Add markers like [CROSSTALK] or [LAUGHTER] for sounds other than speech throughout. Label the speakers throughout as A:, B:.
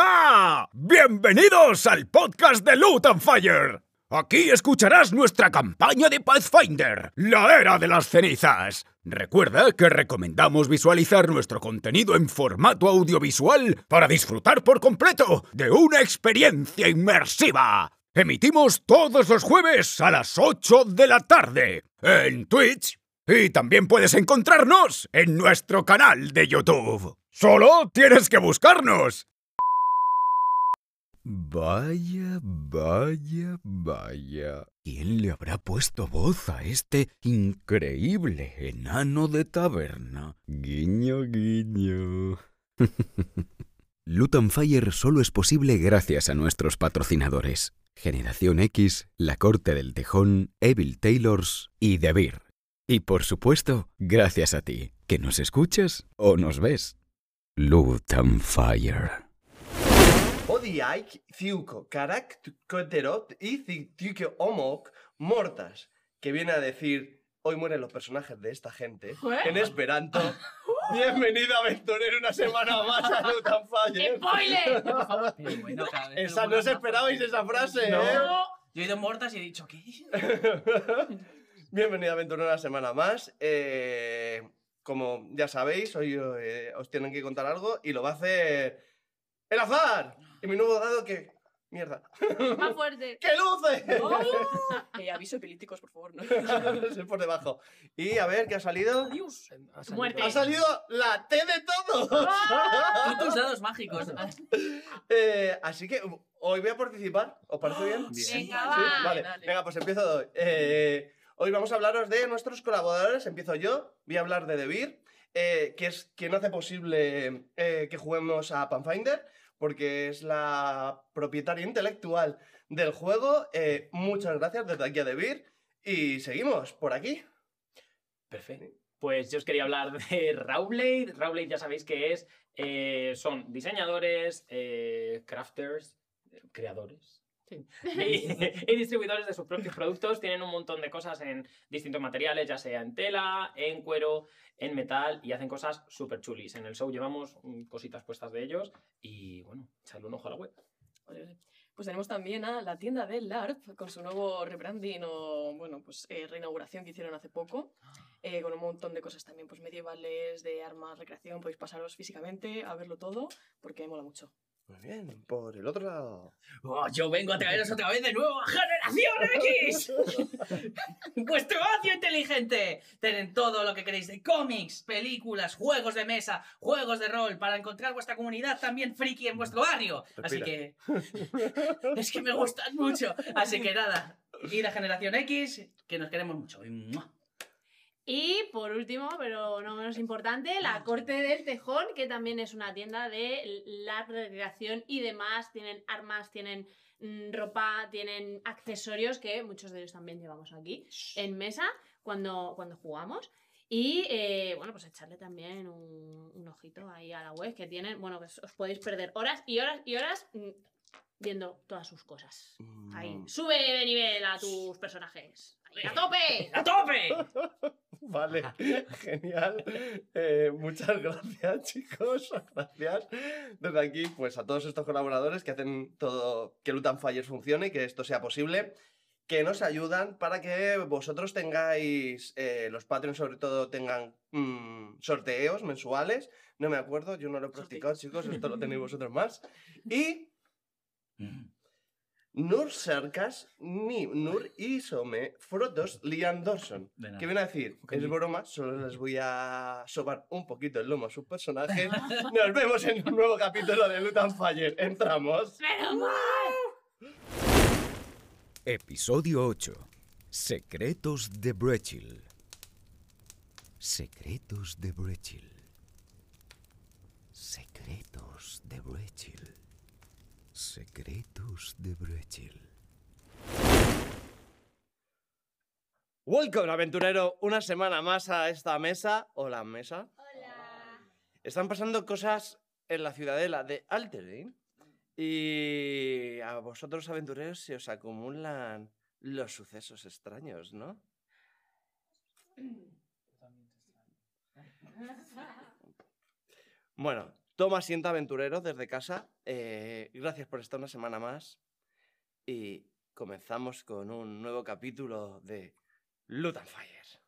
A: Hola, bienvenidos al podcast de Loot and Fire. Aquí escucharás nuestra campaña de Pathfinder, la era de las cenizas. Recuerda que recomendamos visualizar nuestro contenido en formato audiovisual para disfrutar por completo de una experiencia inmersiva. Emitimos todos los jueves a las 8 de la tarde en Twitch y también puedes encontrarnos en nuestro canal de YouTube. Solo tienes que buscarnos. Vaya, vaya, vaya. ¿Quién le habrá puesto voz a este increíble enano de taberna? Guiño, guiño. [LAUGHS] Luton Fire solo es posible gracias a nuestros patrocinadores. Generación X, La Corte del Tejón, Evil Taylors y The Beer. Y por supuesto, gracias a ti, que nos escuchas o nos ves. Luton Fire.
B: Odiaik, Ciuco, Karak, Coterot y Ciuque Omok, Mortas, que viene a decir hoy mueren los personajes de esta gente
C: Joder.
B: en
C: [LAUGHS]
B: Esperanto. Bienvenido aventurero una semana más a Lutan Fire.
C: ¡Spoiler!
B: [LAUGHS]
D: Pero
E: [LAUGHS]
D: bueno, cada vez
B: Esa
D: que lo
B: no os
D: pongo-
B: esperabais esa frase,
D: No.
B: ¿eh?
C: Oh,
D: Yo he ido mortas y he dicho, ¿qué?
B: Bienvenido a Aventura una semana más. Eh, como ya sabéis, hoy eh, os tienen que contar algo y lo va a hacer el azar. Y mi nuevo dado que... Mierda. [LAUGHS]
C: Más fuerte. Oh,
B: ¡Que luce!
E: Eh, aviso epilíticos, por favor. ¿no?
B: [LAUGHS] Sí, por debajo. Y a ver, ¿qué ha salido?
D: Adiós.
E: Ha salido.
C: Muerte.
B: ¡Ha salido la T de todos!
D: Tú tus dados mágicos.
B: [LAUGHS] Eh, así que uh, hoy voy a participar. ¿Os parece bien?
D: Bien.
C: Venga,
B: Sí,
C: va.
B: vale.
E: dale.
B: Venga, pues empiezo. eh, hoy vamos a hablaros de nuestros colaboradores. Empiezo yo. Voy a hablar de Debir, eh, que es quien hace posible eh, que juguemos a Panfinder, porque es la propietaria intelectual del juego. Eh, muchas gracias desde aquí a Debir. Y seguimos por aquí.
F: Perfecto. Pues yo os quería hablar de Rowblade. Rowblade ya sabéis que es, eh, son diseñadores, eh, crafters, eh, creadores. Y,
G: [LAUGHS]
F: y [LAUGHS] distribuidores de sus propios productos tienen un montón de cosas en distintos materiales, ya sea en tela, en cuero, en metal, y hacen cosas súper chulis. En el show llevamos mm, cositas puestas de ellos y bueno, echadle un ojo a la web.
E: Ole, ole. Pues tenemos también a la tienda de LARP con su nuevo rebranding o, bueno, pues eh, reinauguración que hicieron hace poco.
B: Ah.
E: eh, con un montón de cosas también, pues medievales, de armas, recreación. Podéis pasaros físicamente a verlo todo porque mola mucho.
B: Muy bien, por el otro lado.
D: Oh, yo vengo a traeros otra vez de nuevo a Generación X.
E: [LAUGHS]
D: Vuestro ocio inteligente. Tienen todo lo que queréis de cómics, películas, juegos de mesa, juegos de rol, para encontrar vuestra comunidad también friki en vuestro barrio. Así que... [LAUGHS] es que me gustan mucho. Así que nada. Y la Generación X, que nos queremos mucho. Y ¡mua!
C: Y por último, pero no menos importante, la Corte del Tejón, que también es una tienda de la recreación y demás. Tienen armas, tienen mm, ropa, tienen accesorios que muchos de ellos también llevamos aquí en mesa cuando, cuando jugamos. Y eh, bueno, pues echarle también un, un ojito ahí a la web que tienen. Bueno, que os os podéis perder horas y horas y horas mm, viendo todas sus cosas. Ahí. Sube de nivel a tus personajes. Ahí, ¡A
D: [LAUGHS]
C: tope!
D: ¡A tope!
B: [LAUGHS] Vale, genial. Eh, muchas [LAUGHS] gracias, chicos. Gracias. Desde aquí, pues a todos estos colaboradores que hacen todo que Lutan Fires funcione y que esto sea posible, que nos ayudan para que vosotros tengáis, eh, los Patreons sobre todo, tengan mm, sorteos mensuales. No me acuerdo, yo no lo he practicado, chicos. Esto lo tenéis vosotros más. Y Nur Sarkas, ni Nur Isome, Frotos, Liam Dawson.
D: De nada.
B: Que viene a decir,
D: Ok.
B: es broma, solo les voy a sobar un poquito el lomo a sus personajes. Nos vemos en un nuevo capítulo de Lutan Fire. Entramos.
C: ¡Menos mal!
A: Episodio 8. Secretos de Brechil. Secretos de Brechil. Secretos de Brechil. Secretos de Brechil.
B: Welcome, aventurero, una semana más a esta mesa. Hola, mesa.
C: Hola.
B: Están pasando cosas en la ciudadela de Alterin. Y a vosotros, aventureros, se os acumulan los sucesos extraños, ¿no? Bueno, Toma asiento aventurero desde casa. Eh, gracias por estar una semana más. Y comenzamos con un nuevo capítulo de Loot and Fire.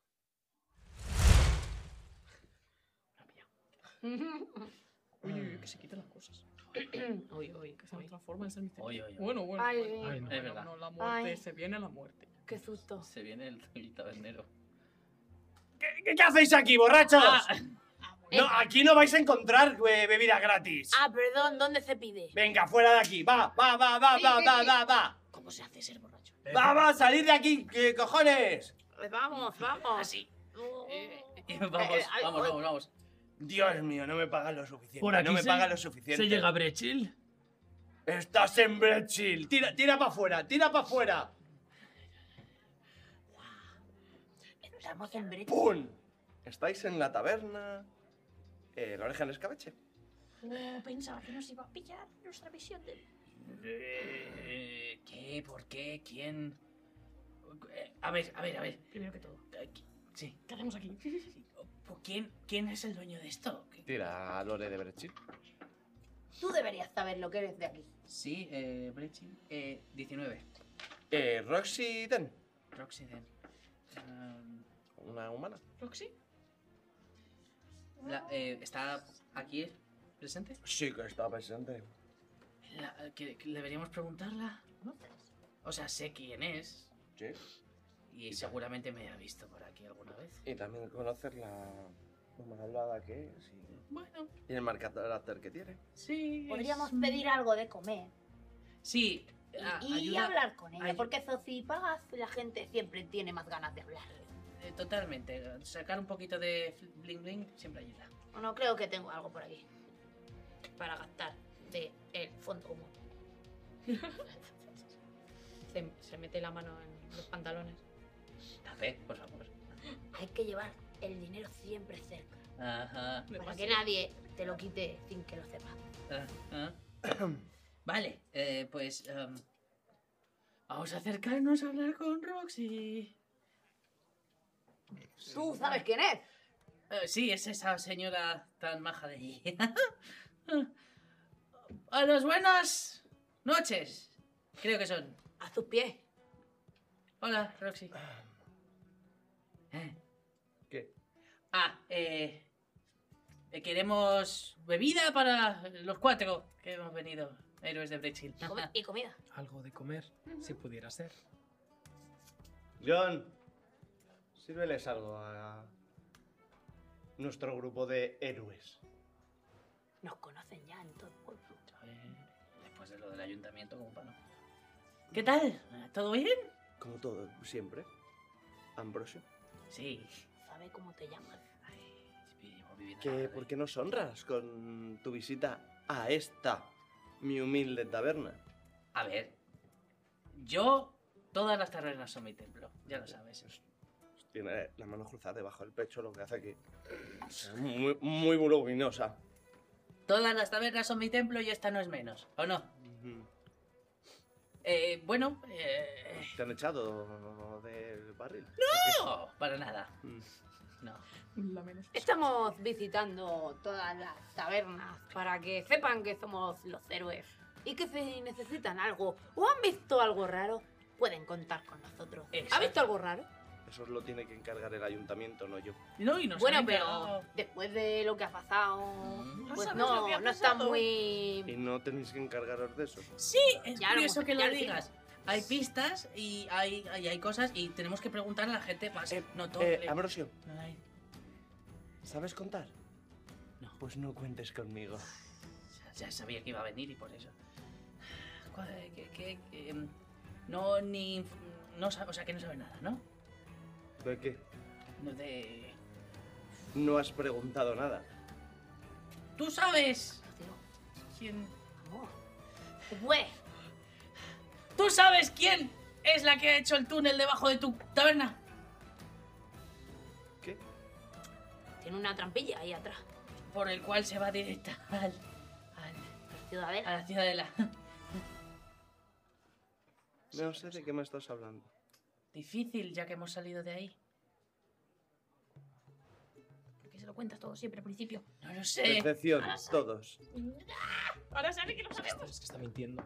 E: Uy, uy, uy, que se quitan las cosas.
H: Uy, uy,
E: Que se transforma en ser misterio.
D: Oye, oye,
E: Bueno, bueno.
I: Ay,
E: bueno,
I: sí.
E: bueno,
D: Ay, no.
E: bueno,
D: Es verdad.
E: no, la muerte,
I: Ay.
E: se viene la muerte.
I: Qué susto.
D: Se viene el, el tabernero.
J: ¿Qué, qué hacéis aquí, borrachos?
H: Ah.
I: Eh,
J: No, aquí no vais a encontrar eh, bebidas gratis.
I: Ah, perdón, ¿dónde se pide?
J: Venga, fuera de aquí. Va, va, va, va,
I: Sí,
J: va,
I: sí,
J: va,
I: sí.
J: va, va.
H: ¿Cómo se hace ser borracho?
J: Va, va, salid de aquí, que cojones.
I: Vamos, vamos.
C: [LAUGHS]
H: Así.
C: Oh,
I: Eh,
D: vamos,
I: eh, ay,
D: vamos,
I: ay.
D: vamos, vamos.
J: Dios mío, no me pagan lo suficiente.
D: Por aquí
J: no me
D: se-
J: pagan lo suficiente.
D: ¿Se llega a Brechil?
J: Estás en Brechil. Tira, tira para afuera, tira para afuera.
H: Estamos en brecha.
B: ¡Pum! Estáis en la taberna. eh, la oreja en el escabeche.
C: oh,
H: Pensaba que nos iba a pillar nuestra visión del...
D: Eh, ¿Qué? ¿Por qué? ¿Quién? Eh, A ver, a ver, a ver.
H: Primero que todo.
D: Aquí- Sí.
E: ¿Qué hacemos aquí?
D: Pues, ¿Quién, ¿Quién es el dueño de esto? ¿Qué-
B: Tira a Lore de Brechil.
I: Tú deberías saber lo que eres de aquí.
D: Sí, eh, Brechil. Eh, 19.
B: Eh, Roxy Den,
D: Roxiden. Em,
B: una humana.
E: ¿Roxy?
D: eh, ¿Está aquí eh, presente?
B: Sí, que está presente.
D: La- que- que ¿Deberíamos preguntarla? O sea, sé quién es.
B: Sí.
D: Y seguramente me ha visto por aquí alguna vez.
B: Y también conocer la humana hablada que es. Y,
D: Bueno,
B: y el marcador actor que tiene.
D: sí.
C: Podríamos
D: es-
C: pedir algo de comer
D: Sí. a-
C: y
D: Ah, ayuda-
C: hablar con ella,
D: ayu-
C: porque Zocipas la gente siempre tiene más ganas de hablar.
D: eh, Totalmente. Sacar un poquito de fl- bling bling siempre ayuda.
C: Bueno, creo que tengo algo por aquí para gastar de el fondo común.
I: [LAUGHS] Se, se mete la mano en los pantalones.
D: Café, por favor.
C: Hay que llevar el dinero siempre cerca,
D: Ajá.
C: para que nadie te lo quite sin que lo sepa.
D: ajá. [COUGHS] Vale, eh, pues. em, vamos a acercarnos a hablar con Roxy.
C: ¿Tú sabes quién es?
D: Eh, sí, es esa señora tan maja de allí. [LAUGHS] A las buenas noches. Creo que son.
C: A sus pies.
D: Hola, Roxy. Eh,
B: [CLEARS THROAT] ¿Qué?
D: Ah, eh. eh, Queremos bebida para los cuatro que hemos venido, héroes de Brexit.
C: Come-
D: [LAUGHS]
C: y comida.
D: Algo de comer.
I: si
D: pudiera ser.
J: John, sírveles algo a nuestro grupo de héroes.
C: Nos conocen ya en todo el pueblo.
D: Después de lo del ayuntamiento, como para no. ¿Qué tal? ¿Todo bien?
B: Como todo, siempre. Ambrosio.
D: Sí.
C: Sabe cómo te llamas.
D: Ay, vivimos viviendo eh. la
B: Que,
D: verdad.
B: ¿Por qué nos honras con tu visita a esta, mi humilde taberna?
D: A ver. Yo. Todas las tabernas son mi templo, ya lo sabes.
B: Tiene la mano cruzada debajo del pecho, lo que hace que sea muy, muy voluminosa.
D: Todas las tabernas son mi templo y esta no es menos, ¿o no?
B: Ujú.
D: Eh, bueno, eh,
B: ¿Te han echado del barril?
D: no, para nada.
B: Mm.
D: No.
E: La menos.
I: Estamos visitando todas las tabernas para que sepan que somos los héroes y que si necesitan algo o han visto algo raro,
C: Pueden contar con nosotros.
I: ¿ha
D: Exacto.
I: visto algo raro?
B: Eso lo tiene que encargar el ayuntamiento, no yo.
D: No, y nos
I: Bueno,
D: han
I: pero
D: encargado-
I: después de lo que ha pasado,
D: Mm. No
I: pues
E: sabes lo
I: no,
E: que ha
I: no está
E: pasado.
B: Y
I: muy...
B: no tenéis que encargaros de eso.
D: Sí, es
I: Ya lo
D: curioso
I: hemos-
D: que
I: ya
D: lo
I: lo
D: digas. Hay pistas y hay, hay, hay cosas y tenemos que preguntar a la gente más.
B: Eh,
D: no todo.
B: Eh, Ambrosio,
D: Ay,
B: ¿sabes contar?
D: No.
B: Pues no cuentes conmigo.
D: ya- ya sabía que iba a venir y por eso. Joder, que, que- que, em, no ni no sabe, o sea que no sabe nada, ¿no?
B: ¿De qué?
D: No de
B: No has preguntado nada.
D: Tú sabes
C: Tío,
D: quién
C: amor. Pues,
D: ¿Tú sabes quién es la que ha hecho el túnel debajo de tu taberna?
B: ¿Qué?
C: tiene una trampilla ahí atrás,
D: Por el cual se va directa al, al-
C: la ciudadela.
D: a la [LAUGHS] ciudadela.
B: No sé de qué me estás hablando.
D: Difícil, ya que hemos salido de ahí. ¿Por qué se
C: lo cuentas todo siempre al principio.
D: No lo sé.
B: Percepción, todos.
C: Ahora sale que lo sabes.
F: Es que está mintiendo.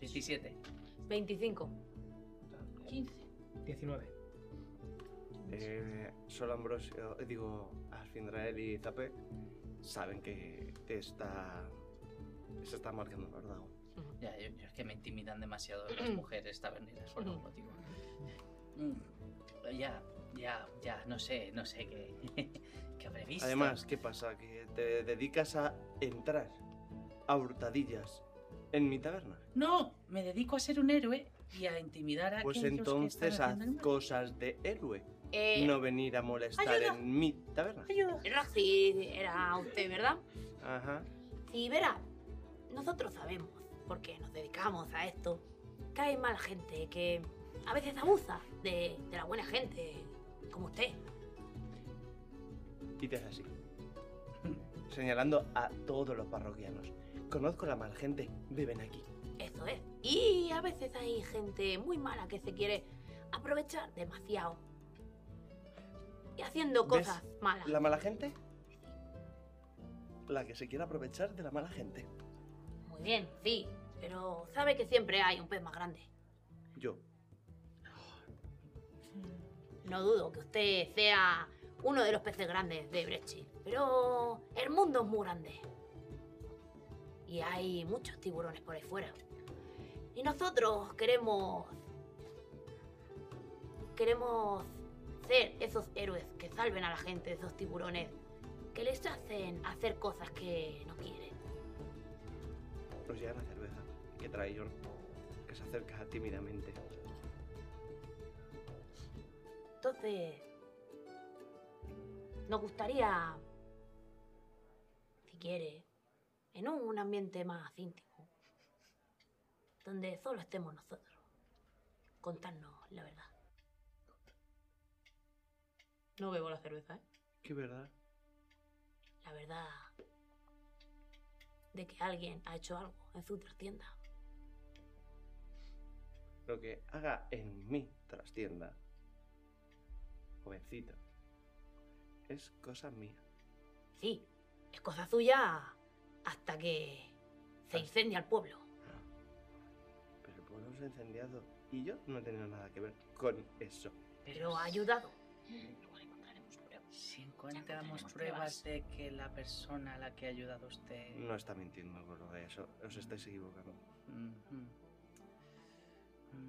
D: 17.
C: 25. 15.
F: 19.
B: Eh, solo Ambrosio, eh, digo, Asfindrael y Tape saben que está. Se está marcando los dados.
D: Ya, yo- yo es que me intimidan demasiado [CLEARS THROAT] las mujeres taberneras por algún motivo. Mm, Ya, ya, ya, no sé, no sé qué, [LAUGHS] qué habré visto.
B: Además, ¿qué pasa? Que te dedicas a entrar a hurtadillas en mi taberna.
D: No, me dedico a ser un héroe y a intimidar a
B: Pues
D: aquellos que
B: entonces
D: están
B: haz
D: haciendo el mal.
B: cosas de héroe.
C: Eh,
B: No venir a molestar
C: ayuda.
B: en mi taberna.
D: Ayuda.
C: Era así, era usted, ¿verdad?
B: Ajá.
C: Sí, verá, nosotros sabemos, porque nos dedicamos a esto, que hay mala gente que a veces abusa de, de la buena gente, como usted.
B: Y te hace así. Señalando a todos los parroquianos. Conozco la mala gente, beben aquí.
C: Eso es. Y a veces hay gente muy mala que se quiere aprovechar demasiado. Y haciendo
B: ¿Ves?
C: cosas malas.
B: ¿La mala gente? La que se quiere aprovechar de la mala gente.
C: Muy bien, sí. Pero sabe que siempre hay un pez más grande.
B: Yo.
C: No dudo que usted sea uno de los peces grandes de Brechil, pero el mundo es muy grande. Y hay muchos tiburones por ahí fuera. Y nosotros queremos. Queremos ser esos héroes que salven a la gente de esos tiburones que les hacen hacer cosas que no quieren.
B: Nos llegan pues la cerveza que trae John, que se acerca tímidamente.
C: Entonces, nos gustaría, si quiere, en un ambiente más íntimo, donde solo estemos nosotros, contarnos la verdad. No bebo la cerveza, ¿eh?
B: Qué verdad.
C: La verdad de que alguien ha hecho algo en su trastienda.
B: Lo que haga en mi trastienda, jovencito, es cosa mía.
C: Sí, es cosa suya hasta que se incendia el pueblo.
B: Pero el pueblo se ha incendiado y yo no he tenido nada que ver con eso.
C: Pero ha ayudado.
D: Luego encontraremos pruebas. Si encontramos pruebas de que la persona a la que ha ayudado usted.
B: No está mintiendo con lo de eso. Os estáis equivocando.
D: Ujú. Mm,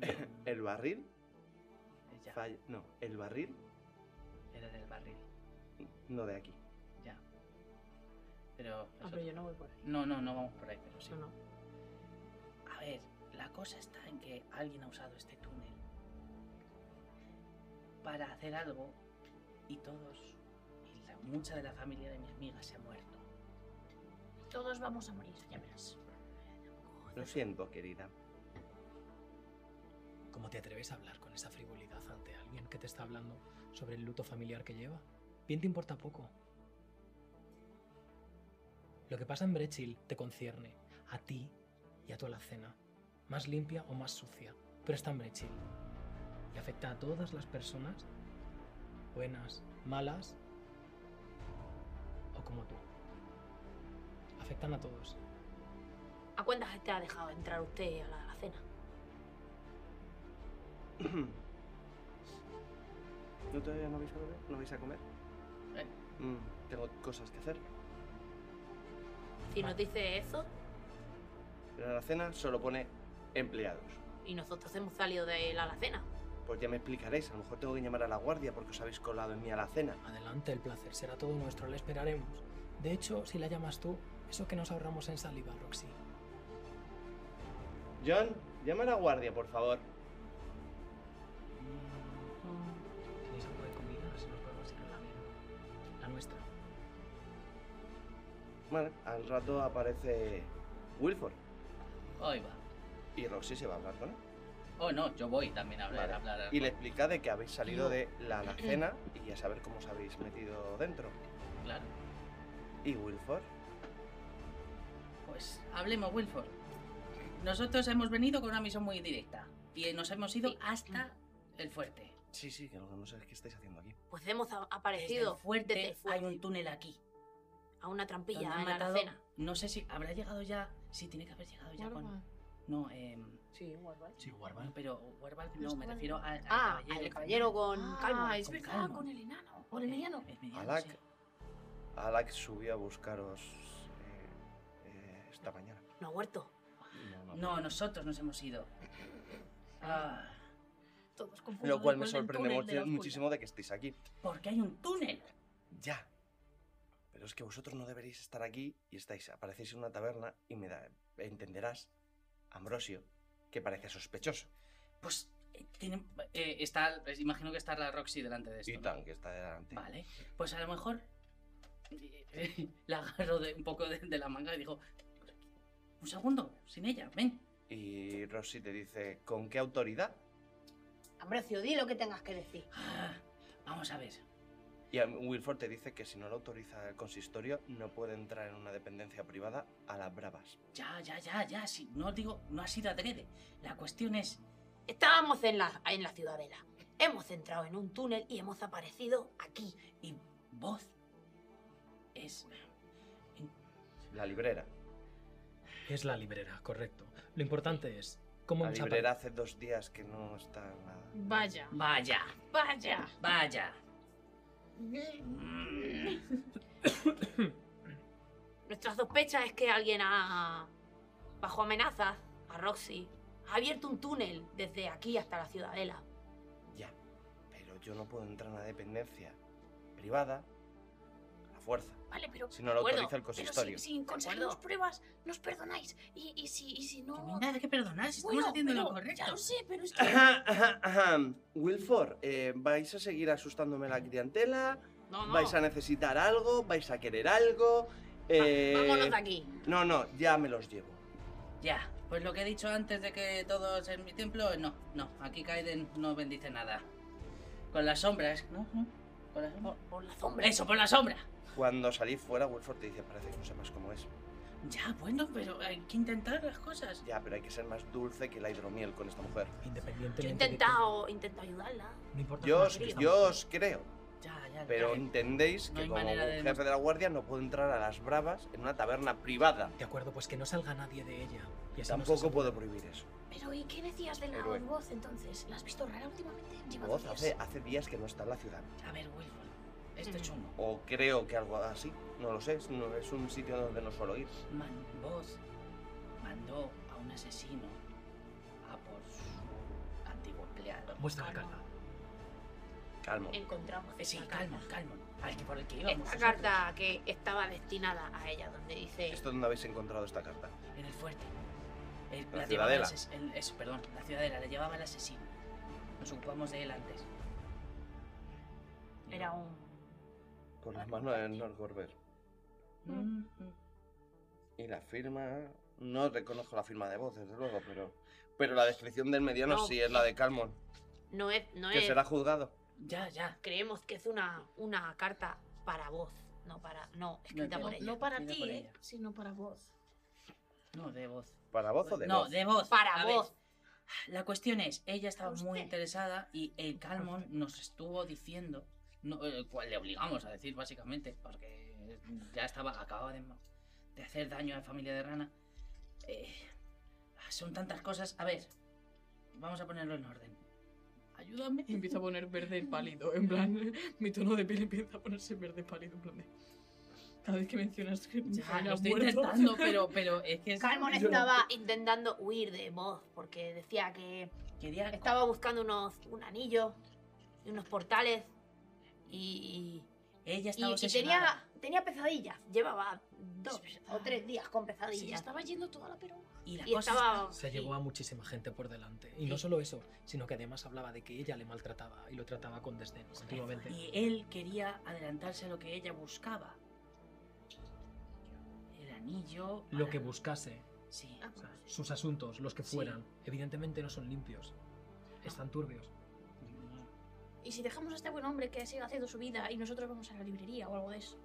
D: Eh,
B: El barril
D: ya,
B: falla. No, el barril
D: era del barril.
B: no de aquí.
D: Ya. Ah, Pero. eso-
I: Ah, yo no voy por ahí.
D: No, no, no vamos por ahí, pero sí.
I: No, no.
D: A ver, la cosa está en que alguien ha usado este túnel para hacer algo y todos, y la- mucha de la familia de mi amiga se ha muerto.
C: Todos vamos a morir, ya verás.
B: Lo siento, querida.
K: ¿Cómo te atreves a hablar con esa frivolidad ante alguien que te está hablando sobre el luto familiar que lleva? Bien te importa poco. Lo que pasa en Brechil te concierne, a ti y a tu alacena, más limpia o más sucia, pero está en Brechil. Y afecta a todas las personas, buenas, malas o como tú. Afectan a todos.
C: ¿A cuánta gente ha dejado entrar usted a la, la cena?
B: ¿No todavía no vais a comer? ¿No vais a comer?
D: Eh.
B: Mm, tengo cosas que hacer.
C: Si nos dice eso
B: Pero en la cena solo pone empleados.
C: y nosotros hemos salido de la alacena.
B: Pues ya me explicaréis, a lo mejor tengo que llamar a la guardia porque os habéis colado en mi alacena.
K: Adelante, el placer será todo nuestro, le esperaremos. De hecho, si la llamas tú, eso que nos ahorramos en saliva, Roxy.
B: John, llama a la guardia, por favor.
K: ¿Tenéis algo de comida? Si nos podemos ir a la mierda. La nuestra.
B: Vale, al rato aparece Wilford
D: Hoy va.
B: y Roxy se va a hablar con él.
D: Oh, no, yo voy también a hablar.
B: Vale.
D: a hablar a-
B: Y le explica de que habéis salido de la alacena y a saber cómo os habéis metido dentro.
D: Claro.
B: Y Wilford,
D: Pues hablemos, Wilford. Nosotros hemos venido con una misión muy directa y nos hemos ido
C: Sí.
D: hasta el fuerte.
B: Sí, sí, que lo que no sé es qué estáis haciendo aquí.
C: Pues hemos a- aparecido
D: Desde el fuerte
C: desde el fuerte,
D: hay un túnel aquí.
C: a una trampilla
D: donde
C: en
D: han
C: la
D: matado-
C: aracena.
D: No sé si habrá llegado ya. Sí, tiene que haber llegado ya con. No, eh.
C: Sí, Warval.
D: Sí, Warval. Pero Warval,
C: No
D: no,
C: está
D: me
C: con-
D: refiero al, al
C: Ah,
D: caballero.
C: al caballero con calma.
D: es verdad, con Eh,
C: el enano. Con el mediano.
D: El mediano,
B: Alak,
D: sí.
B: Alak subió a buscaros eh, eh, esta mañana.
C: No ha muerto.
D: No, nosotros nos hemos ido. Ah,
L: Todos confundidos
B: Lo cual me
L: con el
B: sorprende
L: túnel de la
B: mucho-
L: oscuridad.
B: muchísimo de que estéis aquí.
D: porque hay un túnel.
B: Ya. Pero es que vosotros no deberíais estar aquí y estáis, aparecéis en una taberna y me da, entenderás, Ambrosio, que parece sospechoso.
D: Pues eh, tiene- eh, está, pues, imagino que está la Roxy delante de esto.
B: Y
D: ¿no?
B: tan que está delante.
D: Vale, pues a lo mejor eh, [LAUGHS] la agarro de, un poco de, de la manga y digo, un segundo, sin ella, ven.
B: Y Rosy te dice, ¿con qué autoridad?
C: Ambrosio, di lo que tengas que decir.
D: Ah, vamos a ver.
B: Y a- Wilford te dice que si no lo autoriza el consistorio, no puede entrar en una dependencia privada a las bravas.
D: Ya, ya, ya, ya, si no digo, no ha sido adrede. La cuestión es,
C: Estábamos en la, en la ciudadela. Hemos entrado en un túnel y hemos aparecido aquí.
D: y voz es...
B: La librera.
K: Es la librera, correcto. Lo importante es cómo
B: La
K: hemos apare-
B: librera hace dos días que no está nada.
L: Vaya,
D: Vaya,
L: vaya.
D: vaya. Mm.
C: Nuestra sospecha es que alguien ha, bajo amenazas a Roxy, ha abierto un túnel desde aquí hasta la ciudadela.
B: Ya, pero yo no puedo entrar a una dependencia privada a la fuerza.
L: Vale, pero.
B: Si no lo
C: de acuerdo,
B: autoriza el consistorio.
L: Pero si, si conseguimos
C: acuerdo.
L: pruebas, nos perdonáis. Y, y, si, y si
D: No
L: no.
D: hay nada que perdonar, si estamos
L: Bueno,
D: haciendo lo
L: pero
D: correcto.
L: Ya lo sé, pero es que.
B: Ajá, ajá, ajá. Wilford, eh, ¿vais a seguir asustándome la clientela?
C: No, no.
B: ¿Vais a necesitar algo? ¿Vais a querer algo? Eh,
C: Vámonos de aquí.
B: No, no, ya me los llevo.
D: Ya, pues lo que he dicho antes de que todos en mi templo, no, no, aquí Kaiden no bendice nada. Con las sombras, ¿no? ¿No? Con las sombras.
C: Por la sombra.
D: Eso, por la sombra.
B: Cuando salís fuera, Wilford te dice, parece que no sepas cómo es.
D: Ya, bueno, pero hay que intentar las cosas.
B: Ya, pero hay que ser más dulce que la hidromiel con esta mujer.
K: Independientemente.
C: Yo he
K: de que-
C: intentado, intento ayudarla.
K: No importa
B: Yo,
K: cómo se
B: os-
K: diga.
B: yo os creo,
D: Ya, ya,
B: pero
D: ya.
B: entendéis
D: No
B: que
D: hay
B: como
D: manera de
B: jefe de la guardia no puedo entrar a las bravas en una taberna privada.
K: De acuerdo, pues que no salga nadie de ella. Y así nos
B: Tampoco
K: aseguramos.
B: puedo prohibir eso.
L: Pero ¿y qué decías de la
B: Héroe.
L: voz entonces? ¿La has visto rara últimamente? Lleva
B: Voz
L: dos
B: hace,
L: días.
B: hace días que no está en la ciudad.
D: A ver, Wilford, esto es chungo.
B: O creo que algo así. No lo sé. Es, no- es un sitio donde no suelo ir.
D: Man, vos mandó a un asesino a por su antiguo empleado.
K: Muestra la calma.
B: Calmo.
C: Encontramos
D: Eh, Sí,
C: esta
D: calma,
C: carta.
D: calma. Al que por el que íbamos.
C: Esta
D: nosotros.
C: carta que estaba destinada a ella, donde dice...
B: ¿Esto dónde habéis encontrado esta carta?
D: En el fuerte. El-
B: La
D: llevaba el
B: ciudadela.
D: ases- el- eso, perdón, la ciudadela, la llevaba el asesino. Nos ocupamos de él antes.
C: Era un...
B: Con las manos de Norgorber.
D: Mm, mm.
B: Y la firma. No reconozco la firma de voz, desde luego, pero. Pero la descripción del mediano
C: No.
B: sí es la de Calmon,
C: No es... No
B: que
C: es
B: será juzgado.
D: Ya, ya.
C: Creemos que es una, una carta para voz, no para... No, escrita
D: No,
C: por
L: No,
C: ella.
L: no para
D: escrita
L: ti,
D: por
L: eh,
D: ella.
L: sino para vos.
D: No, de voz.
B: ¿Para voz o de
D: no,
B: voz?
D: de voz.
C: Para
D: A ver,
C: voz.
D: La cuestión es, ella estaba
L: Usted.
D: muy interesada y el Calmon nos estuvo diciendo, no, eh, cual le obligamos a decir básicamente, porque ya estaba, acababa de, de hacer daño a la familia de Rana. Eh, son tantas cosas. A ver, vamos a ponerlo en orden. Ayúdame.
E: Y empieza a poner verde pálido, en plan, [LAUGHS] mi tono de piel empieza a ponerse verde pálido, en plan de... Cada vez que mencionas que
D: Ya,
E: Rana
D: lo
E: ha
D: estoy
E: muerto.
D: intentando,
E: [LAUGHS]
D: pero, pero es que... es-
C: Calmon
D: yo-
C: estaba intentando huir de voz porque decía que
D: Quería...
C: estaba buscando unos un anillo y unos portales y,
D: Ella
C: y- y-
D: estaba
C: y tenía, tenía pesadillas. Llevaba dos
D: Es verdad.
C: o tres días con
L: Se le
C: pesadillas.
L: estaba yendo toda la peronja.
D: Y, la
C: y
D: cosa
C: estaba...
K: Se
C: sí.
K: llevó a muchísima gente por delante. Y no
D: Sí.
K: solo eso, sino que además hablaba de que ella le maltrataba y lo trataba con desdén continuamente.
D: Y él quería adelantarse a lo que ella buscaba. El anillo.
K: Lo que buscase,
D: Sí.
L: Ah,
K: o sea, sus asuntos, los que
D: Sí.
K: fueran, evidentemente no son limpios. Están turbios.
L: Y si dejamos a este buen hombre que siga haciendo su vida y nosotros vamos a la librería o algo de eso,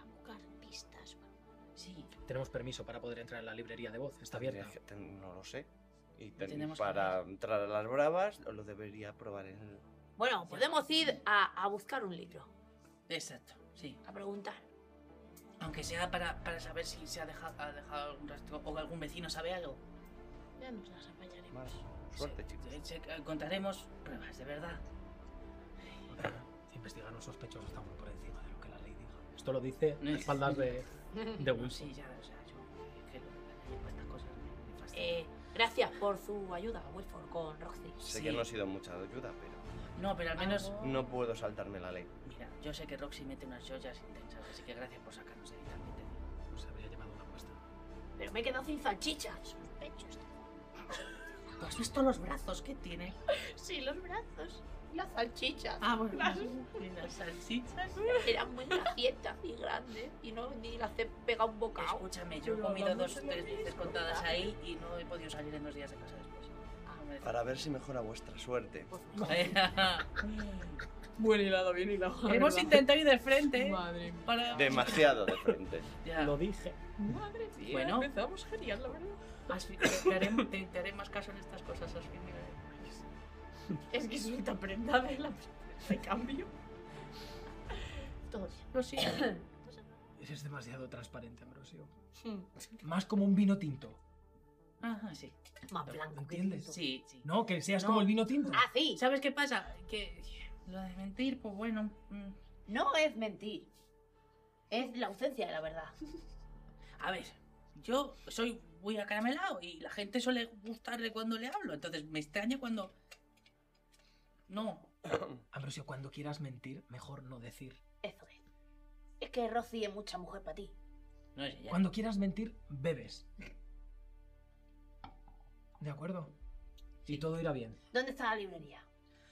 L: a buscar pistas.
D: Sí.
K: Tenemos permiso para poder entrar en la librería de voz. Está
B: Tendría
K: abierta.
B: que- ten- no lo sé. Y ten-
D: Tenemos que
B: para
D: hablar.
B: entrar a las bravas lo debería probar el
C: Bueno, podemos ir a, a buscar un libro.
D: Exacto, sí.
C: A preguntar.
D: Aunque sea para, para saber si se ha dejado, ha dejado algún rastro o algún vecino sabe algo.
L: Ya nos las apañaremos.
B: Más suerte, chicos.
D: Se- se- Encontraremos pruebas, de verdad.
K: Investigar a los sospechosos está muy por encima de lo que la ley diga. Esto lo dice a espaldas de, de
D: No,
K: Wilson.
D: sí, ya, o sea, yo es que lo- la ley para estas cosas me- me fascina.
C: Eh, gracias por su ayuda, Wilford, con Roxy.
B: Sé que no ha sido mucha ayuda, pero
D: No, pero al menos.
B: no puedo saltarme la ley.
D: Mira, yo sé que Roxy mete unas joyas intensas, así que gracias por sacarnos de ahí también. te digo.
K: Nos habría llevado una apuesta.
C: Pero me he quedado sin salchichas.
L: Pechos.
D: ¿Tú has visto los brazos que tiene?
L: Sí, los brazos.
C: Las salchichas.
D: Ah, bueno.
C: Las-
D: Y las salsichas.
C: Eran muy gracietas y grandes. Y no ni las he pegado un bocado.
D: Escúchame, yo he comido dos o tres veces contadas ahí y no he podido salir en dos días de casa después. Ah,
B: Para ver si mejora vuestra suerte.
D: pues,
E: Buen hilado, bien hilado.
D: [LAUGHS]
E: la
D: Hemos
E: verdad.
D: intentado ir de frente.
E: Madre mía.
D: Para...
B: Demasiado de frente.
D: Ya.
K: Lo dije.
E: Madre mía.
D: Bueno.
E: Empezamos genial, la verdad.
D: Asfi- Te haré, te- te haré más caso en estas cosas, Asfi. mira.
E: Es que suelta prenda de la de [LAUGHS] cambio.
L: Todo bien.
D: No, sí.
K: Eres demasiado transparente, Ambrosio.
D: Hmm.
K: Más como un vino tinto.
D: Ajá, sí.
C: Más
K: ¿Lo
C: blanco.
K: entiendes?
D: Sí, sí.
K: No, que seas
D: No.
K: como el vino tinto.
C: Ah, sí.
D: ¿Sabes qué pasa? Que lo de mentir, pues bueno. mm,
C: No es mentir. Es la ausencia de la verdad.
D: A ver, yo soy muy acaramelado y la gente suele gustarle cuando le hablo, entonces me extraña cuando. No.
K: Ambrosio, cuando quieras mentir, mejor no decir.
C: Eso es. Es que Roxy es mucha mujer para ti.
D: No sé, ya.
K: Cuando quieras mentir, bebes. ¿De acuerdo? Y todo irá bien.
C: ¿Dónde está la librería?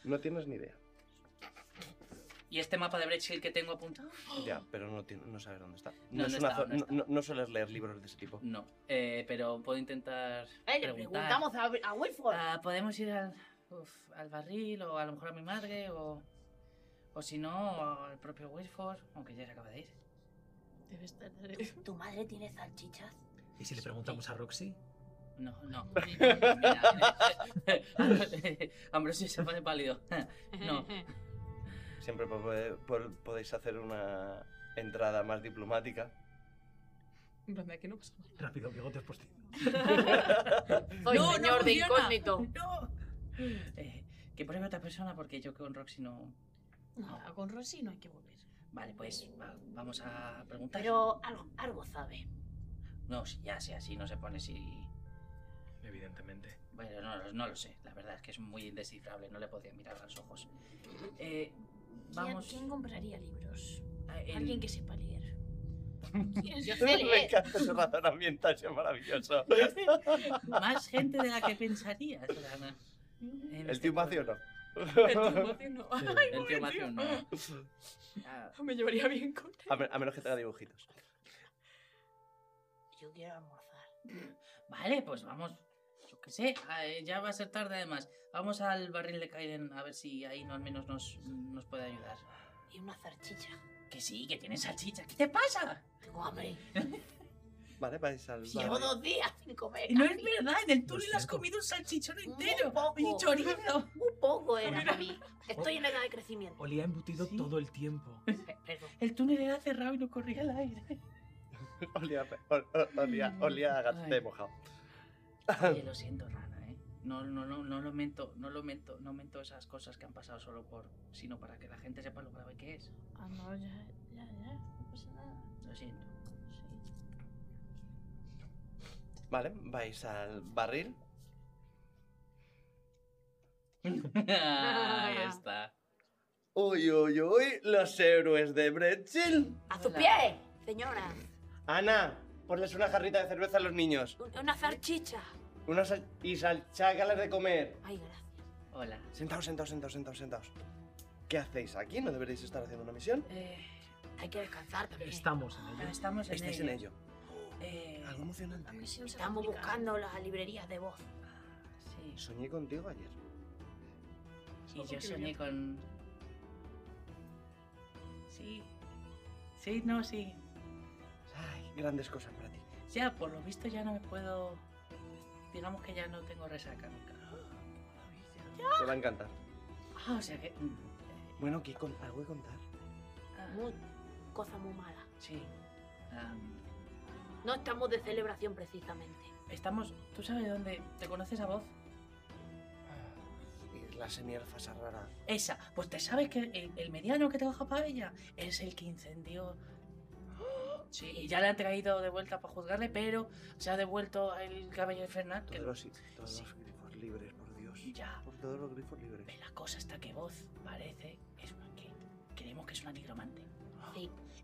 B: No tienes ni idea.
D: ¿Y este mapa de Brexit que tengo apuntado?
B: Ya, pero no, tiene- no sabes dónde está.
D: No,
B: No, es
D: no
B: una
D: está,
B: zo-
D: no está.
B: no- no- no sueles leer libros de ese tipo.
D: No. Eh, pero puedo intentar.
C: Eh, le
D: preguntar.
C: preguntamos a, a Wilford. [LAUGHS]
D: Ah, podemos ir al, uf, al barril o a lo mejor a mi madre o, o si no al propio Wilford, aunque ya se acaba de ir.
E: Debe estar.
L: [LAUGHS]
E: Debe
C: ¿Tu madre tiene salchichas?
K: ¿Y si le preguntamos a Roxy?
D: No, no. [LAUGHS] Mira, [LAUGHS] mira. Ambrosio se pone pálido. [LAUGHS] No.
B: Siempre po- po- po- podéis hacer una entrada más
D: [LAUGHS]
B: diplomática.
E: En plan, de aquí no pasa nada.
K: Rápido, bigotes postizos.
C: Soy
D: No, no
C: señor de
D: funciona.
C: incógnito.
D: ¡No! Eh, que pruebe otra persona porque yo con Roxy no.
L: Nada, con Rosy no hay que volver.
D: Vale, pues va- vamos a preguntar.
C: Pero algo, algo sabe.
D: No, si ya sea así, no se pone si.
K: Evidentemente.
D: Bueno, no, lo- no lo sé. La verdad es que es muy indescifrable. No le podía mirar a los ojos. Eh,
L: ¿Quién-
D: vamos.
L: ¿Quién compraría libros?
D: a- el-
L: Alguien
D: [LAUGHS]
L: que sepa leer. ¿Quién es?
C: Yo sé
B: Me
C: leer.
B: encanta ese razonamiento, es maravilloso.
D: Más gente de la que pensarías, Ana. este
B: ¿El tío Macio no?
E: El tío Matthew no. Ay,
D: El
E: pobre
D: tío Matthew,
B: [LAUGHS]
D: no. Ah,
E: tío. Me llevaría bien con él.
B: A, men- a menos que tenga dibujitos.
C: Yo quiero almorzar.
D: Vale, pues vamos. Yo qué sé, eh, ya va a ser tarde además. Vamos al barril de Kaiden a ver si ahí no, al menos nos, nos puede ayudar.
C: Y una salchicha.
D: Que sí, que tienes salchicha. ¿Qué te pasa?
C: Tengo hambre.
B: Vale, vais al
C: Si llevo
B: barrio.
C: dos días sin comer.
D: No es
C: casi.
D: verdad, en el túnel
K: Lo
D: has
K: siento.
D: comido eh, un salchichón
C: Muy
D: entero.
C: poco.
D: Y chorizo.
C: Un poco era para mí. Estoy en edad de crecimiento.
K: Olía embutido
D: Sí.
K: todo
D: [LAUGHS]
K: el tiempo.
C: Pe- Perdón.
D: El túnel era cerrado y no corría el aire.
B: Olía, a pe- ol- ol- olía, olía a
D: Ay.
B: gato mojado.
D: [LAUGHS] Oye, lo siento, Rana, ¿eh? No, no, no, no lo mento, no lo mento, no mento esas cosas que han pasado solo por, sino para que la gente sepa lo grave que es.
L: Ah, no, ya, ya, ya. No pasa nada.
D: Lo siento.
L: Sí.
B: Vale, vais al barril.
D: [LAUGHS] Ahí [LAUGHS] está.
B: Uy, uy, uy, los héroes de Brechil.
C: A tus
D: Hola.
C: pies, señora.
B: Ana, ponles una jarrita de cerveza a los niños.
C: Un- Una salchicha.
B: Una sal y salchácalas de comer.
C: Ay, gracias.
D: Hola.
B: Sentaos, sentaos, sentaos, sentaos, sentaos. ¿Qué hacéis aquí? ¿No deberéis estar haciendo una misión?
D: Eh,
C: Hay que descansar también.
K: Estamos en
D: pero
K: ello.
D: estamos en
B: Estáis
D: ello.
B: en ello.
D: Eh,
B: Algo emocionante.
L: La misión será
C: Estamos
L: complicada.
C: buscando las librerías de voz.
D: sí.
B: Soñé contigo ayer.
D: Y yo soñé con. Sí. Sí, no, sí.
B: Ay, grandes cosas para ti.
D: Ya, por lo visto ya no me puedo. Digamos que ya no tengo resaca nunca.
B: Te va a encantar.
D: Ah, o sea que. mm, ah,
B: Bueno, ¿qué con- ¿algo que contar?
C: Muy, cosa muy mala.
D: Sí. Ah, am,
C: No estamos de celebración precisamente.
D: estamos. ¿Tú sabes dónde? ¿Te conoces a voz?
B: Ah, La semierfa esa rara.
D: Esa. Pues te sabes que el, el mediano que trabaja para ella es el que incendió. Sí, y ya le han traído de vuelta para juzgarle, pero se ha devuelto el caballero Fernández.
B: Todos, los, todos los grifos libres, por Dios.
D: Ya.
B: Por todos los grifos libres.
D: La cosa está que voz parece es una que creemos que es una nigromante.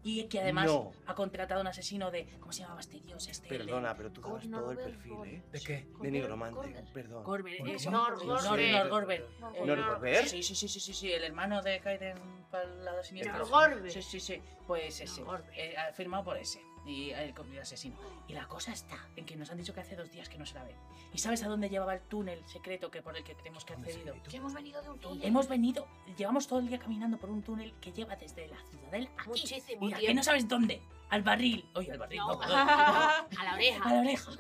D: Y que además
B: No.
D: ha contratado a un asesino de. ¿Cómo se llamaba este dios? Este, el de-
B: Perdona, pero tú dabas todo el perfil, ¿eh?
K: ¿De qué?
B: De nigromante, perdón.
D: Gorber,
B: ¿Cómo?
D: es
B: Nor- Gorber.
D: Nor- Gorber.
B: Nor-
D: Eh,
B: Nor- Gorber.
D: Sí, sí, sí, sí, sí, sí, el hermano de Hayden para el lado siniestro.
B: Nor-
C: Gorber.
D: Sí, sí, sí, pues ese. Eh, ha firmado por ese. Y el co- el asesino. Y la cosa está en que nos han dicho que hace dos días que no se la ve. ¿Y sabes a dónde llevaba el túnel secreto que por el que creemos que ha accedido?
L: Que hemos venido de un túnel.
D: Hemos venido, llevamos todo el día caminando por un túnel que lleva desde la ciudadela aquí.
C: Muchísimo
D: Mira, que
C: tiempo.
D: no sabes dónde. Al barril. Oye, al barril.
C: No.
D: no, perdón.
C: A la oreja.
D: A la oreja.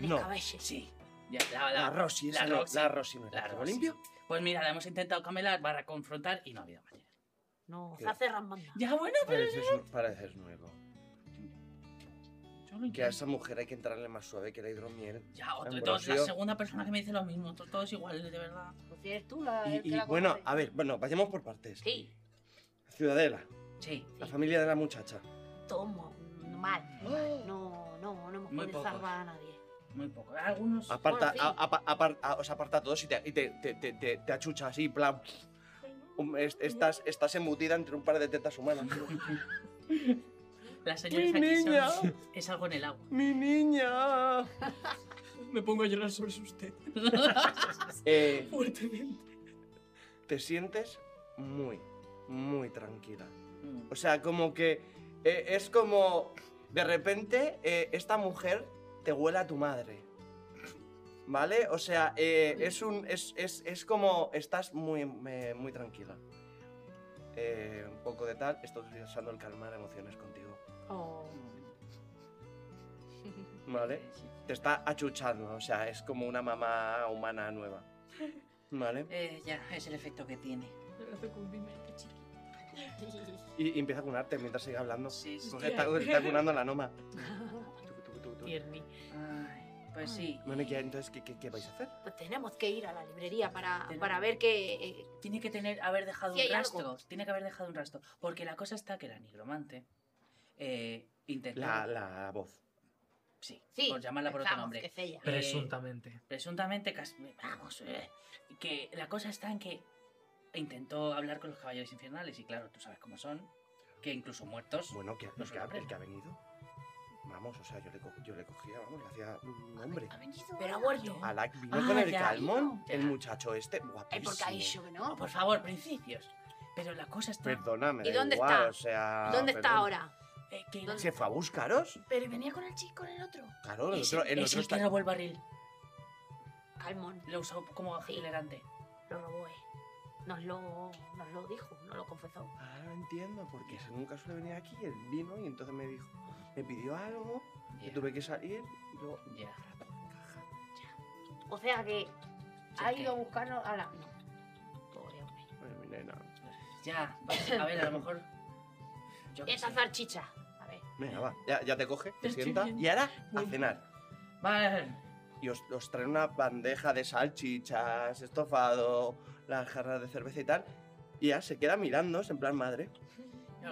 B: No,
D: Sí. Ya, la,
B: la Rosy, esa no, la Rosy no era.
D: La
B: ¿Estaba
D: Rosy.
B: limpio?
D: Pues mira, la hemos intentado camelar para confrontar y no ha habido manera.
C: No,
B: ¿Qué?
C: la cerran banda.
D: Ya, bueno, pero...
B: Pareces, pareces nuevo. Que a esa mujer hay que entrarle más suave que la hidromiel.
D: Ya, otro,
B: Ambrosio.
D: entonces, la segunda persona que me dice lo mismo. to- Todos iguales, de verdad.
C: Pues eres tú la,
B: Y- y, bueno, a ver, bueno, vayamos por partes.
C: Sí,
B: Ciudadela,
D: Sí.
B: la familia de la muchacha.
C: tomo. Mal. mal. No, no, no hemos
B: Muy
C: podido
B: pocos.
C: salvar a nadie.
D: Muy poco. Ah, Algunos...
B: Aparta,
C: Bueno, en fin.
B: a- apa- apar- a- os aparta a todos y te, y te, te, te, te- te achucha así, en plan. um, es- estás, estás embutida entre un par de tetas
K: [LAUGHS]
B: humanas.
D: Las señoras
B: ¡Mi
D: aquí son-
B: niña!
D: Es algo en el [LAUGHS] agua.
B: ¡Mi niña!
K: Me pongo a llorar sobre usted.
B: Eh,
K: Fuertemente.
B: te sientes muy, muy tranquila. O sea, como que eh, es como de repente eh, esta mujer te huele a tu madre. ¿Vale? O sea, eh, es un. Es, es- es como. Estás muy, me- muy tranquila. Eh, un poco de tal. Estoy usando el calmar emociones contigo. ¿Vale? Te está achuchando. O sea, es como una mamá humana nueva. ¿Vale?
D: Eh, ya, es el efecto que tiene.
L: [LAUGHS]
B: Y, y empieza a cunarte mientras sigue hablando.
D: Sí, sí.
B: Porque está, está cunando la noma.
C: Tierni.
D: Ay, pues sí.
B: Bueno, ¿y qué- entonces, ¿qué, qué, qué vais a hacer?
C: Pues tenemos que ir a la librería para,
D: Tenemos-
C: para ver que... eh,
D: Tiene que tener, haber dejado
C: Sí,
D: un
C: hay algo.
D: rastro. Tiene que haber dejado un rastro. Porque la cosa está que la nigromante eh, intentó.
B: La, la voz.
D: Sí,
C: Sí,
D: por llamarla por otro
C: pensamos
D: nombre.
C: que es ella.
K: Presuntamente.
D: Presuntamente, cas- vamos, eh, que la cosa está en que intentó hablar con los caballeros infernales y claro, tú sabes cómo son, que incluso muertos.
B: Bueno, que,
D: No
B: el, que ha,
D: sorprende.
B: el que ha venido. Vamos, o sea, yo le, co- yo le cogía, vamos, le hacía un hombre.
C: Pero ha vuelto.
B: Alak vino
D: Ah,
B: con el
D: ya.
B: calmón,
D: Ya.
B: el muchacho este,
C: Es Eh, porque
B: guapísimo.
C: ha dicho que
D: No,
C: no.
D: por favor, principios. Pero la cosa está
B: Perdóname,
C: ¿Y
B: da
C: dónde
B: igual,
C: está?
B: o sea...
C: ¿Dónde está
B: Ah, perdón.
C: ahora?
D: eh, que
C: ¿Dónde
B: ¿Se fue a buscaros?
L: Pero venía con el chico, con el otro.
B: Claro, el
D: es,
B: otro, el
D: es
B: otro
D: el que
B: está...
D: robó el barril.
C: Calmón.
D: Lo usó como acelerante.
C: Lo robó, eh. Nos lo, nos lo dijo, nos lo confesó.
B: Ahora Ah, entiendo, porque si nunca suele venir aquí, él vino y entonces me dijo, me pidió algo, yo
D: Ya.
B: tuve que salir, y luego...
D: Ya.
C: O sea que ha
D: que-
C: ido a buscarnos a la... No. Pobre hombre.
B: Ay, mi nena.
D: Ya, pues, a ver, a lo mejor. yo qué
C: Esa
D: sé.
C: salchicha. A ver.
B: Venga, va, ya, ya te coge, te
D: Estoy
B: sienta,
D: bien.
B: y ahora a
D: Bueno.
B: cenar.
D: Vale.
B: y os, os traen una bandeja de salchichas, estofado, las jarras de cerveza y tal. Y ya se queda mirándoos en plan madre.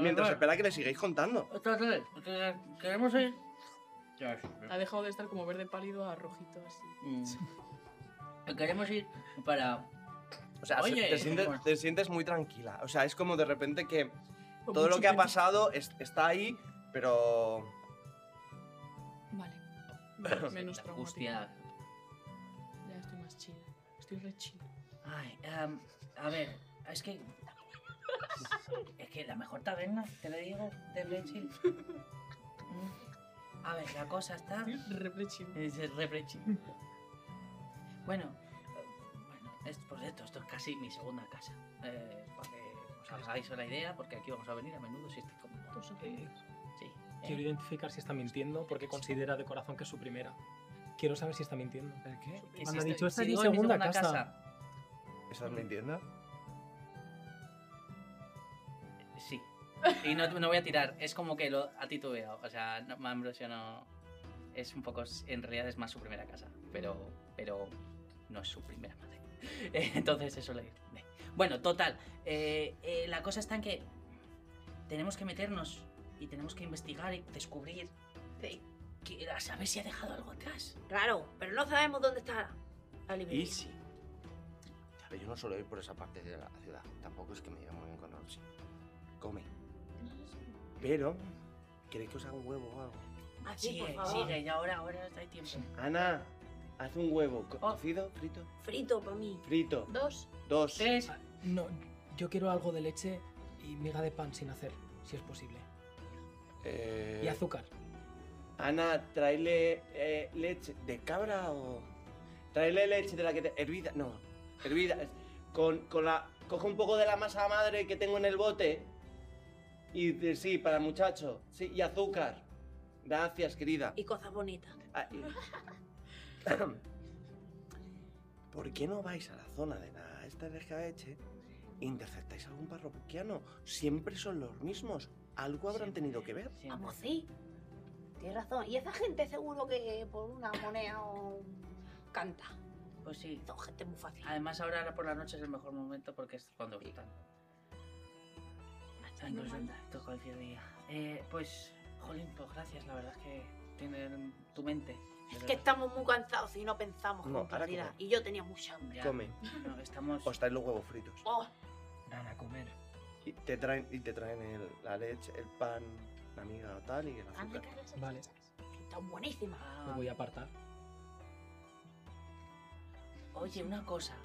B: Mientras espera que le sigáis contando.
D: Otra vez, porque queremos ir. Ya, sí,
E: Ha dejado de estar como verde pálido a rojito así.
D: Mm. Queremos ir para.
B: O sea, se-
D: Oye,
B: te, sientes,
D: bueno.
B: te sientes muy tranquila. O sea, es como de repente que
E: Con
B: todo lo
E: mucho
B: que ha
E: cuento.
B: pasado es- está ahí, pero...
E: Vale. Menos
D: La
E: traumática.
D: angustia.
E: Ya estoy más chida. Estoy re chida.
D: Ay, em, a ver, es que. Es que la mejor taberna, te lo digo, de Brechil. Mm. A ver, la cosa está.
E: Re chida.
D: Es el reprechi. Bueno, eh, bueno, es, por cierto, esto es casi mi segunda casa. Eh, para que os hagáis la idea, porque aquí vamos a venir a menudo si estáis cómodos. Eh, sí. eh,
K: Quiero identificar si está mintiendo porque considera de corazón que es su primera. Quiero saber si está mintiendo.
D: que
K: Cuando ha
D: si
K: dicho,
D: estoy-
K: esta es
D: si
K: mi
D: digo en
K: segunda casa.
B: ¿Estás mintiendo?
D: Sí. Y no, no voy a tirar, es como que lo ha titubeado. O sea, no, Ambrosio no. Es un poco. En realidad es más su primera casa, pero. Pero. No es su primera madre. [LAUGHS] Eh, Entonces, eso le. Bueno, total. eh, eh, la cosa está en que. Tenemos que meternos y tenemos que investigar y descubrir. que- a saber si ha dejado algo atrás.
C: Claro, pero no sabemos dónde está la librería.
B: Y sí. A ver, yo no suelo ir por esa parte de la ciudad. Tampoco es que me lleve muy bien con Orsi. Come. Pero, ¿queréis que os haga un huevo o algo?
D: Ah,
C: Sí,
D: sigue,
C: por favor.
D: sigue, y ahora, ahora hay tiempo.
B: Ana, haz un huevo. Co- ¿Cocido? ¿Frito?
C: Frito para mí.
B: Frito.
M: Dos.
B: Dos.
D: Tres.
K: No, yo quiero algo de leche y miga de pan sin hacer, si es posible.
B: Eh,
K: Y azúcar.
B: Ana, tráele eh, leche de cabra o. Tráele leche de la que te. Hervida. No, hervida. es- Con, con la. Coge un poco de la masa madre que tengo en el bote. Y de- sí, para el muchacho. Sí, y azúcar. Gracias, querida.
C: Y cosas bonitas.
B: Ah, y- [COUGHS] ¿Por qué no vais a la zona de la esta de Jaeche? ¿Interceptáis algún parroquiano? Siempre son los mismos. Algo habrán tenido que ver.
C: Vamos, sí. Tienes razón. Y esa gente seguro que por una moneda o canta.
D: Pues sí.
C: Son gente muy fácil.
D: Además, ahora por la noche es el mejor momento porque es cuando gritan. Ay, no es verdad, esto cualquier día. Eh, pues, Jolín, pues gracias, la verdad es que tienen tu mente. de
C: Es que
D: verdad.
C: estamos muy cansados y no pensamos
B: No,
C: con
B: ahora
C: claridad.
B: come.
C: Y yo tenía mucha hambre.
B: Ya. Come.
D: No, estamos.
B: Os traen los huevos fritos.
C: Oh,
K: Nada, comer.
B: Y te traen, y te traen el- la leche, el pan, la miga o tal y el
D: Ah,
C: han
B: azúcar.
C: ricas las
K: Vale,
C: están buenísimas.
K: me voy a apartar.
D: Oye, una cosa.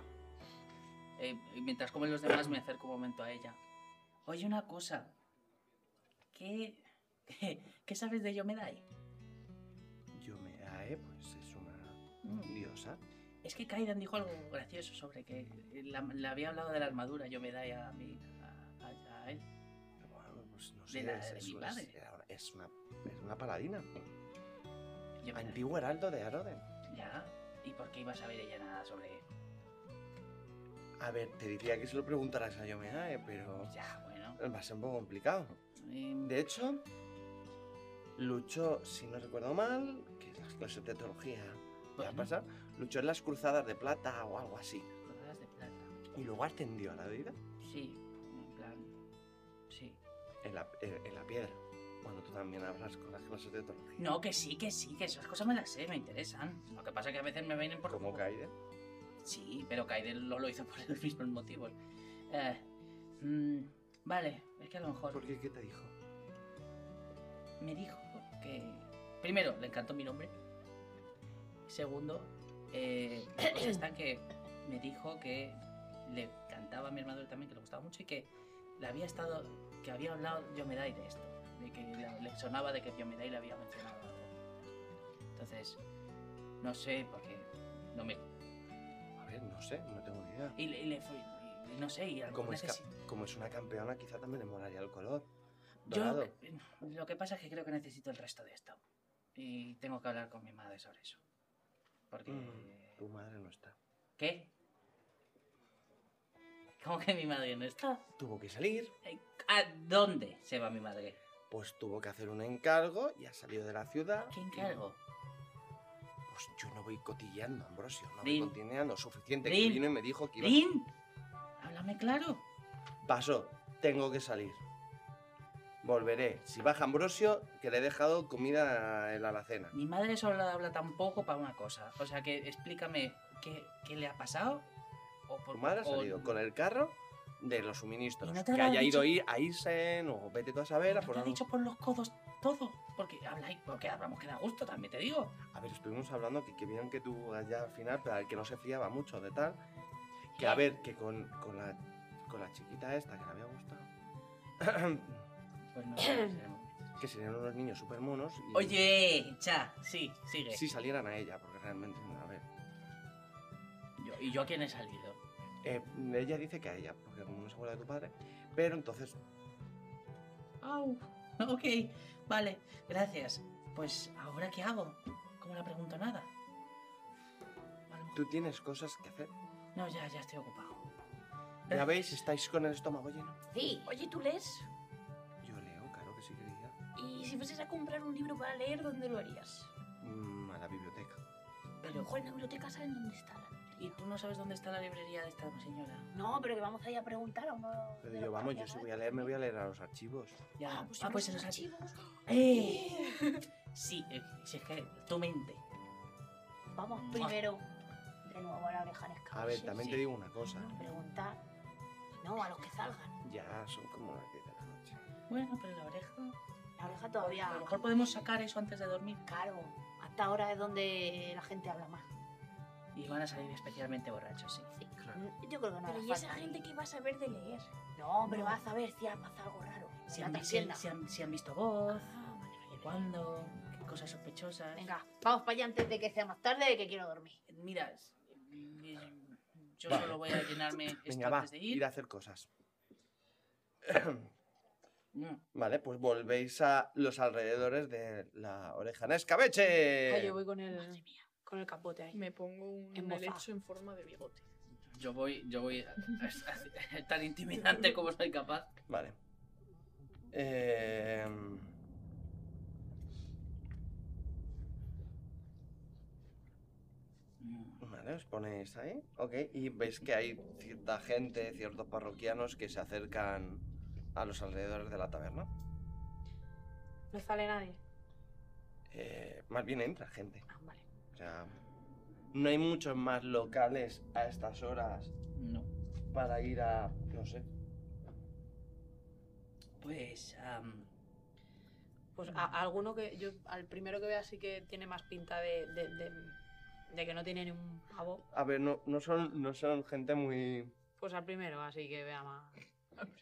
D: Eh, mientras comen los demás, me acerco un momento a ella. Oye, una cosa. ¿Qué, qué, qué sabes de Yomedai?
B: Yomeae, pues es una
D: Mm.
B: diosa.
D: Es que Kaidan dijo algo gracioso sobre que la- le había hablado de la armadura Yomedai a mí, a, a- a él.
B: Bueno, pues no
D: De
B: sé,
D: la-
B: es,
D: de
B: es
D: mi
B: una,
D: padre.
B: era una- es una, es una paladina.
D: Yomedai.
B: Antiguo heraldo de Aroden.
D: Ya. ¿Y por qué iba a saber ella nada sobre
B: A ver, te diría que se lo preguntaras a Yomeae, pero
D: Ya, bueno.
B: va a ser un poco complicado.
D: Em,
B: De hecho, luchó, si no recuerdo mal, que es las clases de teología ya pasa, luchó en las cruzadas de plata o algo así.
D: cruzadas de plata?
B: Y luego ascendió a la vida
D: Sí, en plan. Sí.
B: en la, en, en la piedra. Bueno, tú también hablas con las clases de teología.
D: No, que sí, que sí, que esas cosas me las sé, me interesan. Lo que pasa es que a veces me vienen por.
B: Como Kaide.
D: Sí, pero Kaiden lo, lo hizo por [LAUGHS] los mismos motivos. Eh, mm, vale, es que a lo mejor.
B: ¿Por qué? ¿Qué te dijo?
D: Me dijo que. Primero, le encantó mi nombre. Segundo, eh, la cosa está en que me dijo que le cantaba a mi hermano también, que le gustaba mucho y que le había estado. que había hablado Yomedai de esto. De que le, le sonaba de que Yomedai le había mencionado algo. Entonces, no sé, porque no me.
B: A ver, no sé, no tengo ni idea.
D: Y le, y le fui. y- y no sé, y a lo
B: Como
D: mejor
B: es, ca-
D: necesi-
B: como es una campeona, quizá también le molaría el color.
D: Yo
B: Dorado.
D: lo que pasa es que creo que necesito el resto de esto. Y tengo que hablar con mi madre sobre eso. Porque.
B: Mm, tu madre no está.
D: ¿Qué? ¿Cómo que mi madre no está?
B: Tuvo que salir,
D: ¿A dónde se va mi madre?
B: pues tuvo que hacer un encargo y ha salido de la ciudad.
D: ¿Qué encargo?
B: Pues yo no voy cotilleando, Ambrosio. No
D: Lin.
B: voy cotilleando. Suficiente que
D: Lin.
B: vino y me dijo que iba.
D: ¡Lin! Háblame claro.
B: Pasó. Tengo que salir. Volveré. Si baja Ambrosio, que le he dejado comida en la alacena.
D: Mi madre solo habla tan poco para una cosa. O sea que explícame qué, qué le ha pasado. O por,
B: Tu madre ha
D: o-
B: salido con el carro de los suministros.
D: ¿Y no te
B: que
D: lo ha
B: haya
D: dicho?
B: ido ir- a Irsen o vete tú a saber.
D: ¿No
B: A,
D: te
B: por
D: ha
B: algo.
D: dicho por los codos todo. Porque habláis, porque hablamos que da gusto, también te digo.
B: a ver, estuvimos hablando que, que vieron que tú allá al final, pero al que no se fiaba mucho de tal. Que a ver, que con, con la, con la chiquita esta que le había gustado. [CLEARS THROAT]
D: Pues
B: [COUGHS]
D: no, sé, es el momento.
B: que serían unos niños súper monos. y-
D: Oye, cha, sí, sigue.
B: si salieran a ella, porque realmente, a ver.
D: Yo- ¿Y yo a quién he salido?
B: Eh, ella dice que a ella, porque como no se acuerda de tu padre. Pero entonces,
D: Au. [LAUGHS] Ok, vale, gracias. Pues ahora qué hago? ¿Cómo la pregunto nada?
B: tú tienes cosas que hacer.
D: No, ya, ya estoy ocupado. Eh.
B: Ya veis, estáis con el estómago lleno.
C: Sí. Oye, ¿tú lees?
L: Y si fueses a comprar un libro para leer, ¿dónde lo harías?
B: Mm, a la biblioteca.
L: A lo mejor en la biblioteca saben dónde está la
D: Y tú no sabes dónde está la librería de esta señora.
L: No, pero que vamos a ir a preguntar a uno.
B: Pero yo, vamos, yo si voy a leer, me voy a leer a los archivos.
D: Ya,
L: Ah, pues
D: ah,
L: en
D: pues
L: los
D: en los
L: archivos.
D: archi- ¡Eh! [LAUGHS] sí, eh, si es que tu mente.
L: Vamos primero de nuevo a la oreja en
C: Ah,
L: escape,
B: A ver,
L: sí,
B: también
L: sí.
B: te digo una cosa.
L: Preguntar. No, a los que salgan.
B: Ya son como las 10 de la noche.
D: Bueno, pero la oreja.
C: La oreja todavía.
D: A lo mejor podemos sacar eso antes de dormir.
C: Claro, hasta ahora es donde la gente habla más.
D: Y van a salir especialmente borrachos, sí.
C: Claro. Yo creo que no.
L: Pero
C: hará
L: ¿y esa
C: falta.
L: gente que va a saber de leer?
C: No, pero vas a ver si ha pasado algo raro.
D: Si
C: en
D: han,
C: la
D: vi- si han-
C: trastienda. Ah,
D: si han- si han visto voz, o cuándo, qué cosas sospechosas.
C: Venga, vamos para allá antes de que sea más tarde, que quiero dormir.
D: Mira, eh, yo
B: Vale.
D: solo voy a llenarme esto
B: Venga, va,
D: antes de ir.
B: ir a hacer cosas.
D: Mm.
B: Vale, pues volvéis a los alrededores de la oreja en
C: Ah,
B: escabeche.
E: Ay, yo voy
I: con el, con el capote ahí.
E: Me pongo un
I: En mofa.
E: helecho en forma de bigote.
D: Yo voy, yo voy a- a- a- tan intimidante como soy capaz.
B: Vale. Em,
D: Mm,
B: Vale, os ponéis ahí. Ok, y veis que hay cierta gente, ciertos parroquianos que se acercan a los alrededores de la taberna.
I: No sale nadie.
B: Eh, más bien entra gente.
I: Ah, vale.
B: O sea, no hay muchos más locales a estas horas
D: No.
B: para ir a, no sé,
D: Pues, am,
I: Pues a, a alguno que yo, al primero que vea sí que tiene más pinta de, de, de, de que no tiene ni un pavo,
B: A ver, no, no, son, no son gente muy...
I: pues al primero, así que vea más.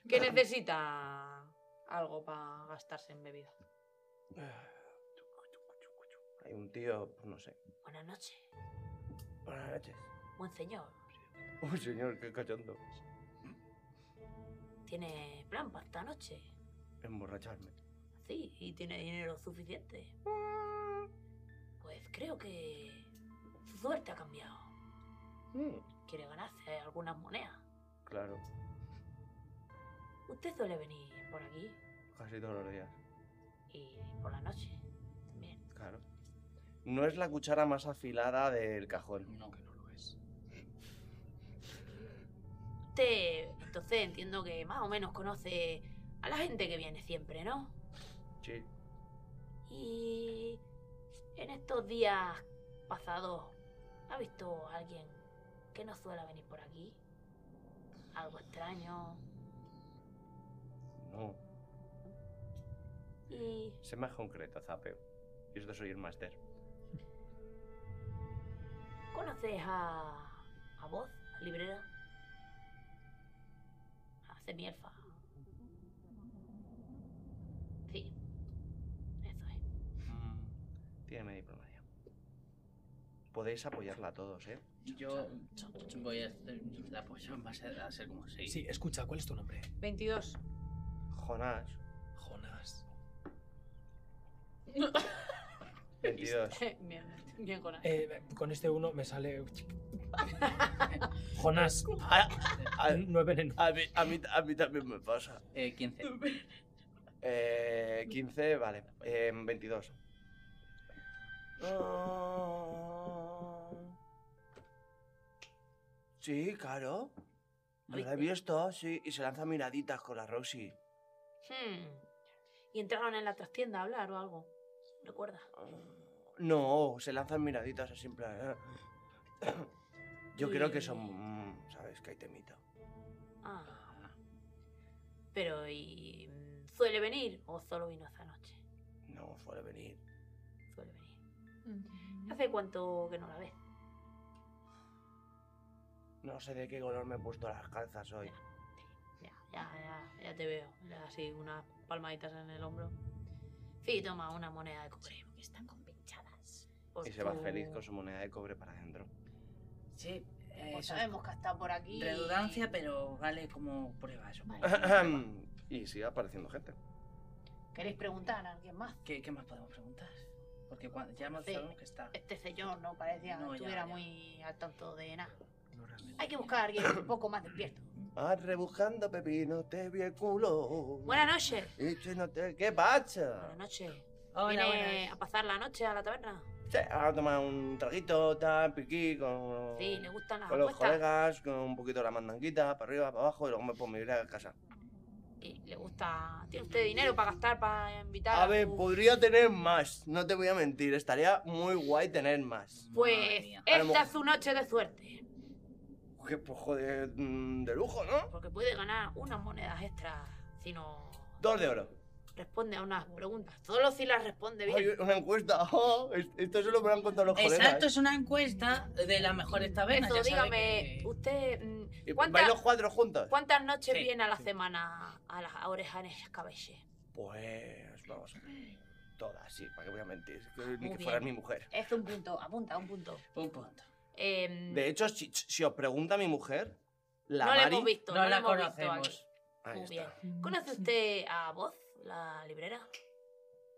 I: Que necesita algo para gastarse en bebida.
B: Hay un tío, pues no sé.
C: Buenas noches,
B: Buenas noches.
C: buen señor.
B: Uy, señor, qué cachondo.
C: ¿Tiene plan para esta noche?
B: Emborracharme.
C: Sí, y tiene dinero suficiente. Pues creo que su suerte ha cambiado.
B: Mm.
C: Quiere ganarse algunas monedas.
B: Claro,
C: Usted suele venir por aquí
B: casi todos los días.
C: y por la noche.
B: Claro. No es la cuchara más afilada del cajón.
D: No, que no lo es.
C: Usted, entonces entiendo que más o menos conoce a la gente que viene siempre, ¿no?
B: Sí.
C: Y en estos días pasados, ¿ha visto a alguien que no suele venir por aquí? Algo extraño.
B: No.
C: Y
B: Sé más concreto, Zapeo. Y esto soy el máster.
C: ¿conoces a, a voz, a librera? A semielfa. Sí, eso es.
B: Tiene media diplomacia. Podéis apoyarla a todos, ¿eh?
D: yo voy a hacer la poción, va a ser, va a ser como seis.
K: Sí, escucha, ¿cuál es tu nombre?
I: 22.
B: [LAUGHS] Jonás,
K: Jonas.
B: 22.
I: [LAUGHS] bien, bien con
K: Eh, con este uno me sale. Jonas.
B: Ah.
K: no es veneno.
B: A mí, a, mí, a mí también me pasa.
D: Eh, 15.
B: Eh, 15, vale. Eh, 22. Ah. Sí, claro. Yo la he visto, sí. Y se lanza miraditas con la Roxy.
C: Hmm. Y entraron en la trastienda a hablar o algo. ¿Recuerda?
B: No, se lanzan miraditas así en plan, [COUGHS] eh. Yo creo que son... mm, ¿Sabes? Que hay temita.
C: Ah. Pero y mm, suele venir o solo vino esta noche.
B: No, suele venir.
C: Suele venir.
D: Mm.
C: ¿Hace cuánto que no la ves?
B: No sé de qué color me he puesto las calzas hoy.
C: Ya, ya, ya, ya te veo. Ya, así unas palmaditas en el hombro. Sí, toma una moneda de cobre. porque están compinchadas.
B: Y se va feliz con su moneda de cobre para adentro.
D: Sí, eh,
C: Pues
D: eso
C: sabemos que ha estado por aquí.
D: es redundancia, pero vale como prueba eso.
B: [COUGHS] y sigue apareciendo gente.
C: ¿Queréis preguntar a alguien más?
D: ¿Qué, qué más podemos preguntar? Porque cuando, ya hemos
C: Sí.
D: sabemos que está.
C: Este señor no parecía que
D: No, ya,
C: estuviera
D: ya.
C: muy al tanto de nada. Hay que buscar a alguien un poco más despierto.
B: Vas rebujando pepino, te vi el culo.
C: [COUGHS] Buenas noches.
B: Y tú no te- ¿Qué pasa?
C: Buenas noches.
D: Hola,
C: ¿Viene
D: buenas.
C: a pasar la noche a la taberna?
B: Sí, vamos a tomar un traguito, tal, piquí, con,
C: Sí, le gustan las
B: con los
C: apuestas.
B: colegas, con un poquito de la mandanguita, para arriba, para abajo, y luego me pongo mi a casa.
C: Y le gusta. ¿Tiene usted dinero para gastar, para invitar?
B: A ver, pues, podría tener más, no te voy a mentir, estaría muy guay tener más.
C: Pues
B: A lo
C: esta
B: mejor-
C: es su noche de suerte.
B: Que, pues joder, mm, de lujo, ¿no?
C: Porque puede ganar unas monedas extras si no
B: Dos de oro.
C: responde a unas preguntas. Solo si las responde bien.
B: Ay, una encuesta. [LAUGHS] Oh, es- esto solo me lo han contado los colegas. ¿eh?
D: Exacto, es una encuesta de las mejores tabernas.
C: Eso,
D: ya sabe
C: dígame,
D: que-
C: usted. mm,
B: Y
C: ¿cuántas-
B: ¿Vais los cuatro juntos?
C: ¿Cuántas noches
B: Sí,
C: viene a la
B: sí.
C: semana a las orejanes cabello?
B: Pues vamos a ver. Todas, sí, para qué voy a mentir. Que- Ni
C: Muy
B: que fuera mi
C: bien.
B: mujer.
C: Es un punto, apunta, un punto.
D: Un punto.
C: Em,
B: De hecho, si, si os pregunta mi mujer, la
C: no la
B: Mari-
C: hemos visto, no, la hemos visto aquí.
B: Ahí
C: Muy
B: está.
C: bien. ¿Conoce usted a Voz, la librera?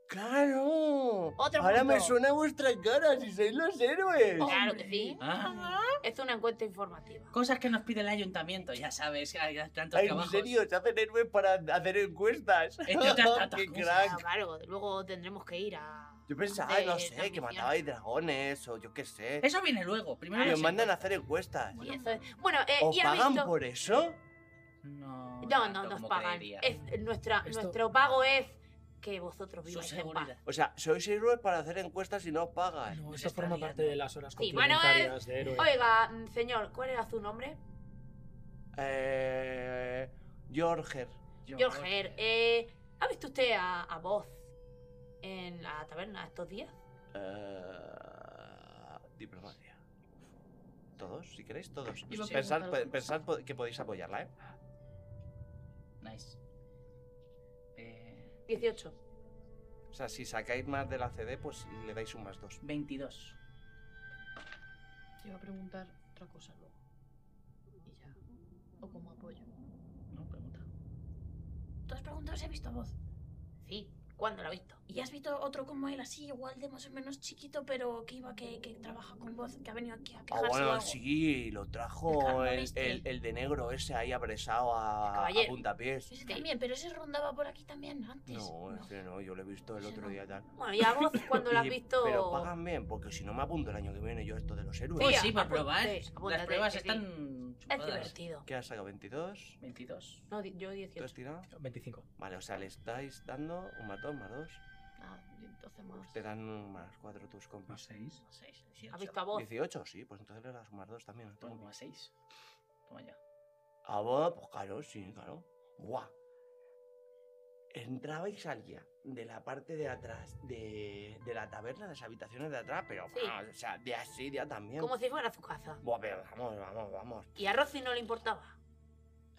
B: ¡Claro!
C: Otro
B: Ahora
C: punto. Oh,
B: me suena vuestras caras y sois los héroes.
C: Claro que sí.
D: Ah.
C: Es una encuesta informativa.
D: Cosas que nos pide el ayuntamiento, ya sabes, hay tantos
B: Ay, en
D: trabajos.
B: serio, se hacen héroes para hacer encuestas.
D: Entre otras tantas
B: Oh, ¡Qué
D: cosas.
B: crack!
C: Ah, claro, luego tendremos que ir a.
B: Yo pensaba, ay, no
C: de
B: sé, que
C: transmisión.
B: matabais dragones o yo qué sé.
D: Eso viene luego. Primero
B: Y
D: las
B: os mandan a hacer encuestas.
C: Y eso es- Bueno, eh,
B: ¿Os
C: y ha
B: pagan
C: visto.
B: por eso?
D: No,
C: No, no
D: tanto
C: nos
D: como
C: pagan.
D: creería.
C: Es- eh, nuestra,
D: Esto-
C: Nuestro pago es que vosotros
D: Su
C: viváis en paz.
D: seguridad.
B: O sea, sois héroes para hacer encuestas y no os pagan.
D: Ah,
K: No, esto forma parte de las horas
C: Sí, Manuel.
K: complementarias de héroe.
C: Oiga, mm, señor, ¿cuál era su nombre?
B: Eh. Jorger.
C: Jorger. Eh, ¿Ha visto usted a, a Voz en la taberna estos días?
B: Eh, diplomacia. Todos, si queréis, todos.
D: Iba a
B: Pensad,
D: preguntar otra
B: pensad po- que podéis apoyarla, ¿eh?
D: Nice. Eh,
C: 18.
B: O sea, si sacáis más de la CD, pues le dais un más dos.
D: 22.
N: Te iba a preguntar otra cosa luego. Y ya. O como apoyo.
D: No, pregunta.
L: Tú has preguntado si has visto a voz.
C: Sí. ¿Cuándo lo ha visto?
L: Y has visto otro como él, así, igual de más o menos chiquito, pero que iba, que, que trabaja con voz, que ha venido aquí a
B: Ah,
L: quejarse. o
B: bueno,
L: algo.
B: sí, lo trajo el, el- el de negro ese ahí apresado a, a
C: caballero.
B: puntapiés.
L: Ese también, pero ese rondaba por aquí también antes.
B: No, ese no, yo lo he visto el otro día tal.
C: Bueno, ya vos
B: [LAUGHS]
C: cuando lo has
B: Y-
C: visto.
B: Pero pagan bien, porque si no me apunto el año que viene yo a esto de los héroes.
D: Pues sí, para
C: apúntate,
D: probar.
C: apúntate,
D: Las pruebas
C: que sí.
D: están
C: Es
D: chupadas.
C: divertido.
B: ¿Qué has sacado? ¿22?
D: 22.
C: No, di- yo
B: ¿Tú has
C: 18.
B: tirado?
K: 25.
B: Vale, o sea, le estáis dando un más dos, más dos.
N: Ah, entonces más.
B: Te dan un más cuatro tus
O: Más
B: compas.
O: 6.
D: Seis,
C: ¿Ha
D: 18.
C: visto a Voz?
B: 18, sí, pues entonces le das un más dos también. a tu
D: Toma,
B: compi.
D: toma, seis. Toma ya.
B: Ah, bueno, pues claro, sí, claro. ¡Guau! Entraba y salía de la parte de atrás, de, de la taberna, de las habitaciones de atrás, pero
C: Sí.
B: vamos, o sea, de así, de también.
C: Como si fuera a su casa.
B: Buah, pero vamos, vamos, vamos.
C: Y a Rosy no le importaba.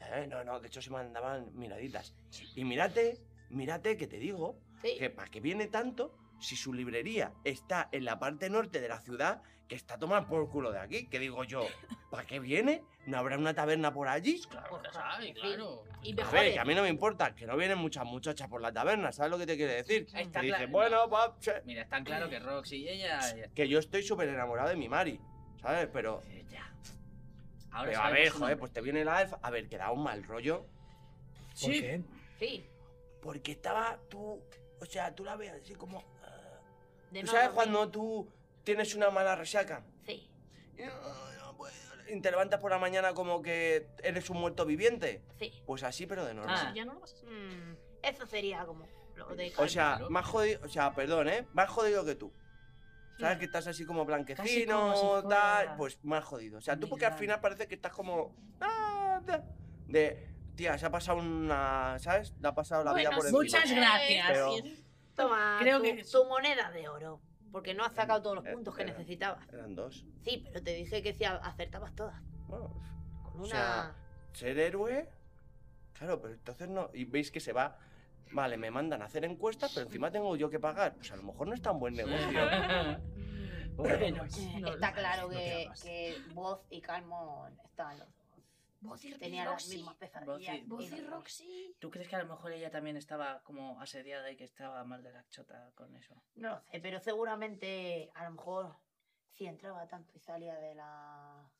B: Eh, no, no, de hecho se mandaban miraditas. Y mírate, mírate que te digo,
C: Sí.
B: que para qué viene tanto si su librería está en la parte norte de la ciudad que está tomada por culo de aquí, que digo
C: [LAUGHS]
B: yo, ¿para qué viene? ¿No habrá una taberna por allí?
D: Claro,
C: Pues
D: ya
C: claro,
D: sabes,
C: sí.
D: claro.
C: Y
B: A ver,
C: mejores.
B: que a mí no me importa, que no vienen muchas muchachas por la taberna, ¿sabes lo que te quiero decir?
D: Ahí está
B: Que dices,
D: claro.
B: bueno, pues, che,
D: Mira, es tan claro que Roxy y ella. ella-
B: que yo estoy súper enamorado de mi Mari, ¿sabes? Pero,
D: eh, Ya. Ahora
B: pero a
D: sabemos
B: ver,
D: su
B: joder,
D: nombre. [LAUGHS]
B: pues te viene la elfa. A ver, que da un mal rollo.
K: ¿Por qué?
C: Sí.
B: Porque estaba tú, o sea, tú la ves así como... ah,
C: De
B: ¿Tú
C: no
B: sabes
C: dormir.
B: cuando tú tienes una mala resaca?
C: Sí.
B: No, no puedo. Y te levantas por la mañana como que eres un muerto viviente.
C: Sí.
B: Pues así, pero de
D: Ah.
B: normal.
N: Ya no lo vas a
C: Mm, eso sería como lo de
B: O sea,
D: Cálmalo.
B: más jodido, o sea, perdón, ¿eh? Más jodido que tú. ¿Sabes que estás así como
D: Casi
B: blanquecino,
D: como si fuera-
B: tal? Pues más jodido. O sea, tú porque al
D: Mira.
B: final parece que estás como... ah, de- De... Tía, se ha pasado una... ¿Sabes? Le ha pasado la vida
L: Bueno,
B: por encima.
D: Muchas gracias.
B: Pero-
C: Toma
D: Creo
C: tu,
D: que-
C: tu moneda de oro. Porque no has sacado todos los puntos que
B: Eh, Espera.
C: necesitabas.
B: Eran dos.
C: Sí, pero te dije que si a- acertabas todas.
B: Bueno,
C: Con
B: O
C: una.
B: sea, ser héroe. Claro, pero entonces no. Y veis que se va. Vale, me mandan a hacer encuestas, pero encima tengo yo que pagar. Pues a lo mejor no es tan buen negocio.
D: [LAUGHS] bueno,
C: Eh,
D: no
C: está
D: lo
C: claro
D: hagas, no te
C: que,
D: hagas.
C: que Voz y Calmon estaban los
L: Voz y
C: Tenían las
L: Roxy.
C: mismas pesadillas.
D: Voz
L: Voz y
C: los-
L: Roxy.
D: ¿Tú crees que a lo mejor ella también estaba como asediada y que estaba mal de la chota con eso?
C: No lo sé, pero seguramente a lo mejor si entraba tanto y salía de la.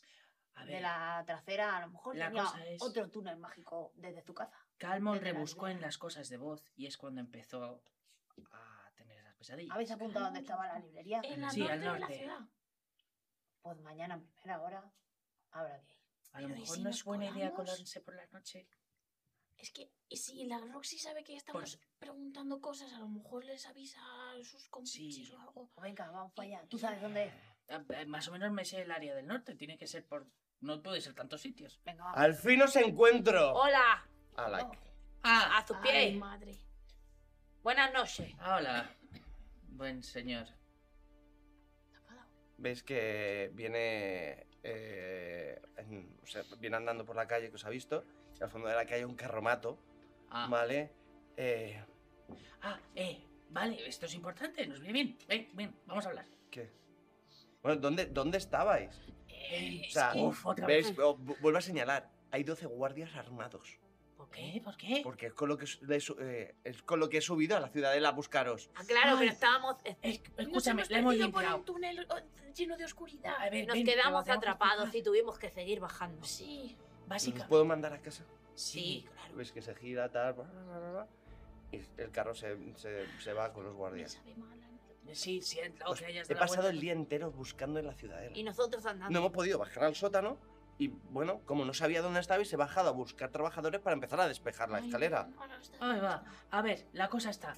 D: A
C: de
D: ver.
C: la trasera, a lo mejor
D: La
C: tenía
D: cosa es-
C: otro túnel mágico desde tu casa.
D: Calmon
C: Desde la
D: rebuscó en las cosas de voz y es cuando empezó a tener esas pesadillas.
C: ¿Habéis apuntado dónde estaba la librería?
D: En la Sí, norte al de la norte. ciudad.
C: Pues mañana a primera hora habrá que ir.
D: A lo
C: Pero ¿y
D: mejor
C: si
D: no
C: nos
D: es buena idea
L: colamos?
D: colarse por la noche.
L: Es que, y si la Roxy sabe que estamos
D: Pues
L: preguntando cosas, a lo mejor les avisa a sus compinches o algo.
C: Pues Venga, vamos para allá. ¿Tú sabes dónde es?
D: Ah, eh, Más o menos me sé el área del norte, tiene que ser por... No puede ser tantos sitios.
C: Venga,
P: Al fin os encuentro.
C: Hola,
P: A la-
D: Ah,
C: a tus pies.
L: madre.
C: Buenas noches.
D: ah, hola. Buen señor.
B: Veis que viene. eh, en- o sea, viene andando por la calle que os ha visto. Y al fondo de la calle hay un carromato.
D: Ah.
B: ¿Vale? Eh,
D: Ah, eh, vale, esto es importante, nos viene bien. Ven, ven, vamos a hablar.
B: ¿Qué? Bueno, ¿dónde, dónde estabais?
D: Eh,
B: o sea,
D: es que- Uf, otra
B: ¿veis?
D: vez.
B: O- vu- vuelvo a señalar. Hay 12 guardias armados.
D: ¿Por qué? ¿Por qué?
B: Porque es con lo que, su- le su- eh, es con lo que he subido a la ciudadela a buscaros.
C: Ah, claro,
D: Ay.
C: pero estábamos. eh,
D: Escúchame,
L: Nos
D: la hemos
L: perdido por
D: limpiado.
L: un túnel oh, lleno de oscuridad.
D: A ver,
C: Nos
D: ven,
C: quedamos
D: que lo hacemos
C: atrapados y tuvimos que seguir bajando.
L: Sí.
B: ¿Os
D: Básica.
B: puedo mandar a casa?
D: Sí.
B: Veis que se gira, tal. bla, bla, bla, bla, Y el carro se, se- se va con los guardias.
D: Sí, sí, en la
B: Os-
D: otra ya
B: he pasado el día entero buscando en la ciudadela.
C: Y nosotros
B: No
L: Ah,
C: andando.
B: hemos podido bajar al sótano. Y bueno, como no sabía dónde estabais, he bajado a buscar trabajadores para empezar a despejar la escalera.
D: Ahí va. A ver, la cosa está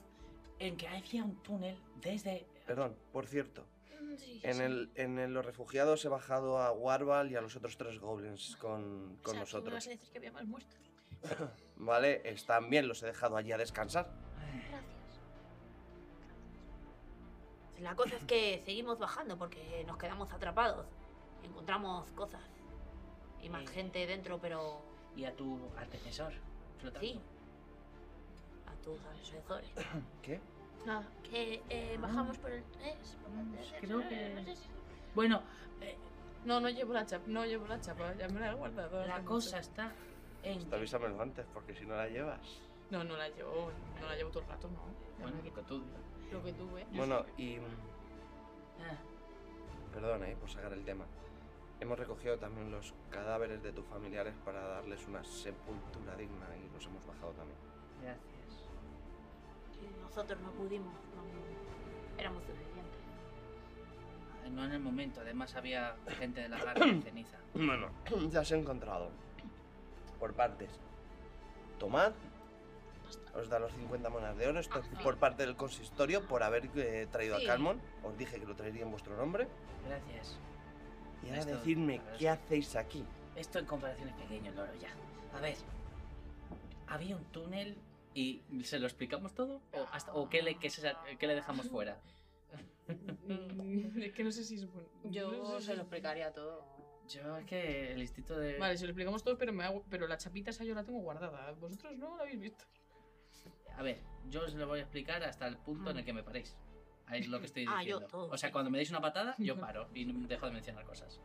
D: en que había un túnel desde...
B: Perdón, por cierto.
L: Mm, Sí,
B: En,
L: sí.
B: el, eh, en el- los refugiados he bajado a Warval y a los otros tres goblins con, con
L: O sea, tú me vas
B: nosotros.
L: a decir que había más muertos.
B: ¿Vale? Están bien, los he dejado allí a descansar.
C: La cosa es que seguimos bajando porque nos quedamos atrapados. Encontramos cosas. Y más
D: Eh.
C: gente dentro, pero
D: Y a tu antecesor, flotando.
C: Sí. a tus asesores.
B: ¿Qué?
L: Que eh,
D: Ah.
L: bajamos por el. ¿eh?
D: Pues creo que- Bueno,
E: No, no llevo la chapa, no llevo la chapa, ya me la he guardado.
D: la cosa está en...
B: Te avísamelo Pues antes, porque si no la llevas.
E: No, no la llevo, no la llevo todo el rato, no. Ya me
D: Bueno,
E: la quito.
D: que tú...
E: Lo que tuve.
B: Bueno, y.
D: Ah,
B: Perdón, eh, por sacar el tema. Hemos recogido también los cadáveres de tus familiares para darles una sepultura digna y los hemos bajado también.
D: gracias.
C: Y nosotros no pudimos. no- éramos suficientes.
D: Ah, No en el momento, además había gente de la garra [COUGHS] de ceniza.
B: Bueno, [CLEARS THROAT] ya os he encontrado. Por partes. Tomad. Os da los 50 monedas de oro. Esto es por parte del consistorio por haber eh, traído
D: Sí.
B: a Calmon. Os dije que lo traería en vuestro nombre.
D: Gracias.
B: Y ahora
D: Esto,
B: decidme
D: la verdad
B: qué
D: es
B: hacéis aquí.
D: Esto en comparación es pequeño, Loro, ya. A ver, había un túnel y ¿se lo explicamos todo? ¿O, hasta- o qué, le, qué se sa- qué le dejamos fuera?
E: Mm, [LAUGHS] es que no sé si es bueno. no sé si-
C: explicaría todo.
D: Yo es que el instinto de...
E: Vale, se lo explicamos todo, pero, me hago- pero la chapita esa yo la tengo guardada. Vosotros no la habéis visto.
D: A ver, yo os lo voy a explicar hasta el punto en el que me paréis. Ahí es lo que estoy
C: Mm. Ah,
D: diciendo.
C: yo todo.
D: O sea, cuando me deis una patada,
C: [LAUGHS]
D: yo paro y no- dejo de mencionar cosas.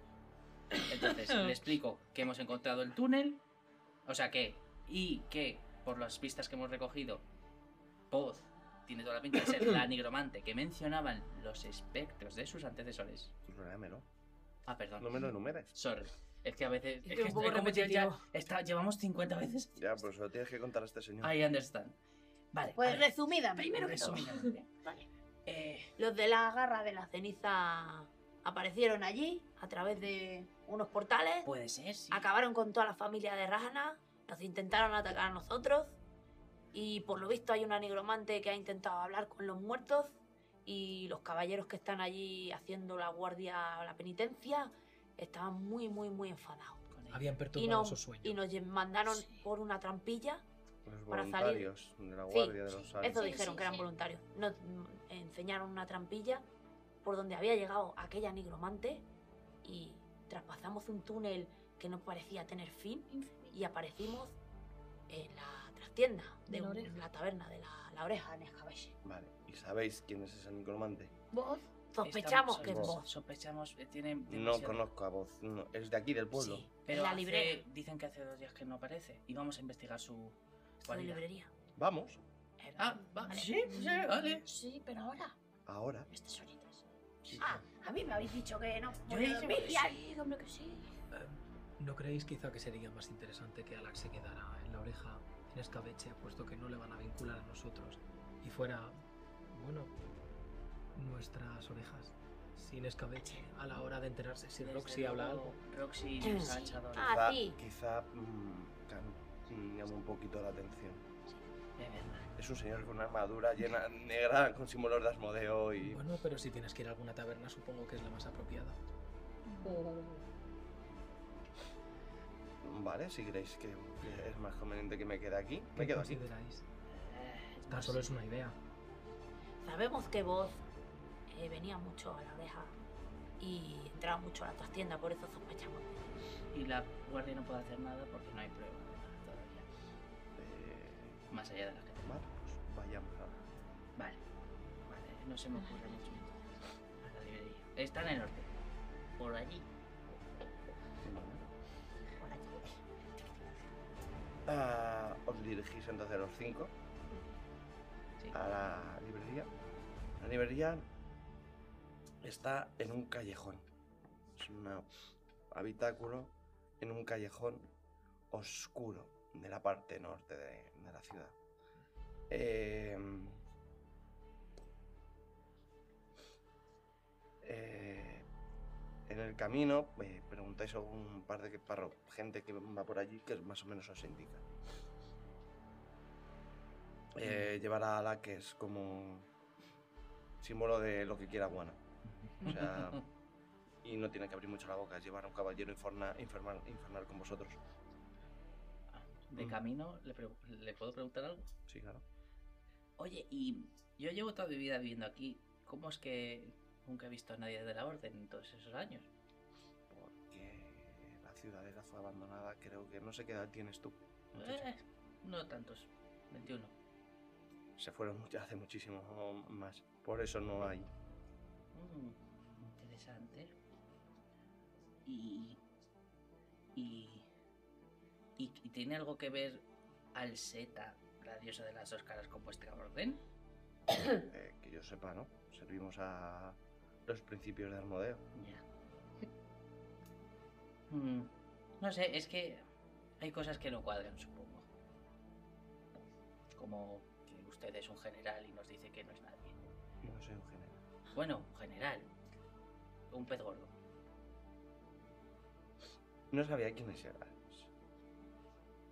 D: Entonces, le explico que hemos encontrado el túnel, o sea que, y que por las pistas que hemos recogido, Poz tiene toda la pinta de
B: [COUGHS]
D: ser la nigromante que mencionaban los espectros de sus antecesores.
B: Enuméramelo.
D: Ah, perdón.
B: No me lo enumeres.
D: Sorry. Es que a veces.
C: Es
D: Es
C: que
D: que
C: un poco
D: estoy como ya- ya-
C: repetitivo.
D: está- llevamos 50 veces.
B: Ya, pues lo tienes que contar a este señor.
D: I understand. Vale.
C: Pues
D: a ver,
C: resumida.
L: Primero que todo.
D: resumidamente.
L: Vale.
D: Eh,
C: Los de la garra de la ceniza aparecieron allí a través de unos portales.
D: Puede ser, sí.
C: Acabaron con toda la familia de Rajana, nos intentaron atacar a nosotros y por lo visto hay una nigromante que ha intentado hablar con los muertos y los caballeros que están allí haciendo la guardia o la penitencia estaban muy, muy, muy enfadados.
K: Habían
C: Y
K: perturbado su
C: nos,
K: sueño.
C: y nos lle- mandaron por una trampilla.
B: Los
C: para salir.
B: voluntarios de la
C: Sí,
B: guardia de los Ángeles.
C: Eso dijeron que eran voluntarios. Nos mm, enseñaron una trampilla por donde había llegado aquella nigromante y traspasamos un túnel que no parecía tener fin y aparecimos en la trastienda de,
L: De la
C: un-
L: oreja.
C: la taberna de la, la oreja en Escabeche.
B: Vale, ¿y sabéis quién es ese nigromante?
L: ¿Vos?
C: Sospechamos
D: Estamos-
C: que es
B: vos.
C: vos.
D: Sospechamos eh, que tienen.
B: No conozco a voz. no, es de aquí, del pueblo.
C: Sí,
D: Pero
C: en la
D: hace-
C: librería.
D: dicen que hace dos días que no aparece. Y vamos a investigar su.
C: Su
D: guarida.
C: librería.
B: Vamos,
D: Ah, va-
L: Vale.
D: Sí, sí, vale.
L: Sí, pero ahora.
B: ahora.
L: Estas horitas.
C: Ah, a mí me habéis dicho que no.
D: Yo
C: voy a
D: he dicho
C: dormir
D: que
C: y al-
L: Sí, hombre, que sí.
K: ¿No creéis quizá que sería más interesante que Alak se quedara en la oreja en escabeche, puesto que no le van a vincular a nosotros y fuera, bueno, nuestras orejas sin escabeche a la hora de enterarse si
D: Desde
K: Roxy habla
D: luego,
K: algo?
D: Roxy
K: Sí.
D: es anchadora.
C: Ah, sí.
B: Quizá mm, claro, sí, llama un poquito la atención. Es un señor con una armadura llena negra con símbolos de Asmodeo y
K: Bueno, pero si tienes que ir a alguna taberna, supongo que es la más apropiada.
B: Vale, si creéis que que es más conveniente que me quede aquí, me
K: ¿Qué
B: quedo aquí.
K: consideráis?
D: Eh,
K: Tan solo es una idea.
C: Sabemos que vos eh, venía mucho a la oreja y entraba mucho a la trastienda, por eso sospechamos.
D: Y la guardia no puede hacer nada porque no hay prueba de nada todavía. Más allá de las que tenemos.
B: Eh, Vale, pues vayamos a...
D: Vale. Vale, no se me ocurre mucho. A la librería. Está en el norte. Por allí.
C: Por allí.
B: Ah, os dirigís entonces los cinco a la librería. La librería está en un callejón. Es un habitáculo en un callejón oscuro de la parte norte de, de la ciudad. Em, eh, en el camino eh, preguntáis a un par de que- parro- gente que va por allí que más o menos os indica. Eh, llevará a la que es como símbolo de lo que quiera Guana. O
D: [LAUGHS]
B: sea, y no tiene que abrir mucho la boca, es llevar a un caballero inferna- infernal, infernal con vosotros. mm.
D: De camino, ¿le, pregu- ¿le puedo preguntar algo?
B: Sí, claro.
D: Oye, y yo llevo toda mi vida viviendo aquí. ¿Cómo es que nunca he visto a nadie de la orden en todos esos años?
B: Porque la ciudadela fue abandonada, creo que no sé qué edad tienes tú. muchacho.
D: Eh, no tantos. 21.
B: Se fueron mucho- hace muchísimo más. Por eso no hay.
D: Mm, interesante. Y, y. y- y tiene algo que ver al Zeta, la diosa de las dos caras, con vuestra orden?
B: Eh, que yo sepa, ¿no? Servimos a los principios de Armodeo.
D: Mm, no sé, es que hay cosas que no cuadran, supongo. Como que usted es un general y nos dice que no es nadie.
B: No sé, en general.
D: Bueno, un general. Un pez gordo.
B: No sabía quiénes eran.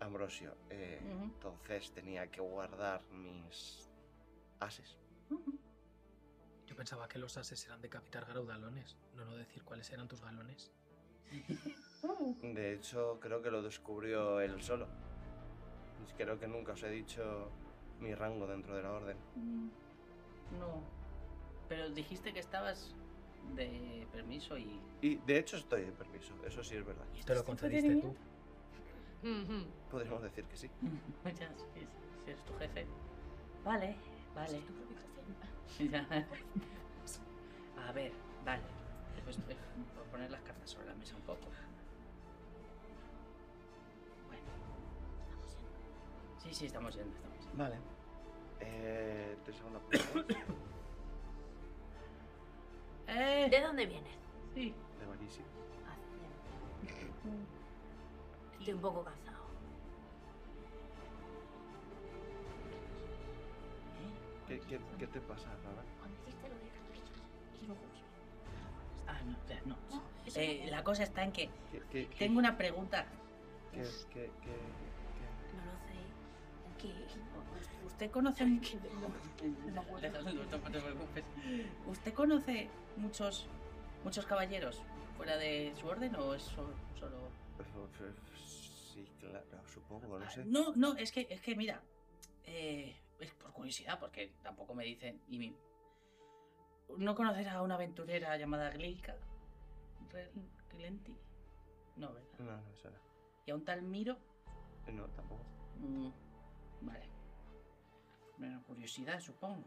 B: Ambrosio. eh,
D: Ujú.
B: Entonces tenía que guardar mis ases.
K: Yo pensaba que los ases eran decapitar gaudalones, no no decir cuáles eran tus galones.
B: De hecho, creo que lo descubrió él solo. Creo que nunca os he dicho mi rango dentro de la orden.
D: No. Pero dijiste que estabas de permiso y. [LAUGHS]
B: Y de hecho estoy de permiso, eso sí es verdad.
K: Te lo concediste tú.
B: Podríamos decir que sí.
D: Ya, si, si eres tu jefe. Vale, vale. Ya. [LAUGHS] A ver, vale. Pues, eh, por poner las cartas sobre la mesa un poco. Bueno. Sí, sí, estamos yendo, estamos yendo.
B: Vale. Eh, te saco una [COUGHS] pregunta
C: ¿De dónde vienes?
D: Sí.
B: de Valisi.
C: [LAUGHS] Estoy un poco cansado.
B: ¿Qué, qué, qué te pasa, Rara?
L: Cuando hiciste lo de las y los ojos.
D: Ah, no, ya, no.
L: eso
D: Eh,
L: no.
D: la cosa está en que
B: ¿Qué, qué, qué-
D: tengo una pregunta.
B: qué- qué- qué-
C: No lo sé.
L: ¿Qué?
D: ¿Usted conoce
L: No puedo.
D: Déjalo, no te preocupes. ¿Usted conoce muchos muchos caballeros fuera de su orden o es so- solo.?
B: qué- Sí, claro, supongo, Pues no sé.
D: No, no, es que, es que mira, eh, es por curiosidad, porque tampoco me dicen. Y mi- ¿No conoces a una aventurera llamada Glilka? Re- ¿Glenti? No, ¿verdad?
B: No, no, eso no.
D: ¿Y a un tal Miro?
B: No, tampoco.
D: Mm, vale. Bueno, curiosidad, supongo.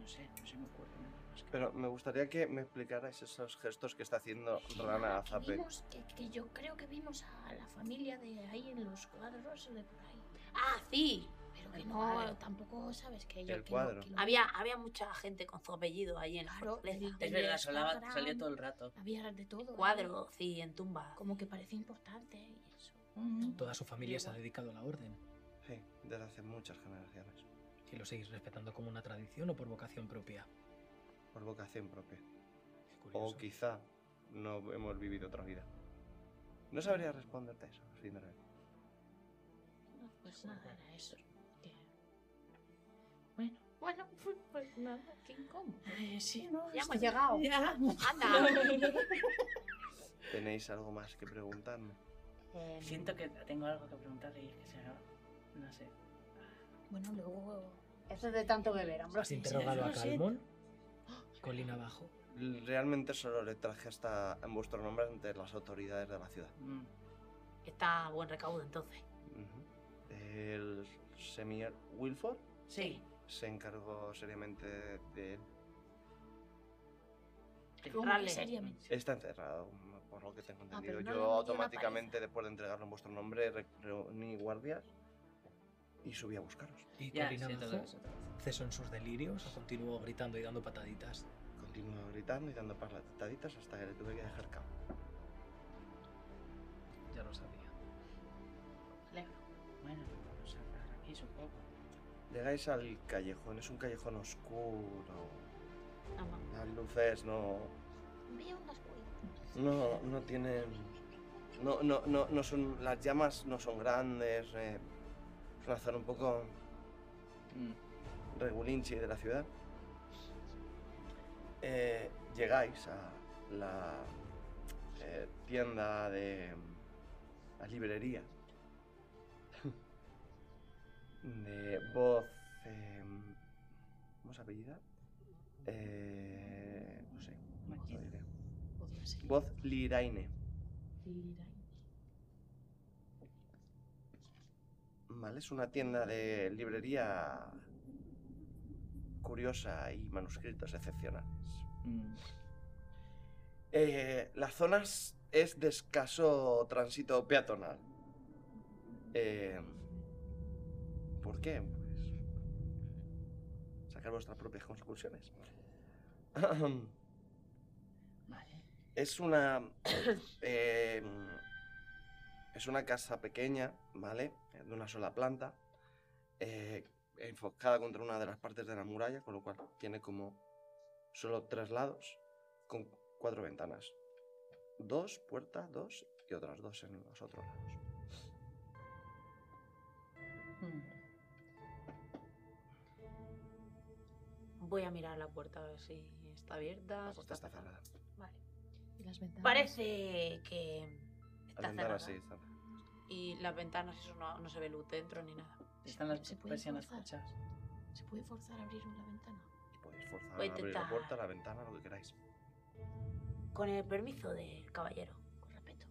D: No sé, no se me ocurre nada más.
B: Pero me gustaría que me explicarais esos gestos que está haciendo Rana a
L: Que
B: Zape.
L: vimos- que, que yo creo que vimos a la familia de ahí en los cuadros de por ahí.
C: Ah, sí.
L: Pero que
C: El
L: no, eh,
C: cuadro.
L: tampoco sabes que yo.
B: El
L: que no-
B: cuadro.
L: que lo-
C: Había, había mucha gente con su apellido ahí en la fortaleza.
L: Es verdad, solaba-
D: Instagram, salía todo el rato.
L: Había de todo.
C: Cuadro, sí, en tumba.
L: Como que parecía importante y eso.
D: Mm.
K: Toda su familia se ha dedicado a la orden.
B: Sí, desde hace muchas generaciones.
K: Y lo seguís respetando como una tradición o por vocación propia.
B: Por vocación propia. O quizá no hemos vivido otra vida. No sabría responderte eso, sinceramente.
L: No, pues nada, era eso. Que- Bueno, bueno, [LAUGHS] pues, pues nada, qué incómodo. sí, no,
C: Ya hemos llegado.
L: Ya. [LAUGHS]
C: Anda.
B: ¿Tenéis algo más que preguntarme?
D: Siento que tengo algo que preguntarle y es que se me va. No sé.
L: Bueno, luego.
C: Eso es de tanto beber, hombre.
K: ¿Has interrogado a Calmon? Colina abajo.
B: Realmente solo le traje hasta en vuestro nombre ante las autoridades de la ciudad.
D: Mm.
C: Está a buen recaudo entonces.
B: Ujú. El señor Wilford
C: Sí.
B: se encargó seriamente de él.
C: ¿Cómo que seriamente?
B: Está encerrado, por lo que tengo entendido.
L: Ah, pero no le
B: Yo
L: han metido una
B: automáticamente, después de entregarlo en vuestro nombre, re- reuní guardias y subí a buscaros.
K: Y Colina abajo cesó en sus delirios o continuó gritando y dando pataditas.
B: Continuó gritando y dando pataditas hasta que le tuve que dejar cabo.
K: Ya lo sabía.
D: Bueno, vamos a hablar aquí un poco.
B: Llegáis al callejón, es un callejón oscuro.
C: Ajá.
B: Las luces no.
L: Veo unas cuitas.
B: No, no tienen. No, no, no, no son. Las llamas no son grandes. eh, es una zona un poco. regulinchi de la ciudad. Eh, llegáis a la eh, tienda de. la librería. [LAUGHS] de voz. em, ¿Cómo se apellida? Eh, no sé. ¿cómo diré? Voz Liraine. Vale, es una tienda de librería curiosa y manuscritos excepcionales.
D: Mm.
B: Eh, la zona es- es de escaso tránsito peatonal. Eh, ¿Por qué? Pues, sacar vuestras propias conclusiones. [CLEARS THROAT] Es una. [COUGHS] eh, es una casa pequeña, ¿vale? De una sola planta. eh, enfocada contra una de las partes de la muralla, con lo cual tiene como solo tres lados, con cuatro ventanas. Dos puertas, dos y otras dos en los otros lados.
D: Mm.
C: Voy a mirar la puerta a ver si Ah, está abierta.
B: La
C: si
B: puerta está cerrada.
C: Vale.
L: Y las ventanas.
C: Parece que está
B: Las ventanas sí
C: cerrada.
B: están cerradas.
C: Y las ventanas, eso no, no se ve luz dentro ni nada.
D: Están las
L: puede
D: persianas
L: forzar?
D: fechas.
L: ¿Se puede forzar a abrir una ventana?
B: Podéis forzar
C: Voy a
B: a abrir la
C: intentar.
B: puerta, la ventana, lo que queráis.
C: Con el permiso del caballero, con respeto.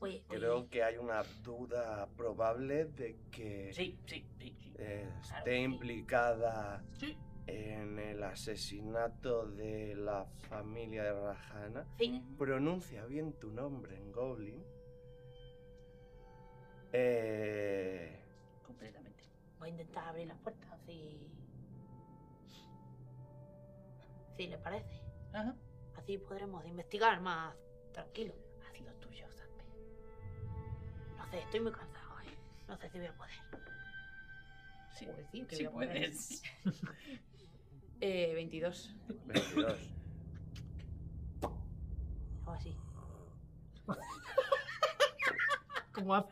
C: Oye, oye,
B: Creo que hay una duda probable de que
D: Sí, sí, sí. sí.
B: eh,
D: Claro
B: esté
D: que sí.
B: implicada
D: Sí.
B: en el asesinato de la familia de Rajana.
C: Sí.
B: Pronuncia bien tu nombre en Goblin. Eh,
D: Completamente.
C: voy a intentar abrir la puerta si. Si le parece.
D: Ajá.
C: Así podremos investigar más tranquilo.
D: Haz lo tuyo, Zampe.
C: No sé, estoy muy cansado, ¿eh? No sé si voy a poder. Sí, sí,
D: Si puedes.
C: Eh, 22.
B: 22.
C: O así.
D: Como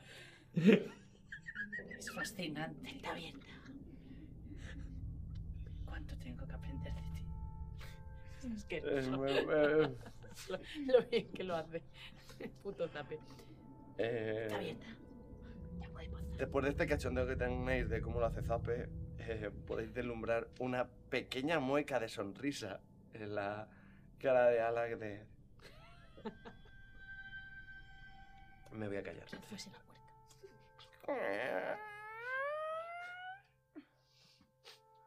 D: Es fascinante.
C: Está abierta.
D: ¿Cuánto tengo que aprender de ti?
C: Es que
B: Es muy- eh,
C: lo, lo bien que lo hace. Puto tape.
B: eh,
C: Está abierta. Ya podéis pasar.
B: Después de este cachondeo que tenéis de cómo lo hace Zape, eh, podéis deslumbrar una pequeña mueca de sonrisa en la cara de Alak de... Me voy a callar.
L: No fuese la puerta.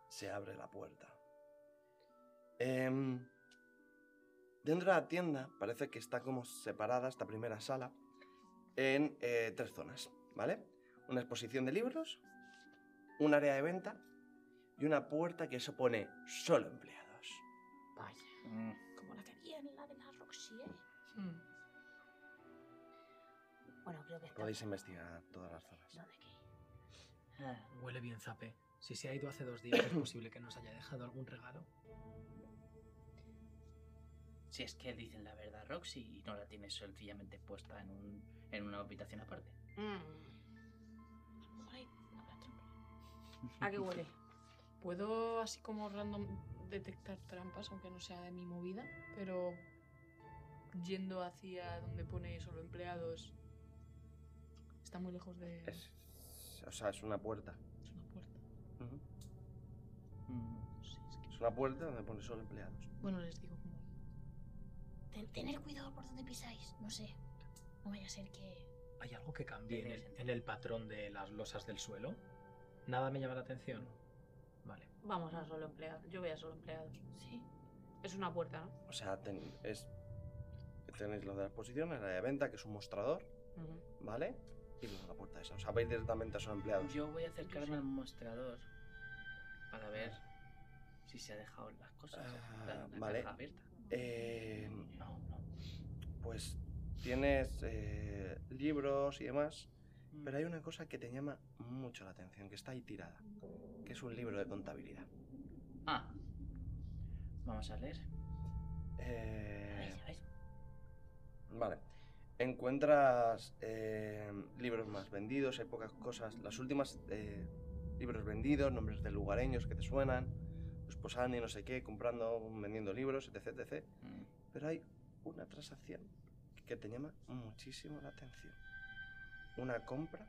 B: Se abre la puerta. Em, dentro de la tienda parece que está como separada esta primera sala en eh, tres zonas, ¿vale? Una exposición de libros, un área de venta y una puerta que eso pone solo empleados.
L: Vaya.
Q: Como la quería en la de la Roxy, ¿eh?
E: Hmm.
Q: Bueno, creo que está.
B: Podéis investigar todas las zonas.
K: Huele bien, Zape. Si se ha ido hace dos días, es posible que nos haya dejado algún regalo.
D: Si es que dicen la verdad, Roxy, y no la tienes sencillamente puesta en, un, en una habitación aparte.
E: ¿A qué huele? Puedo así como random detectar trampas, aunque no sea de mi movida, pero yendo hacia donde pone solo empleados, está muy lejos de...
B: Es, o sea, es una puerta.
E: Es una puerta.
B: Ujú. Es una puerta donde pone solo empleados.
E: Bueno, les digo como...
Q: Ten- tener cuidado por donde pisáis, no sé. No vaya a ser que.
K: ¿Hay algo que cambie en el, en el patrón de las losas del suelo? Nada me llama la atención. Vale.
C: Vamos a solo empleados. Yo voy a solo empleados. Sí. Es una puerta, ¿no?
B: O sea, ten- es, tenéis lo de la exposición, el área de venta, que es un mostrador, ¿vale? Y luego la puerta esa. O sea, vais directamente a solo empleados.
D: Yo voy a acercarme al mostrador para ver si se ha dejado las cosas. la- la
B: vale.
D: caja abierta.
B: Eh, Pues tienes eh, libros y demás,
D: Mm.
B: pero hay una cosa que te llama mucho la atención, que está ahí tirada, que es un libro de contabilidad.
D: Ah. Vamos a leer.
B: Eh,
D: a ver.
B: Vale. Encuentras eh, libros más vendidos, hay pocas cosas. Las últimas eh, libros vendidos, nombres de lugareños que te suenan, los posani, no sé qué, comprando, vendiendo libros, etc, etc.
D: mm.
B: Pero hay una transacción que te llama muchísimo la atención. Una compra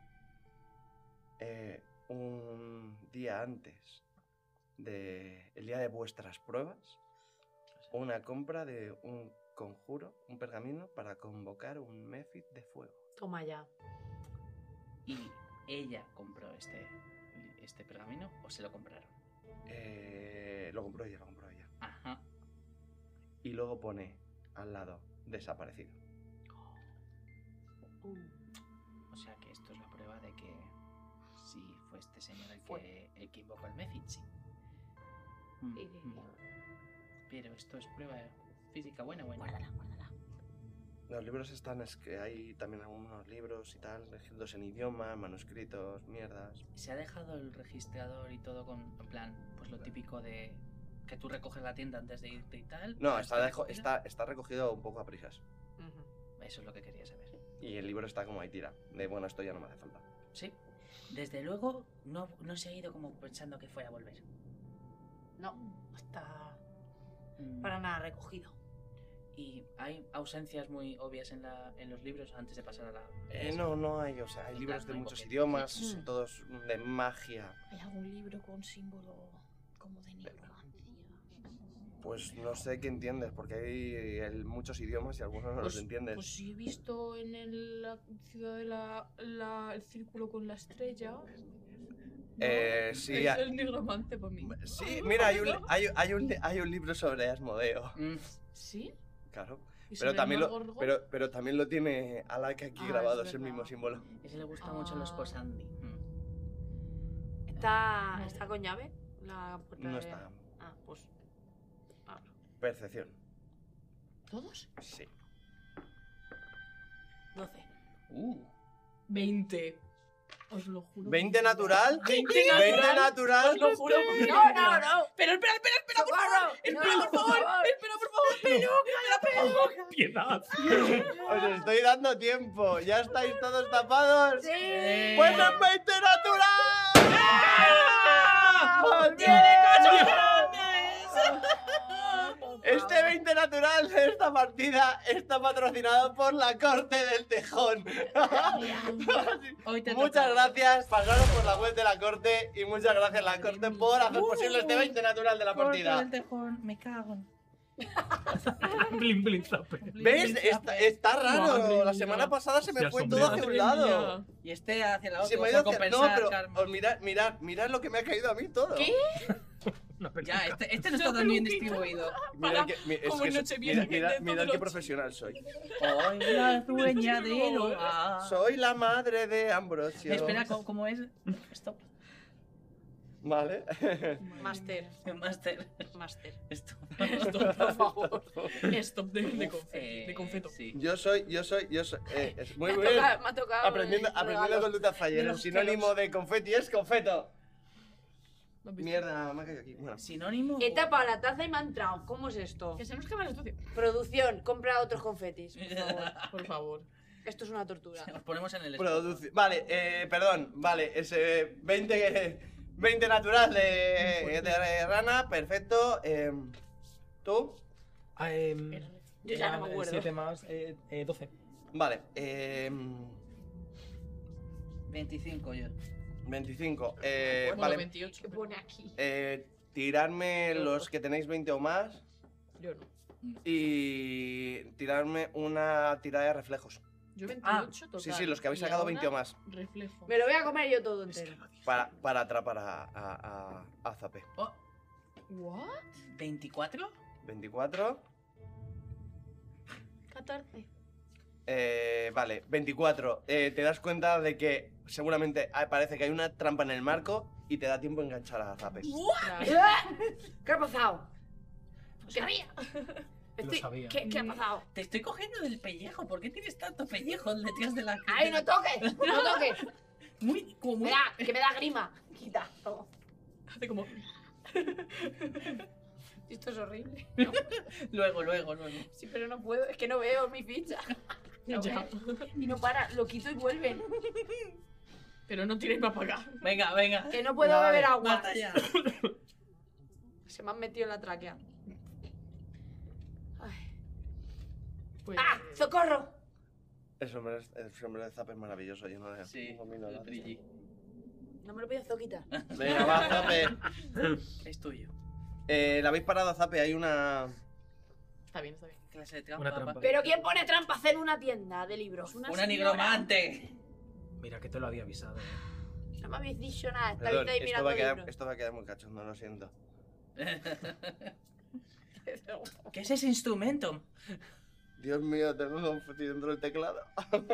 B: eh, un día antes de el día de vuestras pruebas una compra de un conjuro, un pergamino para convocar un mefit de fuego.
C: Toma ya.
D: ¿Y ella compró este, este pergamino o se lo compraron?
B: Eh, lo compró ella, lo compró ella.
D: Ajá.
B: Y luego pone al lado desaparecido.
D: O sea que esto es la prueba de que sí fue este señor el que, el que invocó al Mefit, sí. Mm, mm. Pero esto es prueba física buena, buena. Guárdala, guárdala.
B: Los libros están, es que hay también algunos libros y tal, escritos en idioma, manuscritos, mierdas.
D: ¿Se ha dejado el registrador y todo con, en plan, pues lo típico de que tú recoges la tienda antes de irte y tal? Pues
B: No,
D: ¿Está
B: está, dejo-
D: recogida?
B: está, está recogido un poco a prisas.
D: Eso es lo que quería saber.
B: Y el libro está como ahí tira. De bueno, esto ya no me hace falta.
D: Sí. Desde luego, no, no he seguido como pensando que fuera a volver.
Q: No, no está
D: Mm.
Q: para nada recogido.
D: ¿Y hay ausencias muy obvias en, la, en los libros antes de pasar a la...
B: Eh, no, no hay, o sea, hay libros de muchos idiomas, son todos de magia.
L: ¿Hay algún libro con símbolo como de nigromancia?
B: Pues no sé qué entiendes, porque hay el- muchos idiomas y algunos no los entiendes.
L: Pues sí, he visto en el- la ciudad de la, la- el círculo con la estrella.
B: Eh, sí,
L: es
B: ha-
L: el nigromante para mí. [LAUGHS]
B: sí, mira, hay un, hay, hay un, hay un libro sobre Asmodeo.
L: ¿Sí?
B: Claro.
L: ¿Y
B: Pero
L: sobre
B: también, lo,
L: Morgorgon?
B: pero, pero también lo tiene Alaka aquí
D: Ah, es
B: grabado, es el
D: verdad.
B: mismo símbolo.
D: Ese le gusta mucho los Pues Mm. posandi. [LAUGHS]
C: ¿Está, ¿Está con llave? La puerta
B: No
C: de-
B: está.
C: Ah, pues. abro.
B: Percepción.
L: ¿Todos?
B: Sí.
C: 12.
D: Uh.
E: 20. Os lo juro.
B: ¿20 natural?
E: 20
B: ¿20
E: natural.
B: natural?
L: Pues
E: Os lo juro. por mi
B: No,
E: vida.
B: no, no.
E: Pero espera, espera, espera, por favor. Espera, por favor. Espera, por favor. Espera, por favor.
B: ¡Piedad! Os estoy dando tiempo. ¿Ya estáis todos tapados?
E: ¡Eh!
B: ¡Sí! ¡Pues es 20 natural! ¡Ah! ¡Bien! Este 20 natural de esta partida está patrocinado por la corte del [LAUGHS] tejón. muchas gracias, pasaron por la web de la corte y muchas gracias la corte por hacer posible este 20 natural de la partida.
D: Me cago en...
K: [LAUGHS] Blin, blin, zape.
B: ¿Ves? Está, está raro. La semana pasada se me
K: Ya
B: fue
K: son
B: todo hacia un
K: veinte.
B: lado.
D: Y este hacia la otra.
B: Se me ha ido hacia... No, pero oh, os mirad, mirad, mirad lo que me ha caído a mí todo. ¿Qué?
D: Ya, este, este no
B: [LAUGHS]
D: está tan bien distribuido.
B: Mira que, mi- es
D: Como
B: que
D: en
B: so- mira-
D: Nochebuena,
B: mira-
D: vende
B: mirad qué
D: todos.
B: profesional soy.
D: Soy la dueña [LAUGHS] del hogar.
B: Soy la madre de Ambrosio.
D: Espera, ¿cómo, cómo es? Stop.
B: Vale.
L: Master.
D: Master.
L: Master.
D: Esto. [LAUGHS]
L: Esto, por favor. Esto de, de,
B: Uf,
D: eh,
L: confe- de confeto. Sí.
B: Yo soy, yo soy, yo soy. eh, es muy
L: Me ha
B: bien.
L: tocado- me ha tocado
B: aprendiendo,
L: el
B: aprendiendo
L: regalo
B: con Luta Faller.
L: de
B: El
L: los
B: sinónimo
L: pelos.
B: de confeti es confeto.
L: visto?
B: Mierda, me ha caído aquí. Bueno.
D: Sinónimo.
C: He tapado la taza y me ha entrado. ¿Cómo es esto?
L: Que se nos quema el estudio.
C: Producción, compra otros confetis, [LAUGHS] por favor.
L: Por favor.
C: Esto es una [LAUGHS] tortura.
D: Nos ponemos en el.
B: Produce- Vale, eh, perdón, vale, ese 20, 20 natural de, de rana, perfecto. eh, ¿Tú?
K: Ah, em,
C: Yo ya no me acuerdo.
K: 7 más eh, eh, 12.
B: Vale, eh,
D: 25 yo.
B: 25. eh,
L: Bueno,
B: vale,
L: 28. ¿Qué pone aquí?
B: eh, tirarme los que tenéis 20 o más
L: Yo no.
B: y tirarme una tirada de reflejos.
L: Yo 28
B: Ah,
L: total.
B: sí, sí, los que habéis
L: Y
B: sacado
L: ahora,
B: 20 o más.
L: Reflejo.
C: Me lo voy a comer yo todo entero. [LAUGHS]
B: Para, para atrapar a, a, a, a Zape.
L: ¿What?
D: ¿24?
B: 24.
L: 14.
B: Eh, vale, 24. Eh, te das cuenta de que seguramente ah, parece que hay una trampa en el marco y te da tiempo a enganchar a Zape.
C: ¿Qué ha pasado? ¿Qué [LAUGHS] Mm.
K: Lo sabía.
C: Pues ¿Qué, qué ha pasado?
D: Te estoy cogiendo del pellejo. ¿Por qué tienes tanto pellejo detrás de la
C: [LAUGHS] ¡Ay, no toques! ¡No toques! [LAUGHS]
D: Muy común.
C: Me da- que me da grima. Quita.
L: Hace como.
C: Esto es horrible.
D: Luego, luego, luego.
C: Sí, pero no puedo. Es que no veo mi ficha. No
L: [LAUGHS] Ya.
C: veo. Y no para. Lo quito y vuelve.
L: Pero no tiréis más para acá.
D: Venga, venga.
C: Que no puedo
D: Vale,
C: beber agua.
D: basta ya.
C: Se me han metido en la tráquea. Ay.
L: Pues,
C: ¡Ah! ¡Socorro!
B: El sombrero, es- el sombrero de Zape es maravilloso. Yo no le sí,
C: No me lo pido zoquita.
B: Venga, va, Zape.
D: Es tuyo.
B: Eh, ¿La habéis parado a Zape? Hay una.
L: Está bien, está bien.
D: Clase de trampa.
K: Una trampa.
D: papi.
C: Pero ¿quién pone trampas en una tienda de libros? Una,
D: Una
C: señora. [LAUGHS]
D: nigromante.
K: Mira que te lo había avisado. eh.
C: No me habéis dicho nada. Estáis
B: Perdón,
C: ahí
B: esto
C: mirando
B: va, a quedar,
C: libros.
B: esto va a quedar muy cachondo, lo siento.
D: ¿Qué es ese instrumento?
B: Dios mío, tengo un confeti dentro del teclado.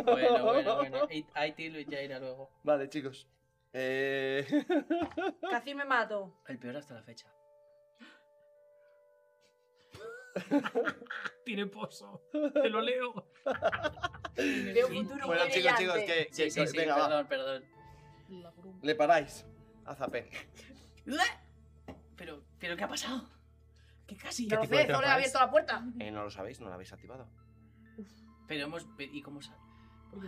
D: Bueno, bueno, bueno. Ahí- Ahí Tilo ya irá luego.
B: Vale, chicos. Eh...
C: Casi me mato.
D: El peor hasta la fecha.
K: Tiene pozo. Te lo leo.
C: Veo un futuro
B: bueno,
C: muy
B: chicos,
C: brillante.
B: chicos, que.
D: Sí, sí,
B: que-
D: sí,
B: venga, va.
D: perdón, perdón.
L: La bruma.
B: Le paráis a Zape.
D: Pero, pero ¿qué ha pasado? Que casi.
C: No lo
K: tipo de
C: sé, solo he
K: trampa
C: abierto la puerta.
B: Eh, no lo sabéis, no lo habéis activado.
D: Pero hemos. ¿Y cómo sale?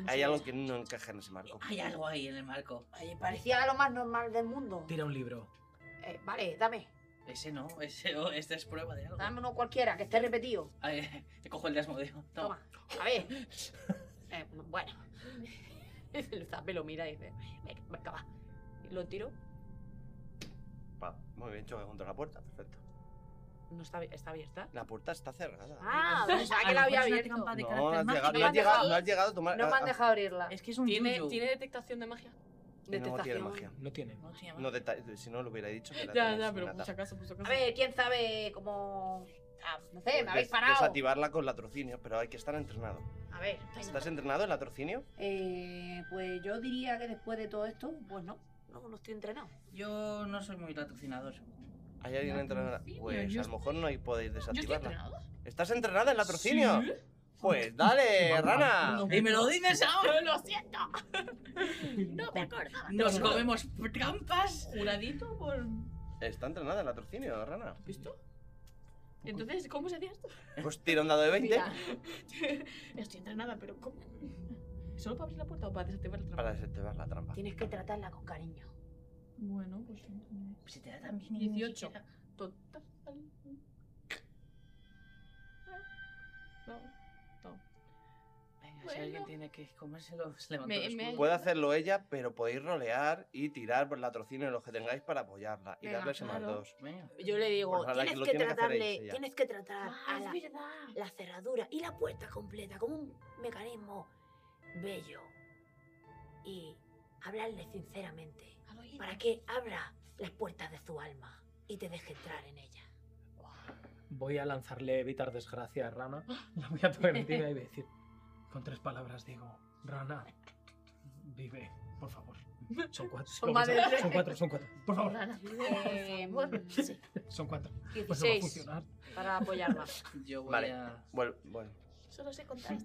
B: Hay algo que no encaja en ese marco.
D: Hay algo ahí en el marco.
C: Oye, parecía lo más normal del mundo.
K: Tira un libro.
C: Eh, vale, dame.
D: Ese no, ese no, esta es prueba de algo.
C: Dame uno cualquiera, que esté repetido.
D: Ay, [LAUGHS] te cojo el de Asmodeo.
C: [GASPS]
D: Toma.
C: Toma. A ver. Eh, bueno. [LAUGHS] El zape lo mira y dice, venga, venga, va. Y lo tiro.
B: Va, muy bien, choca contra la puerta, perfecto.
C: No está, abi- está abierta.
B: La puerta está cerrada.
C: [LAUGHS] Ah, pensaba
D: A
C: que
D: lo
C: la había
D: mejor es
C: abierto.
D: una trampa de
B: No, no
D: carácter
B: has,
D: mágico.
B: llegado,
C: me
B: no, has
C: han dejado-
B: llegado, no has llegado a tomar.
C: No me
B: a-
C: han
B: a-
C: dejado abrirla.
D: Es que es un
L: ¿Tiene,
D: yuyu.
L: ¿Tiene detectación de magia?
B: No tiene
C: Detectación.
B: magia.
K: No tiene.
D: No tiene
B: No
D: magia.
B: deta- si no lo hubiera dicho. que la
L: Ya,
B: tenéis
L: ya, pero
B: innata.
L: por si acaso, por si acaso.
C: A ver, quién sabe cómo. Ah, no sé,
B: Pues
C: me habéis
B: des-
C: parado.
B: Desactivarla con latrocinio, pero hay que estar entrenado.
C: A ver,
B: ¿Estás entrenado en latrocinio?
C: eh, pues yo diría que después de todo esto, pues no. No, no estoy entrenado.
D: Yo no soy muy patrocinador.
B: ¿Hay alguien entrenado?
L: Latrocinio,
B: Pues
L: yo
B: a lo mejor no hay- podéis
L: ¿Yo estoy
B: desactivarla.
L: entrenado?
B: ¿Estás entrenada en latrocinio?
L: Sí.
B: Pues
L: [LAUGHS]
B: dale,
K: No,
B: rana.
D: ¡Y me lo dices ahora!
L: Lo siento.
C: [LAUGHS]
L: No me acuerdo.
D: ¡Nos comemos trampas!
L: ¿Juradito por
B: Está entrenada en latrocinio, rana.
L: esto? Entonces, ¿cómo se hacía esto?
B: Pues tira un dado de 20
L: [LAUGHS] Estoy entrenada, pero ¿cómo? ¿Solo para abrir la puerta o para desactivar el trampa?
B: para desactivar la trampa.
C: Tienes que tratarla con cariño.
L: Bueno, pues
D: Se te da también
L: 18. Total. No.
D: Venga, si
L: Bueno.
D: alguien tiene que comérselo, se levantó
L: Me-
D: el escudo.
L: me-
B: Puede hacerlo ella, pero podéis rolear y tirar por latrocinio los que tengáis para apoyarla y
C: Venga,
B: darle ese más
L: claro.
B: dos.
D: Venga.
C: Yo le digo,
B: Pues nada,
C: tienes
B: lo
C: que
B: tiene que hacer
C: tratarle,
B: ella.
C: tienes que tratar
L: Ah,
C: a
L: es
C: la,
L: verdad.
C: la cerradura y la puerta completa como un mecanismo bello. Y hablarle sinceramente
L: Al oído.
C: para que abra las puertas de su alma y te deje entrar en ella.
K: Voy a lanzarle evitar desgracia a Rana. [LAUGHS] La voy a tocar encima y voy a decir. Con tres palabras digo: Rana, vive, por favor. Son cuatro.
L: Son
K: lo
L: más
K: que
L: de
K: sea.
L: tres.
K: Son cuatro, son cuatro. Por favor.
L: Eh,
C: Em,
K: Son cuatro. Pues no va a
L: 16
K: funcionar.
L: para apoyarla.
D: Yo voy
B: Vale,
D: a.
B: bueno, bueno.
L: Solo sé contar.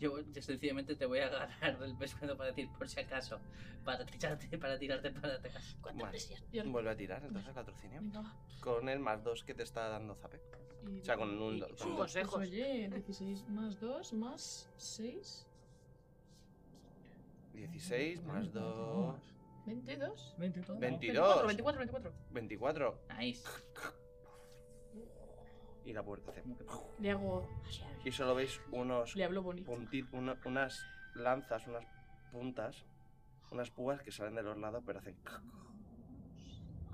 D: Yo yo sencillamente te voy a agarrar del pescuezo para decir, por si acaso, para tirarte, para tirarte para atrás.
B: Bueno, vuelve a tirar entonces patrocinio. Con el más dos que te está dando Zape.
L: Y-
B: O sea, con un. do- con dos.
L: Pues, oye, 16 más 2 más 6,
B: 16 más 2.
L: 22.
K: 22.
B: 22.
L: 24, 24.
B: 24.
D: Nice.
B: Y la puerta hace.
L: Le hago.
B: Y solo veis unos.
L: Le hablo bonito.
B: punti- una- unas lanzas, unas puntas, unas púas que salen de los lados, pero hacen.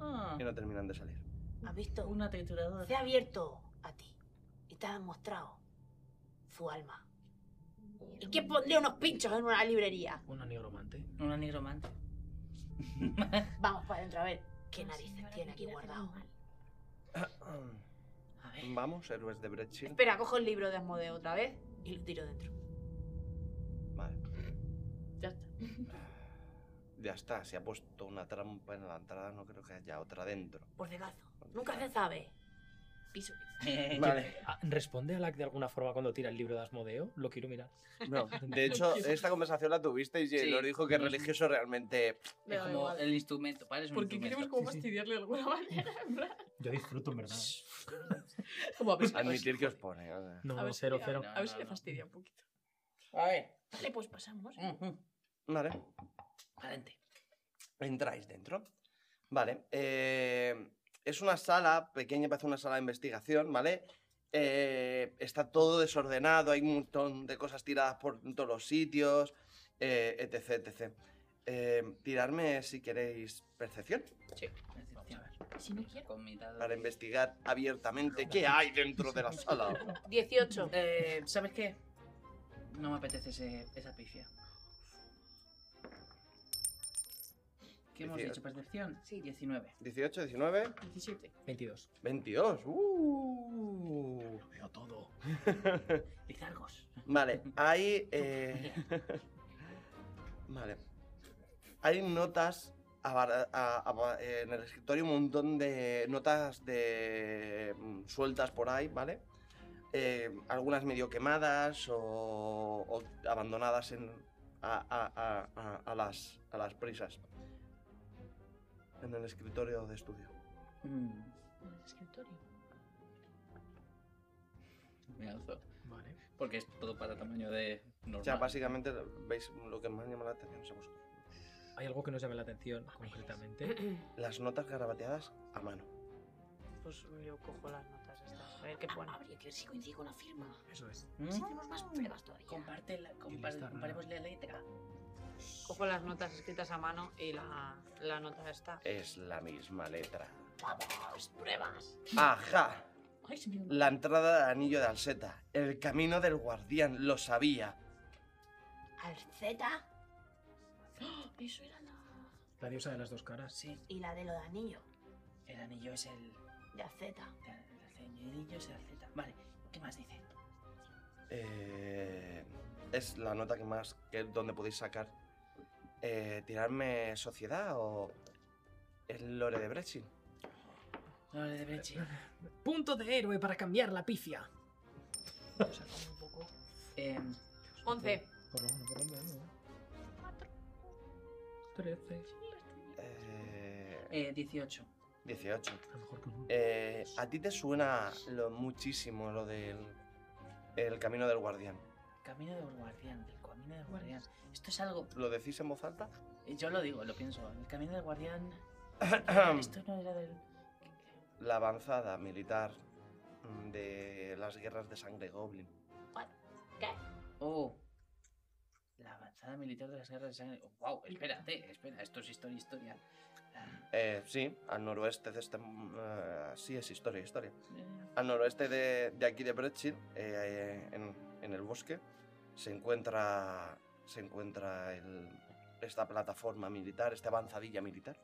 D: Ah,
B: Y no terminan de salir.
C: ¿Has visto?
D: Una trituradora.
C: Se ha abierto a ti y te ha mostrado su alma. ¿Y qué pondría unos pinchos en una librería?
K: Una negromante.
D: una nigromante.
C: Vamos para adentro a ver qué narices tiene aquí guardado.
D: Mm.
B: Vamos, héroes de Brechil.
C: Espera, cojo el libro de Asmodeo otra vez y lo tiro dentro.
B: Vale.
L: Ya está.
B: Ya está, se ha puesto una trampa en la entrada, no creo que haya otra dentro.
C: Por degazo. Nunca se sabe. Piso.
B: Vale.
K: Ah, ¿Responde a la de alguna forma cuando tira el libro de Asmodeo? Lo quiero mirar.
B: No, de
D: [LAUGHS]
B: hecho, esta conversación la tuvisteis y
D: Sí.
B: nos dijo que religioso
D: [LAUGHS]
B: realmente.
L: Me
D: Es
L: da
D: como
L: igual.
D: el instrumento, parece un
L: Porque queremos
D: instrumento.
L: como fastidiarle de alguna [LAUGHS] manera, en plan.
K: Yo disfruto, en verdad.
L: Como a
D: Pues,
L: ver si le
B: Admitir que os pone. o sea.
K: No,
L: a ver si-
K: cero,
L: a-
K: cero.
L: A, ver si le fastidia un poquito.
D: A ver.
L: Vale, pues pasamos.
D: Ujú.
B: Vale.
D: Adelante.
B: Entráis dentro. Vale. eh, es una sala pequeña, parece una sala de investigación, ¿vale? Eh, está todo desordenado, hay un montón de cosas tiradas por todos los sitios, eh, etc, etc. Eh, tirarme si queréis percepción
D: Sí, vamos a ver.
L: Si no quiero.
D: Con mi dado.
B: para investigar abiertamente qué hay dentro de la sala.
C: 18.
D: Eh, ¿Sabes qué? No me apetece ese- esa pifia. ¿Qué hemos
B: Dieci-
D: dicho? ¿Percepción? Sí, 19.
B: 18, 19,
L: 17.
K: 22.
B: 22. ¡Uh!
K: Veo todo.
D: Lizargos.
B: Vale, hay. eh, [LAUGHS] vale. Hay notas abara- a- a- en el escritorio, un montón de notas de mm, sueltas por ahí, ¿vale? Eh, algunas medio quemadas o, o abandonadas en, a, a- a- a- a las, a las prisas en el escritorio de estudio.
D: Mm,
L: En el escritorio.
D: me alzo.
K: Vale.
D: Porque es todo para tamaño de normal.
B: O sea, básicamente veis lo que más llama la atención es a vosotros.
K: Hay algo que nos llame la atención, concretamente.
B: Las notas garabateadas a mano.
C: Pues yo cojo las notas estas. A Ah, ver qué pone.
L: Habría que ver si coincide con la firma.
K: Eso es.
D: Mm,
C: Si tenemos más pruebas todavía.
D: Comparte la,
K: Dile esta
D: compar,
K: rara.
D: comparemos la letra.
C: Cojo las notas escritas a mano y la, la nota está.
B: Es la misma letra.
C: ¡Vamos! ¡Pruebas!
B: Ajá.
L: Ay, se me dio un-
B: La entrada del anillo de Alseta. El camino del guardián. Lo sabía.
C: Al Z
L: ¡Ah! Eso era la.
K: La diosa de las dos caras.
D: Sí,
C: y la de lo de anillo.
D: el anillo es el.
C: De Z.
D: El anillo es el Z. Vale, ¿qué más dice?
B: Eh, es la nota que más. Que donde podéis sacar. Eh, ¿Tirarme sociedad o.? El lore de Brechin.
D: No, de [LAUGHS] Brechi.
K: Punto de héroe para cambiar la pifia.
D: Eh,
C: 11.
K: Por lo menos, por lo menos. 13.
B: Eh,
D: eh, 18.
B: 18.
K: A lo mejor que un
B: Eh, a ti te suena lo muchísimo lo del. El camino del guardián.
D: Camino del guardián, el camino del guardián. Esto es algo. eh,
B: ¿Lo decís en voz alta? [CLEARS THROAT]
D: Yo lo digo, lo pienso. El camino del guardián. Esto no era del.
B: la avanzada militar mm, de las guerras de sangre goblin.
D: Oh. La avanzada militar de las guerras de sangre. wow, espérate, espera, esto es historia, historia. Ah,
B: Eh, sí, al noroeste de este... mm, eh, sí, es historia, historia.
D: eh,
B: Al noroeste de, de aquí de Brechil, eh, en, en el bosque, se encuentra, se encuentra el- esta plataforma militar, esta avanzadilla militar.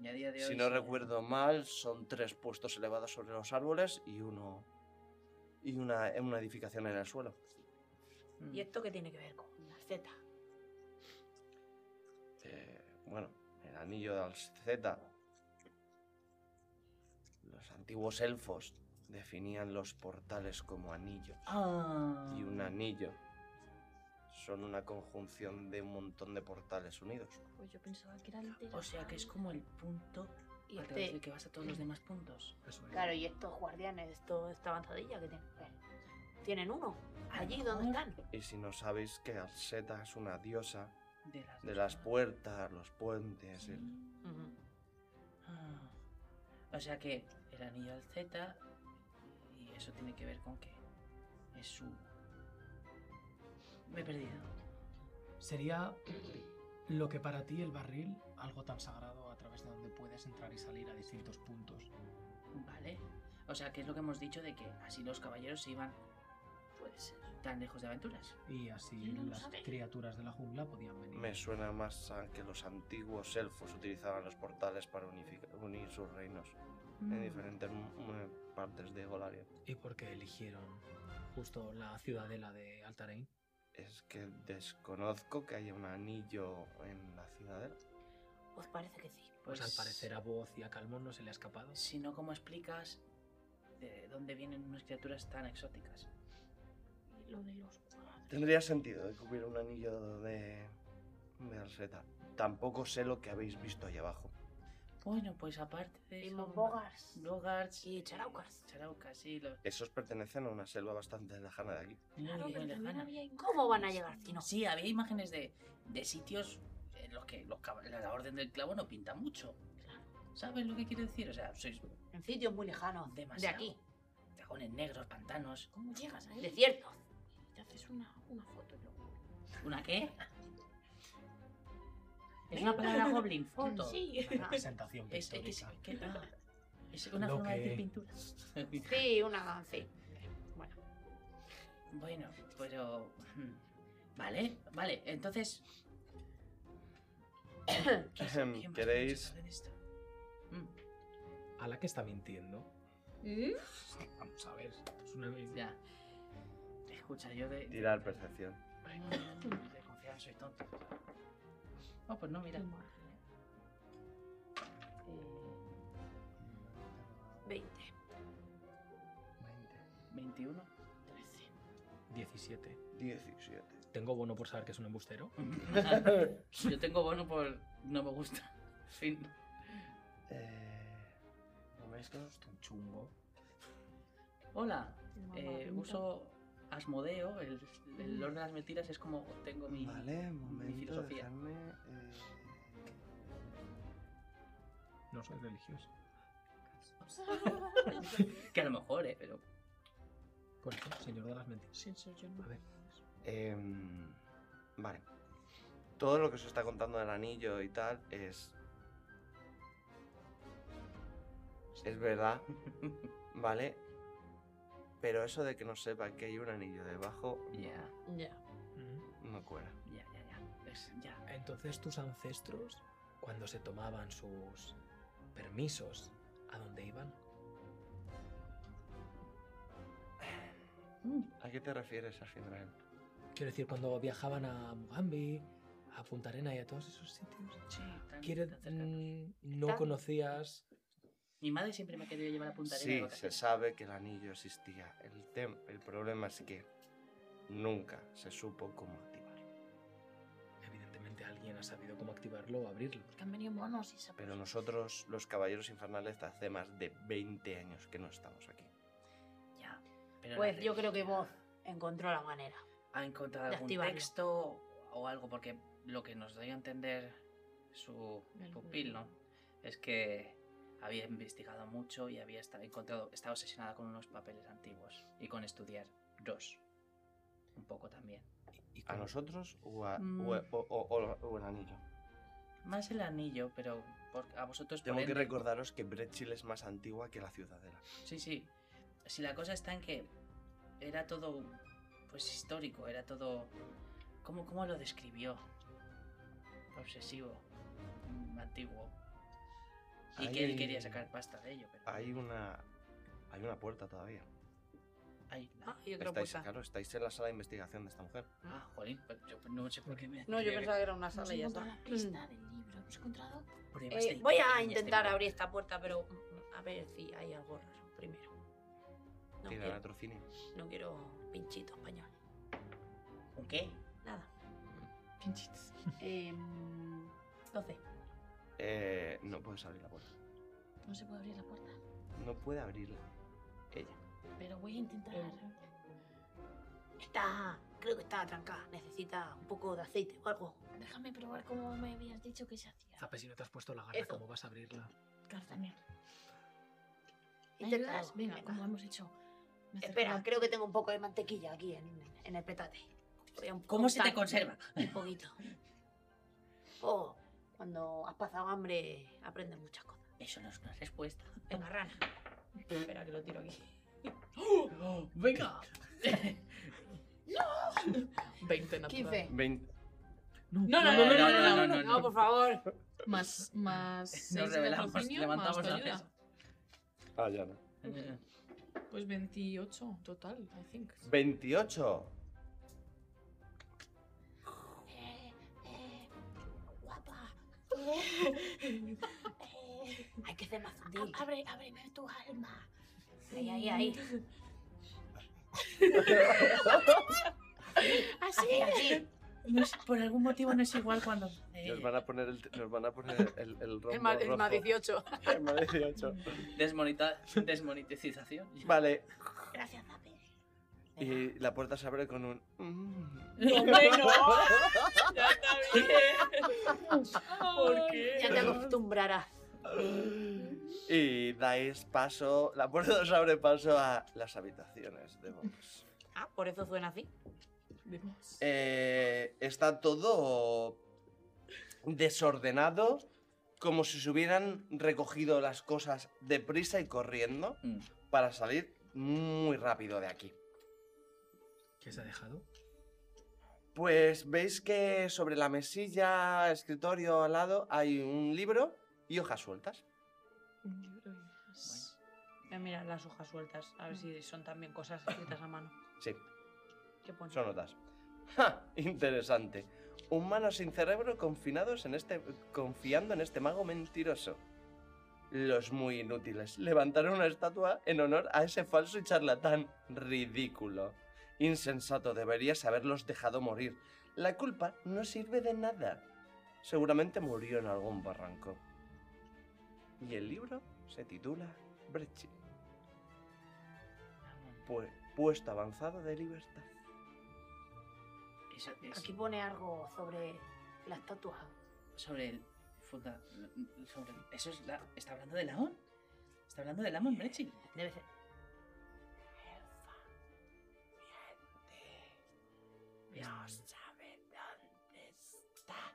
D: y a día de hoy.
B: Si no
D: sí.
B: recuerdo mal, son tres puestos elevados sobre los árboles y uno... Y una, una edificación en el suelo.
D: Mm,
C: ¿Y esto qué tiene que ver con la Z?
B: Eh, bueno, el anillo de Z. Los antiguos elfos definían los portales como anillos.
H: Ah.
B: Y un anillo son una conjunción de un montón de portales unidos.
L: Pues yo pensaba que era literal.
D: O sea que es como el punto
C: Y
D: a
C: este-
D: través del que vas a todos los demás puntos.
C: Claro, y estos guardianes, esto, esta avanzadilla que tienen. eh, Tienen uno, allí donde están.
B: Y si no sabéis que Alseta es una diosa
D: De las
B: de las puertas, los puentes, el-
D: Ah. O sea que el anillo al Z y eso tiene que ver con que es su... Me he perdido.
K: Sería lo que para ti el barril, algo tan sagrado a través de donde puedes entrar y salir a distintos puntos.
D: Vale. O sea que es lo que hemos dicho de que así los caballeros se iban pues tan lejos de aventuras.
K: Y así
D: ¿Quién no lo
K: las
D: sabe?
K: criaturas de la jungla podían venir.
B: Me suena más a que los antiguos elfos utilizaban los portales para unific- unir sus reinos en
K: Mm.
B: diferentes mm, mm, partes de Golarion.
K: ¿Y por qué eligieron justo la ciudadela de Altarein?
B: Es que desconozco que haya un anillo en la ciudadela.
C: Pues parece que sí.
K: Pues, al parecer a Voz y a Calmón no se le ha escapado. [LAUGHS]
D: Si no, ¿cómo explicas de dónde vienen unas criaturas tan exóticas?
L: Lo de los
B: Tendría sentido de que hubiera un anillo de. de Alseta. Tampoco sé lo que habéis visto allá abajo.
D: Bueno, pues aparte de eso...
C: Bogars.
D: Bogarts.
C: Y Charaucas.
D: Charaucas, sí. Los...
B: Esos pertenecen a una selva bastante lejana de aquí.
D: Muy
C: Claro, pero
D: bien
C: también
D: lejana.
C: había ¿Cómo van a llegar si no?
D: Sí, había imágenes de, de sitios en los que los cab- la la orden del clavo no pinta mucho. ¿Sabes lo que quiero decir? O sea, sois
C: En sitios muy lejanos. De
D: demasiado.
C: aquí.
D: Dragones negros, pantanos.
L: ¿Cómo llegas ahí?
C: Desiertos.
L: Te haces una, una foto y luego.
D: ¿Una qué? [LAUGHS] Es una [LAUGHS] palabra goblin, foto.
C: Sí.
K: Una representación
D: Es, es,
K: pictórica.
D: que- ah, es una
K: Lo
D: forma de decir
K: que-
D: pintura. [LAUGHS]
C: Sí, una. Sí. Bueno.
D: Bueno, pero... hmm, Vale, vale,
K: [COUGHS]
D: entonces... ¿qué- qué más podemos
B: ¿Queréis?
D: saber de esto? Hmm.
K: A la que está mintiendo.
C: ¿Mm?
K: Vamos a ver. Es una...
D: Ya. Escucha, yo de...
B: Tirar percepción.
D: de confianza soy tonto. Oh, pues no, mira. Eh,
C: 20.
D: 21.
K: 17.
B: 17.
K: Tengo bono por saber que es un embustero.
D: [LAUGHS] Yo tengo bono por... No me gusta. [LAUGHS] Fin.
B: Eh, ¿No veis que es un chungo?
D: Hola.
L: Mamá,
D: eh,
L: pinta.
D: uso Asmodeo. El, el Lord de las Mentiras es como tengo mi...
B: Vale, momento. eh,
D: filosofía.
B: dejadme,
K: No soy religioso.
D: Que a lo mejor, eh, pero...
K: Por eso, señor de las mentiras.
L: Sin ser yo
K: A ver.
B: eh, em, vale. Todo lo que se está contando del anillo y tal es. Es verdad. Vale. Pero eso de que no sepa que hay un anillo debajo.
D: Ya,
C: Ya.
B: No cuela.
D: ya, ya, ya. Es- ya.
K: Entonces tus ancestros, cuando se tomaban sus permisos, ¿a dónde iban?
B: ¿A qué te refieres, Afindrael?
K: Quiero decir, cuando viajaban a Mugambi, a Punta Arena y a todos esos sitios.
D: Sí, tan-
K: Quiero-
D: tan cerca.
K: mm, no
D: Tan-
K: conocías.
D: Mi madre siempre me ha querido llevar a Punta Arenas de
B: Sí, se
D: vacaciones.
B: sabe que el anillo existía. El, tem- el problema es que nunca se supo cómo activarlo.
K: Evidentemente alguien ha sabido cómo activarlo o abrirlo.
L: Porque han venido monos y se
B: Pero nosotros, los Caballeros Infernales, hace más de 20 años que no estamos aquí.
D: Ya, pero
C: Pues
D: la
C: yo creo que
D: religión
C: vos encontró la manera.
D: Ha encontrado
C: de
D: algún
C: activarlo.
D: texto o algo, porque lo que nos dio a entender su
L: El
D: pupil, ¿no? Es que había investigado mucho y había esta- encontrado, estaba obsesionada con unos papeles antiguos y con estudiar dos. Un poco también.
K: ¿Y
B: ¿A
K: cómo-
B: nosotros o, a-
D: Mm.
B: o, o- o- o- o el anillo?
D: Más el anillo, pero por- a vosotros
B: Tengo
D: por
B: que
D: ende-
B: recordaros que Brechil es más antigua que la ciudadela.
D: Sí, sí. Si la cosa está en que era todo pues histórico, era todo ¿cómo, cómo lo describió? Obsesivo, mm, antiguo. Y que él
B: Ahí-
D: quería sacar pasta de ello, pero
B: Hay una. Hay una puerta todavía.
D: Ahí. Ah, y
B: otra Estáis, claro, estáis en la sala de investigación de esta mujer.
D: Ah, jolín, pues yo no sé por qué me.
B: No, yo pensaba
C: que era una
L: Hemos
C: sala y ya
L: encontrado
C: está.
L: la pista del libro. Hemos encontrado
C: Eh,
D: este
C: voy a intentar abrir esta puerta, pero mm, a ver si hay algo raro primero. No
B: Tira
C: quiero-
B: latrocinio.
C: No quiero pinchito español.
D: ¿Un qué? [LAUGHS]
C: Nada. Pinchitos. Eh, 12.
B: Eh, no puedes abrir la puerta.
L: No se puede abrir la puerta.
B: No puede abrirla. Ella.
L: Pero voy a intentar.
C: Está, creo que está trancada. Necesita un poco de aceite o algo.
L: Déjame probar como me habías dicho que se hacía.
K: Zape, si no te has puesto la garra,
C: Eso.
K: ¿cómo vas a abrirla?
L: Carzamir. ¿Me
C: Intenta
L: ayudas?
C: algo,
L: Venga,
C: venga.
L: como hemos hecho. Me acerco
C: Espera,
L: a-
C: creo que tengo un poco de mantequilla aquí en, en el petate. Voy a un-
D: ¿Cómo se te
C: untar
D: conserva?
C: Un
D: [LAUGHS]
C: poquito. Oh, cuando has pasado hambre aprendes muchas cosas.
D: Eso no es una respuesta.
C: Venga, rana. Espera que lo tiro aquí.
D: ¡Venga! [LAUGHS]
C: ¡No!
E: 20 natural.
C: 15.
E: No, no, no, no, no, no, no, no,
C: por favor.
E: Más,
C: [LAUGHS]
E: más. seis de
D: Nos revelamos,
E: patrocinio,
D: levantamos
E: más tu
D: la
E: ayuda.
D: mesa.
B: Ah, ya no.
E: Pues 28 total, I think.
B: 28.
L: Guapa.
C: Hay que ser más sutil.
L: Ab- Abre, ábreme tu alma.
C: Ahí, ahí,
L: [LAUGHS]
C: ahí.
L: Así,
C: Así, así.
D: No es- por algún motivo no es igual cuando.
B: Nos van a poner el, nos van a poner el, el rombo
C: ma- el
B: rojo.
C: más 18.
B: [LAUGHS] El más 18.
D: Desmonita- desmonetización.
B: Vale,
C: Gracias, papi.
B: y la puerta se abre con un. mm.
L: ¡Hombre, no!
G: [LAUGHS]
D: ¡Ya está bien!
L: ¿Por qué?
C: Ya te acostumbrarás.
B: Y dais paso. La puerta os abre paso a las habitaciones de Vox.
C: Ah, por eso suena así.
B: Eh, está todo desordenado, como si se hubieran recogido las cosas deprisa y corriendo
D: Mm.
B: para salir muy rápido de aquí.
K: ¿Qué se ha dejado?
B: Pues veis que sobre la mesilla, escritorio al lado, hay un libro y hojas sueltas.
C: Voy a mirar las hojas sueltas, a ver si son también cosas escritas a mano.
B: Sí,
C: ¿Qué pone?
L: [LAUGHS]
B: son notas. [LAUGHS] ¡Ja! Interesante. Humanos sin cerebro confinados en este, confiando en este mago mentiroso. Los muy inútiles levantaron una estatua en honor a ese falso y charlatán. Ridículo. Insensato, deberías haberlos dejado morir. La culpa no sirve de nada. Seguramente murió en algún barranco. Y el libro se titula Brechi. Pues, puesto avanzado de libertad.
D: Eso- eso-
C: Aquí pone algo sobre la estatua.
D: sobre el funda- sobre el- eso es la, está hablando de Laon está hablando de Laon Brechi
C: debe ser
D: no
C: sabe dónde está.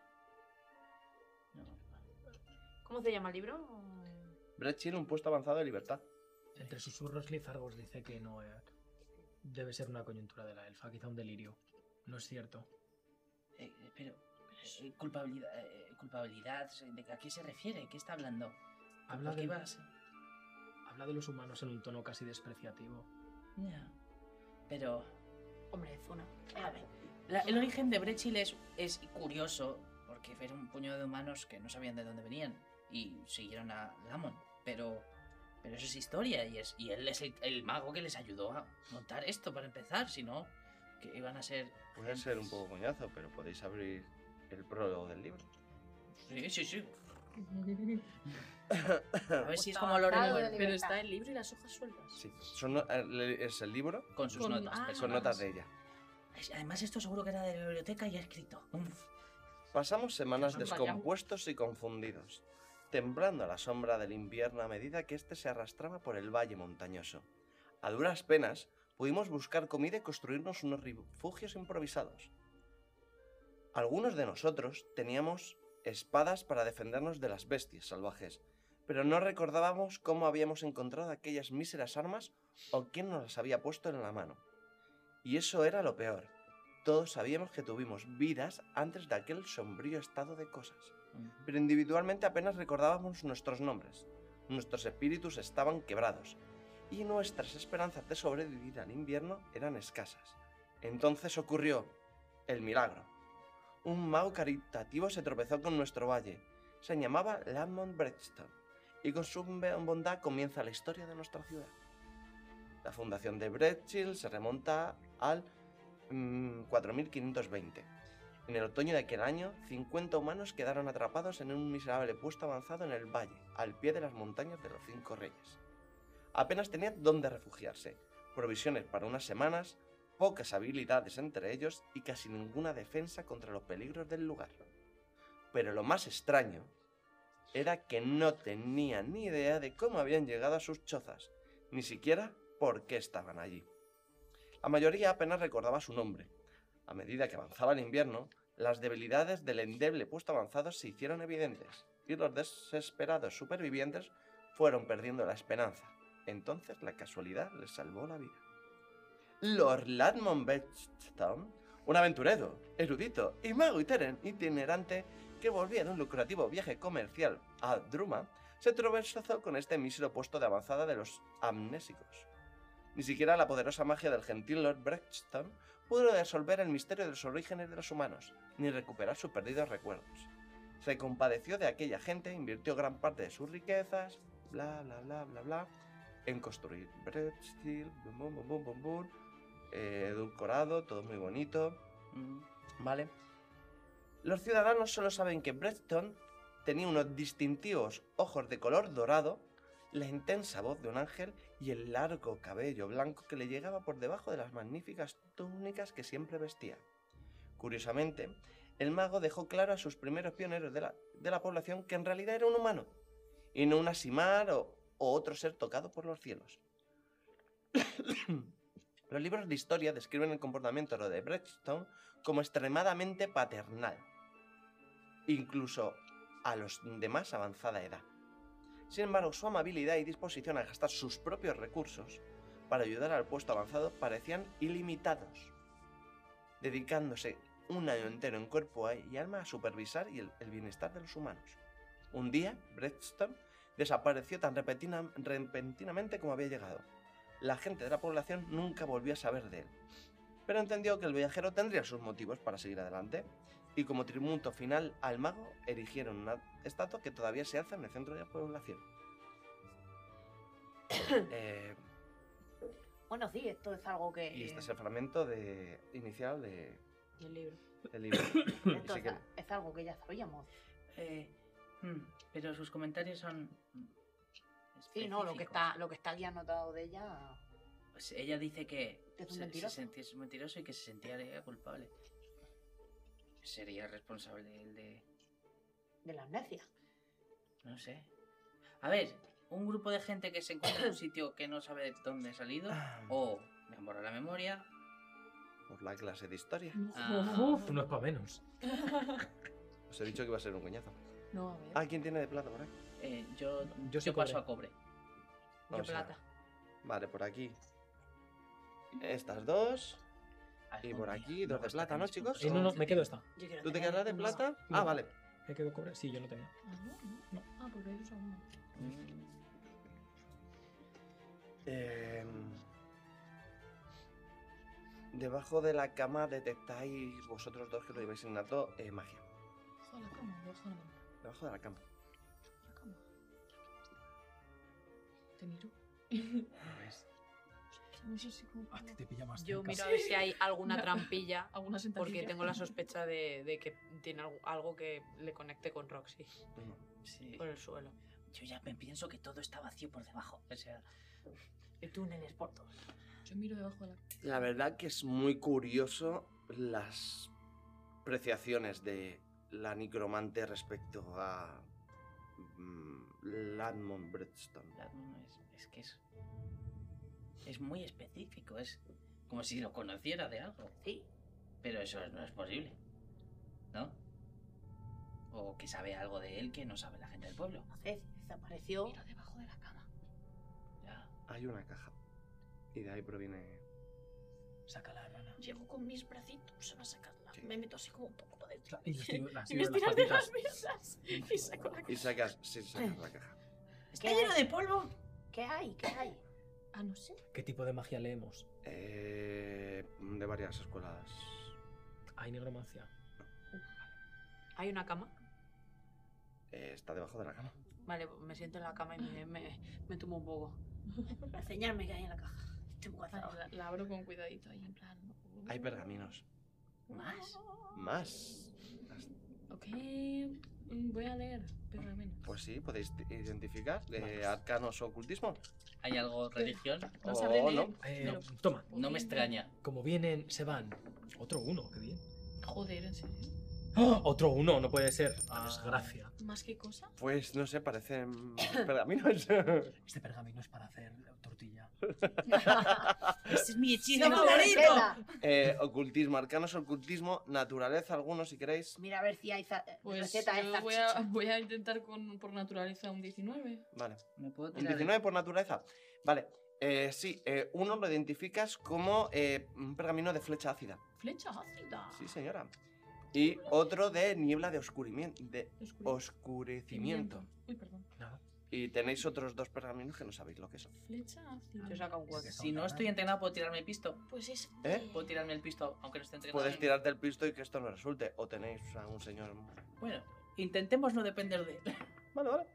C: ¿Cómo se llama el libro?
B: Brechi en un puesto avanzado de libertad.
K: Entre susurros, Lizargos dice que no eh, debe ser una coyuntura de la elfa, quizá un delirio. No es cierto.
D: Eh, eh, pero eh, culpabilidad eh, culpabilidad ¿de a qué se refiere qué está hablando
K: Habla
D: Porque
K: de,
D: iba a ser-
K: habla de los humanos en un tono casi despreciativo.
D: Ya. pero
C: Hombre, de zona.
D: A ver, la- el origen de Brechil es, es curioso, porque era un puño de humanos que no sabían de dónde venían y siguieron a Lamon, pero, pero eso es historia y, es, y él es el, el mago que les ayudó a montar esto para empezar, si no, que iban a ser...
B: Puede ser un poco coñazo, pero podéis abrir el prólogo del [LAUGHS] libro.
D: Sí, sí, sí.
L: Ah,
B: A
D: ver si es como Lorena.
E: Claro,
D: Bueno,
E: Pero está el libro y las hojas sueltas.
B: Sí, son no- eh, le- es el libro.
D: Con sus
E: Con-
D: notas.
E: ah.
B: Con
D: personales.
B: notas de ella.
D: Es- Además, esto seguro que era de la biblioteca y ha escrito. Uf.
B: Pasamos semanas
D: Vaya.
B: descompuestos y confundidos, temblando a la sombra del invierno a medida que éste se arrastraba por el valle montañoso. A duras penas pudimos buscar comida y construirnos unos refugios improvisados. Algunos de nosotros teníamos espadas para defendernos de las bestias salvajes, pero no recordábamos cómo habíamos encontrado aquellas míseras armas o quién nos las había puesto en la mano. Y eso era lo peor. Todos sabíamos que tuvimos vidas antes de aquel sombrío estado de cosas, pero individualmente apenas recordábamos nuestros nombres. Nuestros espíritus estaban quebrados y nuestras esperanzas de sobrevivir al invierno eran escasas. Entonces ocurrió el milagro. Un mago caritativo se tropezó con nuestro valle. Se llamaba Lamont Bredstone y con su bondad comienza la historia de nuestra ciudad. La fundación de Bredchill se remonta al mm, 4520. En el otoño de aquel año, 50 humanos quedaron atrapados en un miserable puesto avanzado en el valle, al pie de las montañas de los Cinco Reyes. Apenas tenían dónde refugiarse, provisiones para unas semanas, pocas habilidades entre ellos y casi ninguna defensa contra los peligros del lugar. Pero lo más extraño era que no tenían ni idea de cómo habían llegado a sus chozas, ni siquiera por qué estaban allí. La mayoría apenas recordaba su nombre. A medida que avanzaba el invierno, las debilidades del endeble puesto avanzado se hicieron evidentes, y los desesperados supervivientes fueron perdiendo la esperanza. Entonces la casualidad les salvó la vida. Lord Ladmon Bechtown, un aventurero, erudito y mago iteren- itinerante que volvía de un lucrativo viaje comercial a Druma, se tropezó con este mísero puesto de avanzada de los amnésicos. Ni siquiera la poderosa magia del gentil Lord Brexton pudo resolver el misterio de los orígenes de los humanos, ni recuperar sus perdidos recuerdos. Se compadeció de aquella gente, invirtió gran parte de sus riquezas, bla bla bla bla bla, en construir Brexton, bum bum bum bum bum, bum, eh, edulcorado, todo muy bonito, mm, ¿vale? Los ciudadanos solo saben que Breston tenía unos distintivos ojos de color dorado, la intensa voz de un ángel y el largo cabello blanco que le llegaba por debajo de las magníficas túnicas que siempre vestía. Curiosamente, el mago dejó claro a sus primeros pioneros de la, de la población que en realidad era un humano, y no un asimar o, o otro ser tocado por los cielos. [COUGHS] Los libros de historia describen el comportamiento de Bretstone como extremadamente paternal, incluso a los de más avanzada edad. Sin embargo, su amabilidad y disposición a gastar sus propios recursos para ayudar al puesto avanzado parecían ilimitados, dedicándose un año entero en cuerpo y alma a supervisar y el, el bienestar de los humanos. Un día, Bretstone desapareció tan repentina- repentinamente como había llegado. La gente de la población nunca volvió a saber de él, pero entendió que el viajero tendría sus motivos para seguir adelante, y como tributo final al mago erigieron una estatua que todavía se alza en el centro de la población. Eh,
C: Bueno, sí, esto es algo que.
B: y este es el fragmento de, inicial de,
C: del libro.
B: del libro. [COUGHS] [LAUGHS]
C: Esto
B: Así
C: es,
B: que-
C: es algo que ya sabíamos.
D: Eh, mm, pero sus comentarios son.
C: Sí, no, lo que
D: específicos.
C: está, lo que está aquí anotado de ella.
D: Pues ella dice que
C: ¿Que es un
D: se- se
C: mentiroso?
D: sentía- es un mentiroso y que se sentía eh, culpable. Sería responsable él de.
C: De la amnesia.
D: No sé. A ver, un grupo de gente que se encuentra en un sitio que no sabe de dónde ha salido, o me han borrado la memoria.
B: Por la clase de historia.
K: [LAUGHS]
D: Ah.
K: Uf, no es para menos.
B: Os he dicho que iba a ser un coñazo.
E: No, a ver.
B: Ah, ¿quién tiene de plata por ahí?
D: Eh, yo
K: Yo
D: yo,
K: soy
D: paso a cobre.
B: Vamos a ver. Vale, por aquí. Estas dos. Y por aquí, dos
D: pues,
B: de plata, ¿no, chicos?
K: Eh, no, no, me quedo esta.
B: ¿Tú te quedarás de plata?
K: No.
B: Ah, vale.
K: ¿Me quedo cobre? Sí, yo no tenía.
L: Ah, porque ellos son uno.
B: Em, Debajo de la cama detectáis vosotros dos que lo lleváis innato eh, magia.
L: Ojo a la cama, debajo
B: Debajo de
L: de la cama.
B: la cama.
L: La cama. Te miro. No sé si como-
R: A ti te pilla más
G: Yo
R: cerca.
G: miro a ver si
L: [LAUGHS]
G: hay alguna
L: Una-
G: trampilla.
L: alguna
G: Porque
L: sentadilla.
G: tengo
L: [LAUGHS]
G: la sospecha de, de que tiene algo, algo que le conecte con Roxy. Por el suelo.
D: Yo ya me pienso que todo está vacío por debajo. O sea,
G: Y túneles por todos.
L: Yo miro debajo de la
B: La verdad que es muy curioso las apreciaciones de la necromante respecto a mm, Ladmon Bredstone.
D: Ladmon es, que es. es muy específico, es como si lo conociera de algo.
C: Sí.
D: Pero eso no es posible. ¿No? O que sabe algo de él que no sabe la gente del pueblo.
C: No sé, desapareció. Mira
L: debajo de la cama.
B: Hay una caja. Y de ahí proviene.
K: Saca la rana.
L: Llego con mis bracitos a sacarla.
B: Sí.
L: Me meto así como un poco para dentro.
K: Y las tiro- las
L: Y
K: tiro
L: me
K: en las
L: estiran de las
K: patitas.
L: mesas. Y saco la
B: Y
L: caja.
B: sacas, sí, sacas la caja.
D: ¿Está lleno de polvo?
C: ¿Qué hay? ¿Qué hay?
L: Ah, no sé.
K: ¿Qué tipo de magia leemos?
B: Eh, de varias escuelas.
K: Hay negromancia.
G: ¿Hay una cama?
B: Eh, está debajo de la cama.
G: Vale, me siento en la cama y me, me, me tumbo un poco.
C: Enseñadme que hay en la caja. Estoy un
L: Vale, La, la abro con cuidadito ahí, en plan.
B: Hay pergaminos.
L: Más.
B: Más.
L: Ok, mm, voy a leer pergaminos.
B: Pues sí, podéis identificar. Eh, arcanos o ocultismo.
D: ¿Hay algo religión?
B: O
D: sabré leer.
B: no.
K: Eh,
D: Pero-
K: toma.
D: No me extraña.
K: Como vienen, se van. Otro uno, qué bien.
L: Joder, en serio.
K: ¡Ah! Otro uno, no puede ser. Ah. La desgracia.
L: ¿Más
B: [LAUGHS]
L: que cosa?
B: Pues no sé, mm, parecen pergaminos.
K: Este pergamino es para hacer tortilla.
D: Ese es mi hechizo
C: No,
D: favorito.
C: Marcela.
B: [LAUGHS] Eh, ocultismo, arcanos, ocultismo, naturaleza, algunos si queréis.
C: Mira a ver si hay za- eh,
L: Pues
C: receta
L: yo
C: esta.
L: voy, a, voy a intentar con, por naturaleza un 19.
B: Vale.
D: ¿Me puedo
B: Un
D: tirar?
B: 19 por naturaleza. Vale. Eh, sí, eh, uno lo identificas como eh, un pergamino de flecha ácida.
L: Flecha ácida.
B: Sí, señora. Y otro de niebla de, oscurimiento, de
L: Oscuri-
B: oscurecimiento.
L: Uy, perdón.
B: Y tenéis otros dos pergaminos que no sabéis lo que son.
L: Flecha ácida.
G: Yo saco un hueco.
D: Si no estoy entrenado, ¿puedo tirarme el pisto?
L: Pues es.
B: ¿Eh?
D: ¿Puedo tirarme el pisto aunque no esté entrenado?
B: Puedes tirarte el pisto y que esto no resulte. O tenéis a un señor.
D: Bueno, intentemos no depender de él. [LAUGHS]
B: Vale, [CLEARS THROAT] vale.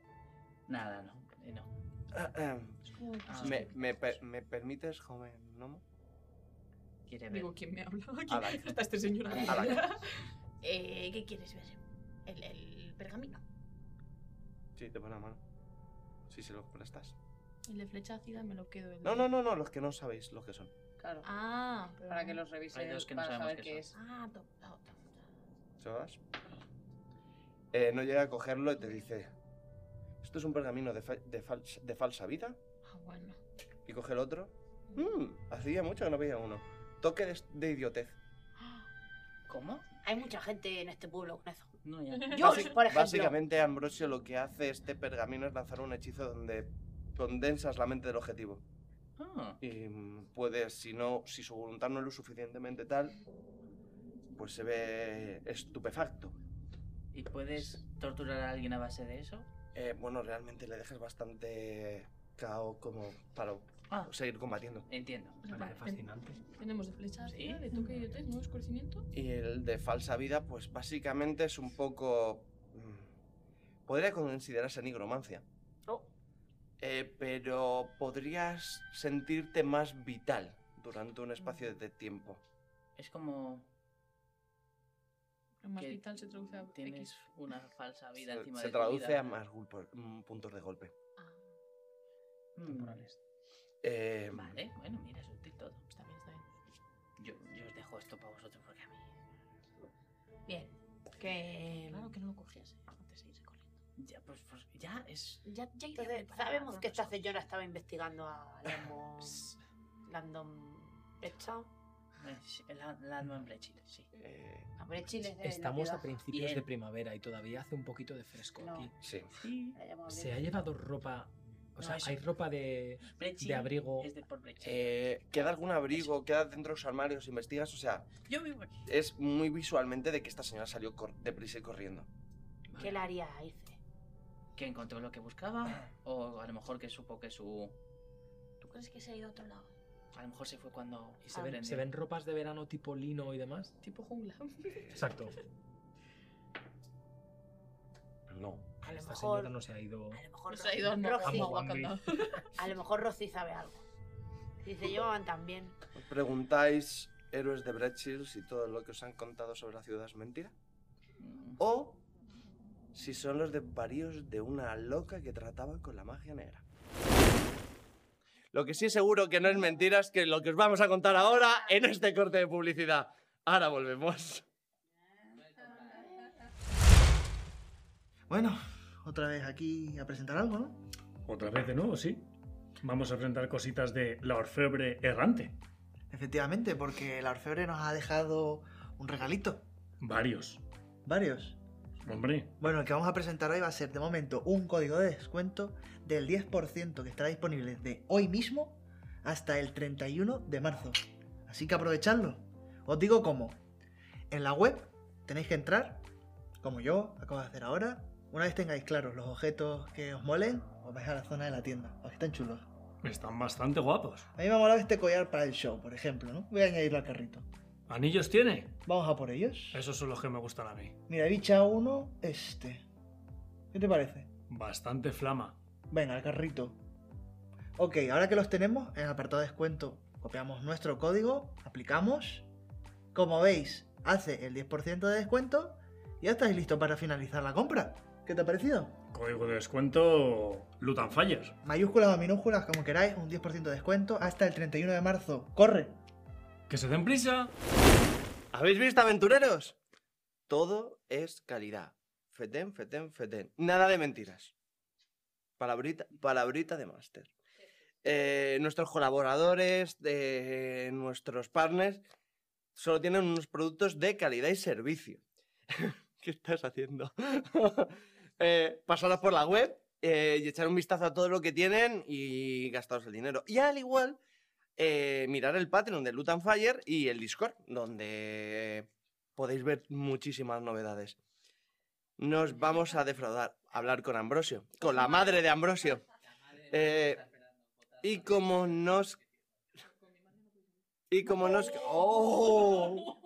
D: Nada, no. eh, no.
L: Uy, pues
B: Ah.
L: es
B: ¿Me,
L: que-
B: me per- me permites, joven gnomo?
D: Quiere ver.
L: Digo, ¿quién me habla?
B: A la-
L: Está este señor aquí.
B: a la-
C: Eh, ¿Qué quieres ver? El, el pergamino.
B: Sí, te pone la mano. Si se lo prestas.
L: El de flecha ácida me lo quedo. El
B: No,
L: de-
B: no, no, no, los que no sabéis lo que son.
G: Claro.
L: Ah, pero
G: Para
L: no.
G: que los revise
D: Hay dos que no
G: para
D: sabemos
G: saber
D: qué
G: qué es.
C: Ah, top, top, top.
B: ¿Se lo das? Eh, no llega a cogerlo y te dice: Esto es un pergamino de, fa- de fals- de falsa vida.
L: Ah, bueno.
B: Y coge el otro. Mm, hacía mucho que no veía uno. Toque de, de idiotez.
D: ¿Cómo?
C: Hay mucha gente en este pueblo con eso.
D: No, ya.
B: [LAUGHS]
C: Yo,
B: Basi-
C: por ejemplo.
B: Básicamente, Ambrosio lo que hace este pergamino es lanzar un hechizo donde condensas la mente del objetivo.
D: Ah,
B: Y mm, puedes, si no, si su voluntad no es lo suficientemente tal, pues se ve estupefacto.
D: ¿Y puedes torturar a alguien a base de eso?
B: Eh, bueno, realmente le dejas bastante cao como para
D: Ah.
B: seguir combatiendo.
D: Entiendo.
L: Vale,
K: fascinante.
E: Eh,
L: Tenemos de flecha ácida,
D: Sí.
L: de toque de tez, nuevo escurecimiento.
B: Y el de falsa vida, pues básicamente es un poco... mm, Podría considerarse nigromancia.
C: Oh.
B: Eh, pero podrías sentirte más vital durante un espacio de tiempo.
D: Es como
L: Lo más
D: Que
L: vital se traduce a
D: tienes
L: X.
D: una falsa vida
B: Se,
D: encima
B: se
D: de tu
B: traduce
D: vida.
B: a más gulpo- mm, puntos de golpe.
C: Ah,
D: Mm,
K: Temporales.
B: Eh,
D: Vale, bueno, mira, es útil todo.
L: Pues también está bien.
D: Yo, yo os dejo esto para vosotros porque a mí...
C: Bien. Que.
L: Claro que no lo cogías eh, antes de irse corriendo.
D: Ya, pues, pues, ya es...
C: Ya, ya iría preparada
L: con
C: sabemos que esta
L: nosotros.
C: señora estaba investigando a
L: [LAUGHS]
C: Landon. Landon. Brecha.
D: es la, la no en Brechit, sí.
B: eh,
C: Hombre, Chile es de la
K: Estamos a
C: ciudad.
K: principios
D: Bien.
K: de primavera y todavía hace un poquito de fresco
C: No.
K: aquí.
B: sí.
C: La llamamos
K: ¿Se
C: Brecha.
K: ha llevado ropa? O
D: No,
K: sea,
D: eso-
K: hay ropa de,
D: Brechit
K: de abrigo.
D: es de por Brechit.
B: Eh, queda algún abrigo, queda dentro de los armarios, investigas, o sea,
D: Yo vivo aquí.
B: es muy visualmente de que esta señora salió cor- deprisa y corriendo.
C: ¿Qué le haría a Ice?
D: ¿Que encontró lo que buscaba? ¿O a lo mejor que supo que su...
C: ¿Tú crees que se ha ido a otro lado? Ah.
D: A lo mejor se fue cuando...
K: ¿Y se ven, se ven ropas de verano tipo lino y demás?
L: Tipo jungla.
K: Exacto. No.
C: [LAUGHS] A lo
K: Esta
C: mejor-
K: señora no se ha ido.
C: A lo mejor
L: Se ha ido a Mo- a
C: Rosy,
L: Wakanda.
C: a lo mejor Rosy sabe algo. Si se llevaban tan bien.
B: ¿Os preguntáis, héroes de Brechil, si todo lo que os han contado sobre la ciudad es mentira?
D: Mm,
B: ¿O si son los desvaríos de una loca que trataba con la magia negra? Lo que sí es seguro que no es mentira es que lo que os vamos a contar ahora en este corte de publicidad. Ahora volvemos.
R: Bueno, otra vez aquí a presentar algo, ¿no?
S: Otra vez de nuevo, sí. Vamos a enfrentar cositas de la orfebre errante.
R: Efectivamente, porque la Orfebre nos ha dejado un regalito.
S: Varios.
R: Varios.
S: Hombre,
R: Bueno, el que vamos a presentar hoy va a ser de momento un código de descuento del 10% que estará disponible de hoy mismo hasta el 31 de marzo. Así que aprovechadlo. Os digo cómo. En la web tenéis que entrar, como yo acabo de hacer ahora. Una vez tengáis claros los objetos que os molen, os vais a la zona de la tienda. Os están chulos.
F: Están bastante guapos.
K: Oh, A mí me ha molado este collar para el show, por ejemplo, ¿no? Voy a añadirlo al carrito.
F: ¿Anillos tiene?
K: Vamos a por ellos.
F: Esos son los que me gustan a mí.
K: Mira, bicha uno, este. ¿Qué te parece?
F: Bastante flama.
K: Venga, al carrito. Ok, ahora que los tenemos, en el apartado de descuento copiamos nuestro código, aplicamos. Como veis, hace el 10% de descuento y ya estáis listo para finalizar la compra. ¿Qué te ha parecido?
F: Código de descuento Lutan Fires.
K: Mayúsculas o minúsculas, como queráis, un 10% de descuento hasta el 31 de marzo. ¡Corre!
F: ¡Que se den prisa!
B: ¿Habéis visto aventureros?
T: Todo es calidad.
B: Feten, feten, feten. Nada de mentiras. Palabrita, palabrita de máster. Eh, nuestros colaboradores, de nuestros partners, solo tienen unos productos de calidad y servicio. [LAUGHS] ¿Qué estás haciendo? [LAUGHS] eh, pasaros por la web eh, y echar un vistazo a todo lo que tienen y gastaros el dinero. Y al igual, eh, mirar el Patreon de Lutan Fire y el Discord, donde podéis ver muchísimas novedades. Nos vamos a defraudar, a hablar con Ambrosio, con la madre de Ambrosio. Eh, y como nos... Y como nos... ¡Oh!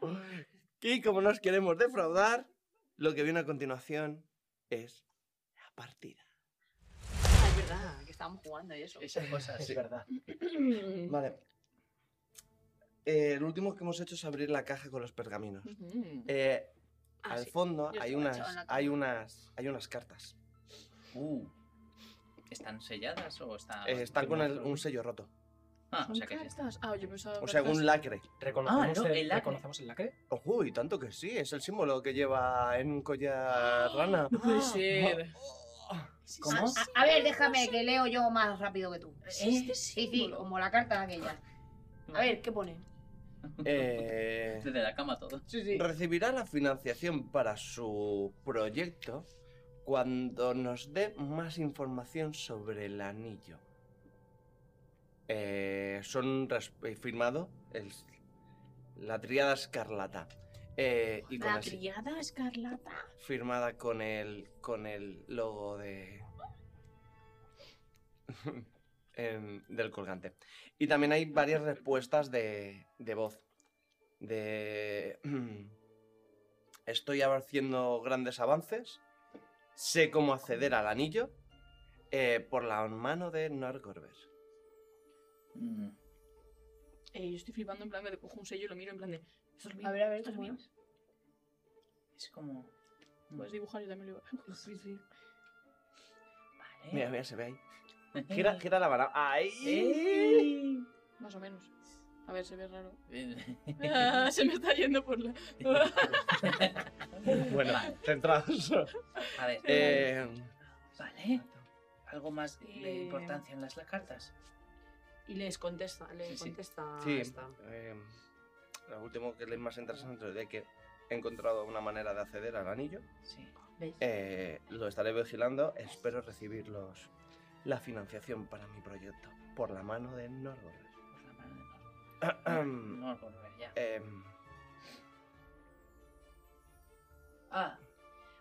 B: [LAUGHS] Y como nos queremos defraudar, lo que viene a continuación es la partida.
L: Ah, es verdad, que estábamos jugando y eso.
B: Esas
K: [LAUGHS]
B: cosas, sí.
L: verdad.
B: Vale. Eh, lo último que hemos hecho es abrir la caja con los pergaminos. Eh,
L: Ah,
B: al
L: sí.
B: fondo
L: Yo
B: hay
L: estaba
B: unas,
L: echado en la cama.
B: hay unas, hay unas cartas.
D: Uh, ¿Están selladas o
L: Ah,
D: están.?
B: Eh, están con el- un sello roto.
D: Ah, o sea que.
E: cartas? Ah, yo pensaba.
B: O sea, un lacre.
D: ¿Reconocemos Ah, no, el- el lacre.
U: el lacre?
B: Ojo, y tanto que sí, es el símbolo que lleva en un
L: Ah.
B: collar
L: [LAUGHS]
B: rana.
E: No puede ser.
B: ¿Cómo?
C: A, a ver, déjame que leo yo más rápido que tú.
E: este
B: ¿Existe
C: Sí, sí, como la carta aquella. A ver, ¿qué pone?
B: Eh,
D: [LAUGHS] Desde la cama todo.
B: Recibirá la financiación para su proyecto cuando nos dé más información sobre el anillo. Eh, son res- eh, firmado el- la triada escarlata. Eh, y con
L: La
B: la si-
L: triada escarlata.
B: firmada con el con el logo de [LAUGHS] em, del colgante. Y también hay varias respuestas de, de voz. De [CLEARS THROAT] estoy haciendo grandes avances. Sé cómo acceder al anillo eh, por la mano de Norgorber. mm.
D: Mm,
E: Eh, yo estoy flipando en plan que te cojo un sello y lo miro en plan de. Eso es mío.
C: A ver, a ver,
E: esto es
C: ¿cómo
E: mío.
D: Es como.
L: Mm.
D: pues, Mm.
E: Puedes dibujar, yo también lo dibujo. Sí, sí.
B: Mira, mira, se ve ahí.
D: [LAUGHS]
B: Gira,
D: Eh.
B: gira la mano. ¡Ahí! [LAUGHS]
E: Más o menos. A ver, se ve raro. Ah,
D: Bueno,
E: se me está yendo por la. [LAUGHS]
B: centrados.
D: A ver.
B: Eh,
D: Vale. ¿Algo más de
V: Eh,
D: importancia en las las cartas?
V: Y les contesta, les
D: Sí, sí.
V: contesta a
B: Sí,
V: esta.
B: eh, lo último que es más interesante es de que he encontrado una manera de acceder al anillo.
D: Sí. pues
V: ¿Veis?
B: Eh, lo estaré vigilando. Espero recibir los, la financiación para mi proyecto por la mano de Norgor.
D: Por la mano de Nor-
B: Ahem.
D: Norgorber, ya.
B: [CLEARS THROAT] Em,
D: Ah,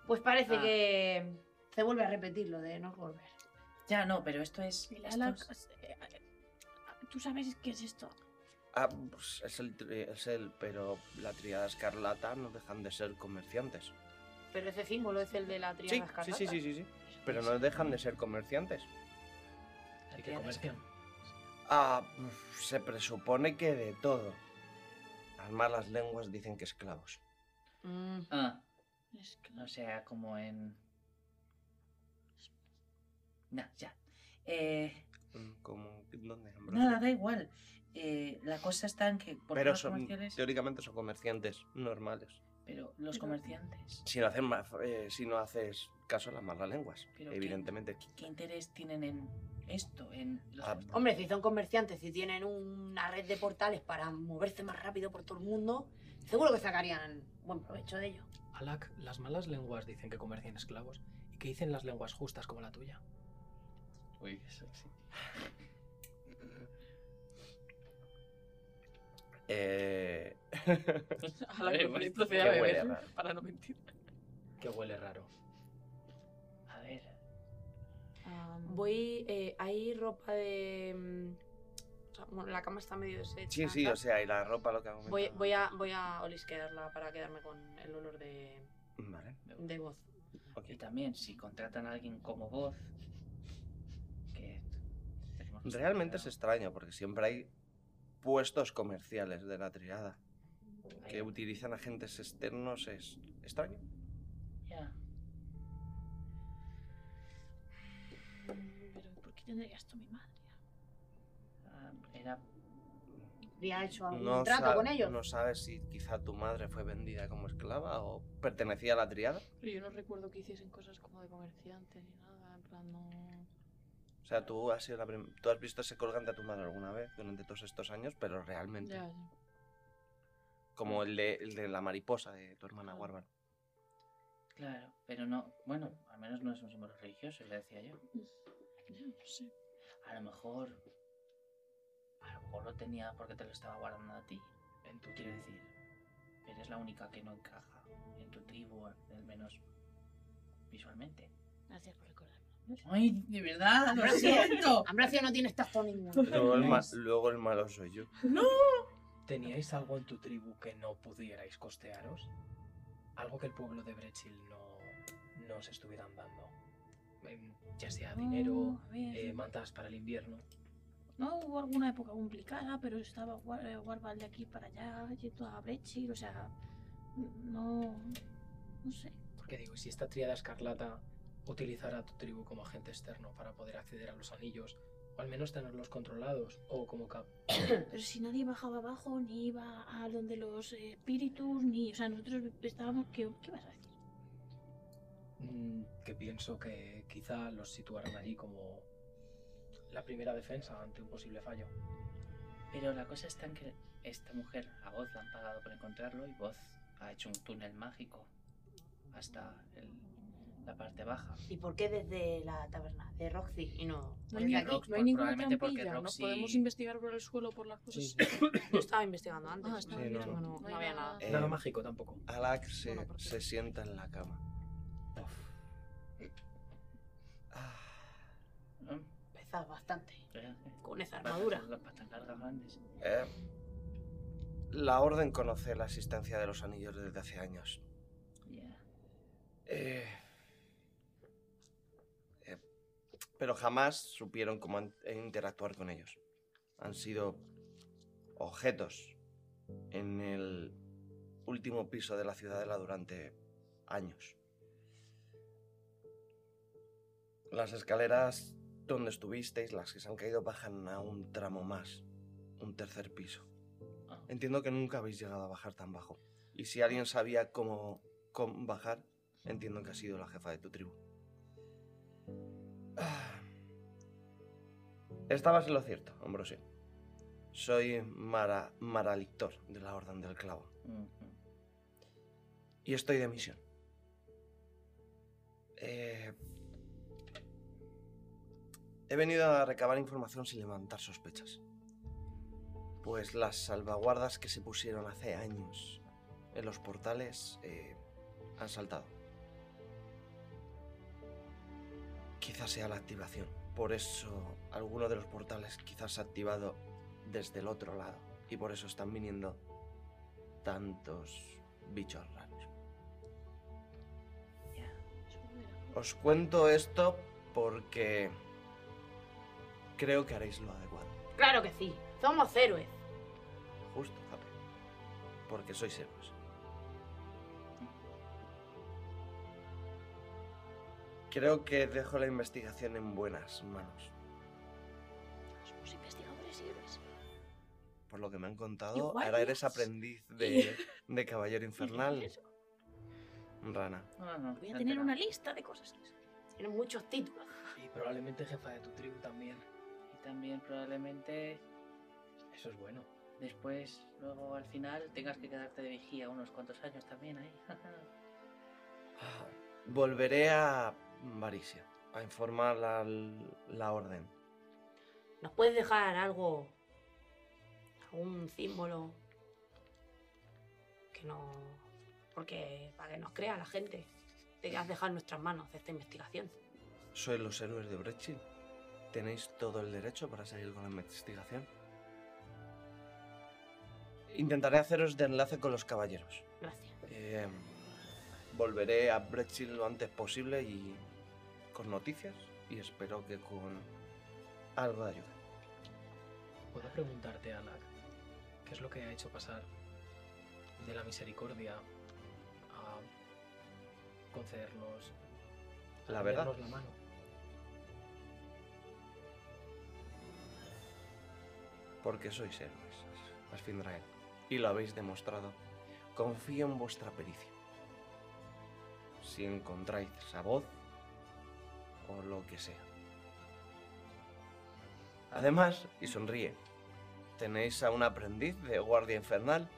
C: Pues parece
D: Ah.
C: que se vuelve a repetir lo de no volver.
D: ya no, pero esto es.
L: Mira
D: esto
L: la
D: es-
L: cosa- eh, eh, ¿Tú sabes qué es esto?
B: ah, pues es, el, tri- es el. Pero la triada escarlata no dejan de ser comerciantes.
C: Pero ese símbolo es el de la triada
B: Sí, sí,
C: escarlata.
B: sí, sí, sí, sí. Pero no dejan de ser comerciantes.
D: ¿Y qué comercian?
B: Ah, pf, se presupone que de todo. Las malas lenguas dicen que esclavos.
D: Ah. O sea, como en. No, ya. Eh,
B: Mm, Como, ¿Dónde? Ambrosio?
D: nada, da igual. Eh, la cosa está en que. ¿por qué
B: Pero
D: los
B: son,
D: comerciales-
B: teóricamente son comerciantes normales.
D: Pero los
L: Pero-
D: comerciantes.
B: Si no, hacen ma- eh, si no haces caso a las malas lenguas,
D: Pero
B: evidentemente.
D: ¿qué, qué interés tienen en esto? En los
B: Ah,
D: comerciantes?
C: Hombre, si son comerciantes y tienen una red de portales para moverse más rápido por todo el mundo, seguro que sacarían buen provecho de ello.
U: Alak, las malas lenguas dicen que comercian esclavos. ¿Y qué dicen las lenguas justas como la tuya?
D: Uy, qué sexy.
B: Eh,
E: A la
U: Vale,
E: que
U: pues,
E: me procede a
B: que huele
E: beber,
B: raro.
E: para no mentir.
U: Que huele raro.
D: A ver.
G: Voy. eh, hay ropa de. mm, o sea, bueno, la cama está medio deshecha.
B: Sí, sí,
G: tal.
B: o sea, y la ropa lo que ha comentado.
G: Voy, voy a, voy a olisquearla para quedarme con el olor de,
B: Vale.
G: de voz.
D: Y también, si contratan a alguien como vos, que tenemos que
B: Realmente es extraño porque siempre hay puestos comerciales de la triada que utilizan agentes externos. Es extraño.
D: Ya.
L: Pero ¿por qué tendría esto mi madre?
D: Ah, Era
C: ¿Habría hecho algún
B: No,
C: trato
B: sa-
C: con ellos?
B: no sabes si quizá tu madre fue vendida como esclava o pertenecía a la triada.
G: Pero yo no recuerdo que hiciesen cosas como de comerciante ni nada, en plan no...
B: O sea, tú has, sido la prim- tú has visto ese colgante a tu madre alguna vez durante todos estos años, pero realmente.
G: Ya, ya.
B: Como el de, el de la mariposa de tu hermana Warbar.
D: Claro, pero no, bueno, al menos no es un símbolo religioso, ya decía yo. A lo mejor. A lo mejor lo tenía porque te lo estaba guardando a ti. En tu quiero decir. Eres la única que no encaja en tu tribu, al menos visualmente.
C: Gracias por recordarme.
D: Ay, de verdad, lo siento.
C: Ambracio no tienes tacto
D: [LAUGHS]
C: ninguno.
B: Luego el, ma- luego el malo soy yo.
C: ¡No!
K: ¿Teníais algo en tu tribu que no pudierais costearos? Algo que el pueblo de Brechil no, no os estuvieran dando. Em, Ya sea dinero,
L: a ver.
K: eh, mantas para el invierno.
L: No hubo alguna época complicada, pero estaba War- eh, Warval de aquí para allá, yendo a Brechil, o sea, no. No sé.
K: Porque digo, si esta triada escarlata utilizara a tu tribu como agente externo para poder acceder a los anillos, o al menos tenerlos controlados, o como cap.
L: Pero si nadie bajaba abajo, ni iba a donde los eh, espíritus, ni. O sea, nosotros estábamos. ¿Qué, qué vas a decir?
K: Mm, que pienso que quizá los situaran allí como la primera defensa ante un posible fallo.
D: Pero la cosa está en que esta mujer, a Voz la han pagado por encontrarlo y Voz ha hecho un túnel mágico hasta el- la parte baja.
C: ¿Y por qué desde la taberna de Roxy y no
G: No
C: desde
G: hay, ni-
C: aquí?
G: no hay ninguna
D: probablemente porque
G: trampilla, ¿no?
D: Roxy-
G: Podemos investigar por el suelo, por las cosas. Yo estaba
C: Ah,
G: investigando antes.
B: Sí, no,
G: investigando,
B: no.
G: no, no había nada.
B: Eh,
K: Nada mágico tampoco.
B: Alak se, se sienta en la cama. Ah.
C: Pesas bastante. Con esa
D: Patas-
C: armadura.
D: Las patas largas grandes.
B: Eh, la Orden conoce la existencia de los anillos desde hace años. Eh, eh, pero jamás supieron cómo an- eh, interactuar con ellos. Han sido objetos en el último piso de la ciudadela durante años. Las escaleras donde estuvisteis, las que se han caído, bajan a un tramo más, un tercer piso. Entiendo que nunca habéis llegado a bajar tan bajo. Y si alguien sabía cómo, cómo bajar, entiendo que ha sido la jefa de tu tribu. Ah. Estabas en lo cierto, sí. Soy Mara, Maralictor de la Orden del Clavo. Y estoy de misión. Eh, He venido a recabar información sin levantar sospechas. Pues las salvaguardas que se pusieron hace años en los portales eh, han saltado. Quizás sea la activación. Por eso alguno de los portales quizás se ha activado desde el otro lado. Y por eso están viniendo tantos bichos raros. Os cuento esto porque creo que haréis lo adecuado.
C: Claro que sí. Somos héroes.
B: Justo, Zape. Porque sois héroes. Creo que dejo la investigación en buenas manos.
L: Somos Pues, investigadores y héroes.
B: Por lo que me han contado,
L: Igual
B: ahora eres
L: las-
B: aprendiz
C: [LAUGHS]
B: de, de Caballero Infernal. Rana.
D: Ah,
L: Voy a tener una lista de cosas.
C: Tienen muchos títulos.
K: Y probablemente jefa de tu tribu también.
D: Y también probablemente
K: Eso es bueno.
D: después, luego al final, tengas que quedarte de vigía unos cuantos años también ahí. [LAUGHS]
B: Volveré a Varicia a informar a la orden.
C: ¿Nos puedes dejar algo? ¿Algún símbolo? Que no. Porque para que nos crea la gente de que has dejado en nuestras manos esta investigación.
B: Sois los héroes de Brechil. Tenéis todo el derecho para seguir con la investigación. Intentaré haceros de enlace con los caballeros.
C: Gracias.
B: Eh, volveré a Brechil lo antes posible y con noticias y espero que con algo de ayuda.
K: Puedo preguntarte, Alak, ¿qué es lo que ha hecho pasar de la misericordia a concedernos a
B: La verdad.
K: tendernos la mano?
B: porque sois héroes, Asfindrael, y lo habéis demostrado. Confío en vuestra pericia. Si encontráis esa voz, o lo que sea. Además, y sonríe, tenéis a un aprendiz de guardia infernal.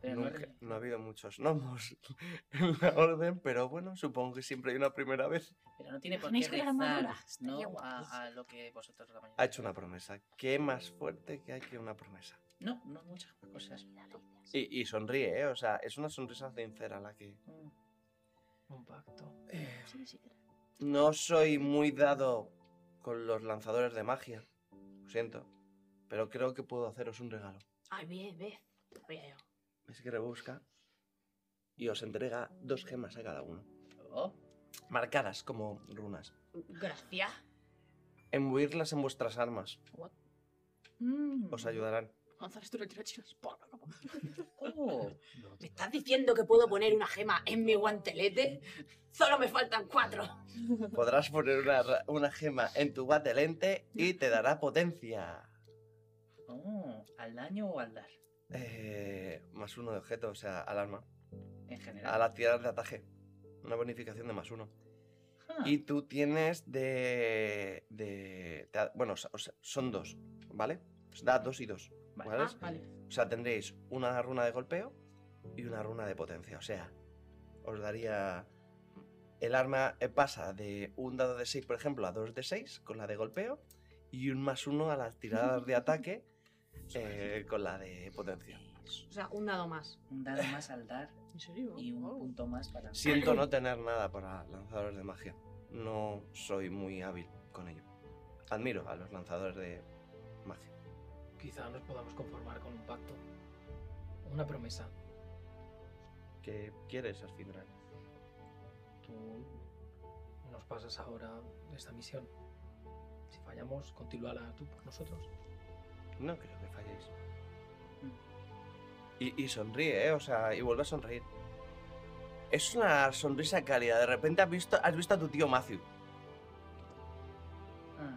D: Pero Eh, no
B: Nunca-
D: re-
B: no ha habido muchos gnomos [LAUGHS] en la orden, pero bueno, supongo que siempre hay una primera vez.
D: Pero no tiene por qué
L: Imagináis con la
D: rezar
L: armadura, estaría
D: ¿no? a, a
L: guapísimo.
D: lo que vosotros la mayoría.
B: Ha hecho una promesa. ¿Qué más fuerte que hay que una promesa?
D: No, no muchas cosas.
B: Y, y sonríe, ¿eh? O sea, es una sonrisa sincera la que...
K: Un pacto.
L: Sí, sí, era.
B: No soy muy dado con los lanzadores de magia. Lo siento. Pero creo que puedo haceros un regalo.
C: Ay, bien, ves. Voy a yo.
B: Es que rebusca y os entrega dos gemas a cada uno.
D: Oh,
B: Marcadas como runas.
C: Gracias.
B: Embuirlas en vuestras armas.
L: Mm.
B: Os ayudarán.
E: Eh.
L: González, tú le tiras chinas. Por la cama.
C: ¿Me estás diciendo que puedo poner una gema en mi guantelete? Solo me faltan cuatro.
B: Podrás poner una, ra- una gema en tu guatelente y te dará potencia.
D: Oh, ¿Al daño o al dar?
B: Eh, más uno de objeto, o sea, al arma.
D: En general.
B: A la tirada de ataque. Una bonificación de más uno.
D: Ah.
B: Y tú tienes de. de te ha- bueno, o sea, o sea, son dos, ¿vale? Os da dos y dos. Vale.
D: Ah, vale.
B: O sea, tendréis una runa de golpeo y una runa de potencia. O sea, os daría. El arma eh, pasa de un dado de 6, por ejemplo, a dos de 6 con la de golpeo y un más uno a las tiradas de ataque eh, con la de potencia.
C: O sea, un dado más.
D: Un dado más al dar.
C: ¿En serio?
D: Y un
L: Oh.
D: punto más para.
B: Siento no tener nada para lanzadores de magia. No soy muy hábil con ello. Admiro a los lanzadores de magia.
K: Quizá nos podamos conformar con un pacto. Una promesa.
B: ¿Qué quieres, Asfindra?
K: Tú nos pasas ahora esta misión. Si fallamos, continúala tú por nosotros.
B: No creo que falléis.
D: Mm.
B: Y, y sonríe, ¿eh? O sea, y vuelve a sonreír. Es una sonrisa cálida. De repente has visto, has visto a tu tío Matthew.
D: Ah.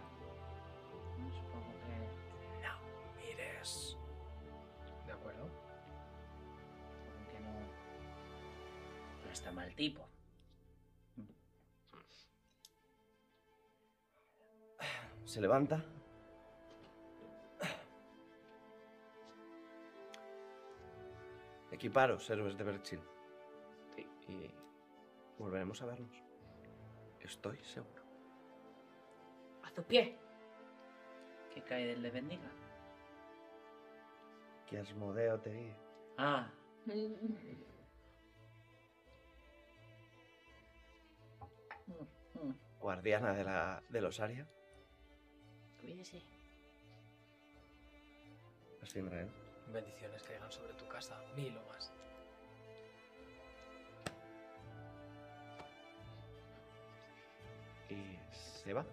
D: No, Supongo que.
K: No, mires. De acuerdo.
D: Supongo que no. No está mal tipo.
B: Se levanta. Equiparos, héroes de Berchil. Y, y volveremos a vernos. Estoy seguro.
C: A tus pies.
D: Que Kaiden le bendiga.
B: Que Asmodeo te guíe.
D: Ah.
E: Mm,
B: Guardiana de, la, de los Aria.
C: Cuídese.
B: Asfindra, ¿eh?
K: Bendiciones caigan sobre tu casa, mil o más.
B: Y se va.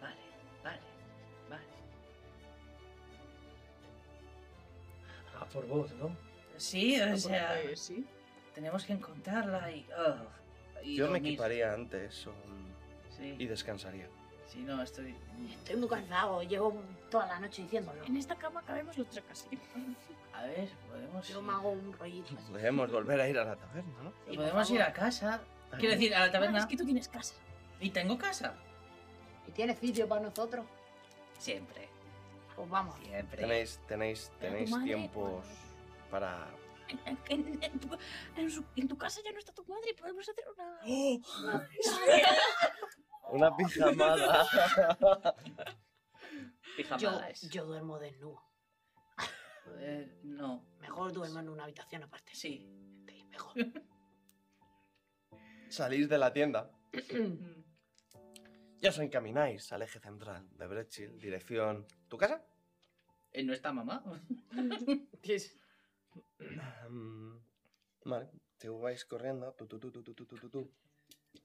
D: Vale, vale, vale.
K: Ah, por vos, ¿no?
D: Sí,
E: Ah,
D: o
E: por
D: sea.
E: ahí, sí.
D: Tenemos que encontrarla y. ugh, y
B: Yo me
D: dormir.
B: equiparía antes o-
D: Sí.
B: y descansaría.
D: Sí, no, estoy.
C: Estoy muy cansado. Llevo toda la noche diciéndolo.
L: En esta cama cabemos los tres casi.
D: A ver, podemos.
C: Yo me hago un rollito. así.
B: Debemos volver a ir a la taberna, ¿no?
C: Sí, por
D: podemos ir
C: favor.
D: a casa.
B: Ah,
D: Quiero decir, a la
L: Ah,
D: taberna.
L: es que tú tienes casa.
D: Y tengo casa.
C: ¿Y tienes sitio para nosotros?
D: Siempre.
C: Pues vamos.
D: Siempre.
B: Tenéis, tenéis,
L: Pero tu
B: tenéis
L: madre,
B: tiempos para.
L: En, en- en- en tu, en su- en tu casa ya no está tu madre y podemos hacer una. [LAUGHS]
B: Una pijamada.
C: Yo,
D: pijamada es.
C: yo duermo desnudo.
D: Eh, no. Pues,
C: Mejor duermo en una habitación aparte.
D: Sí.
C: mejor.
B: Salís de la tienda. Ya os encamináis al eje central de Brechil, dirección. ¿Tu casa?
D: Eh, ¿No está [LAUGHS] mamá?
B: Mm, Vale, te vais corriendo. tu, tu, tu, tu, tu, tu, tu, tu, tu.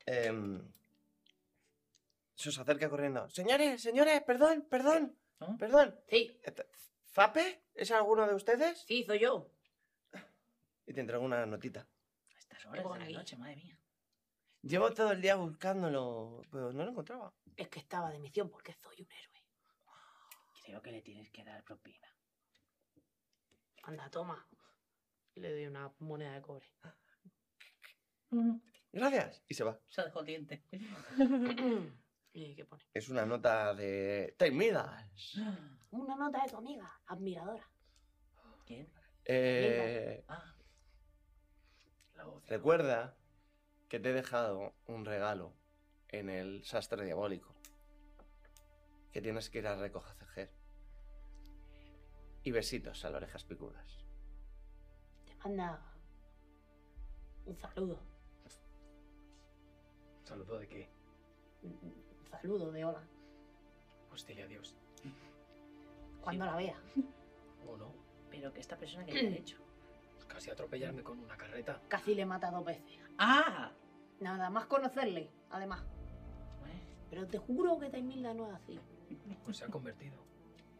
B: Em, se os acerca corriendo. Señores, señores, perdón, perdón, perdón.
C: [CLEARS THROAT] Sí.
B: ¿Fape? ¿Es alguno de ustedes?
C: Sí, soy yo.
B: Y te entrego una notita.
D: Estas horas de la noche, madre mía.
B: Llevo todo el día buscándolo, pero no lo encontraba.
C: Es que estaba de misión porque soy un héroe.
D: Creo que le tienes que dar propina.
C: Anda, toma. Le doy una moneda de cobre.
B: Gracias. Y se va.
D: Se dejó el [GASPS] diente.
C: [CLEARS THROAT] ¿Y qué pone?
B: Es una nota de... Te miras.
D: Ah,
C: Una nota de tu amiga, admiradora.
D: ¿Quién? Ah.
B: Eh, recuerda que te he dejado un regalo en el sastre diabólico. Que tienes que ir a recoger. Y besitos a las orejas picudas.
C: Te manda un saludo.
F: ¿Saludo de qué?
C: Un saludo de hola.
F: Pues dile adiós.
C: Cuando la vea.
F: ¿O no?
D: Pero que esta persona que te [CLEARS THROAT] ha hecho.
F: Casi atropellarme con una carreta.
C: Casi le mata dos veces.
D: ¡Ah!
C: Nada más conocerle, además. Pero te juro que Taimilda no es así.
F: Pues se ha convertido.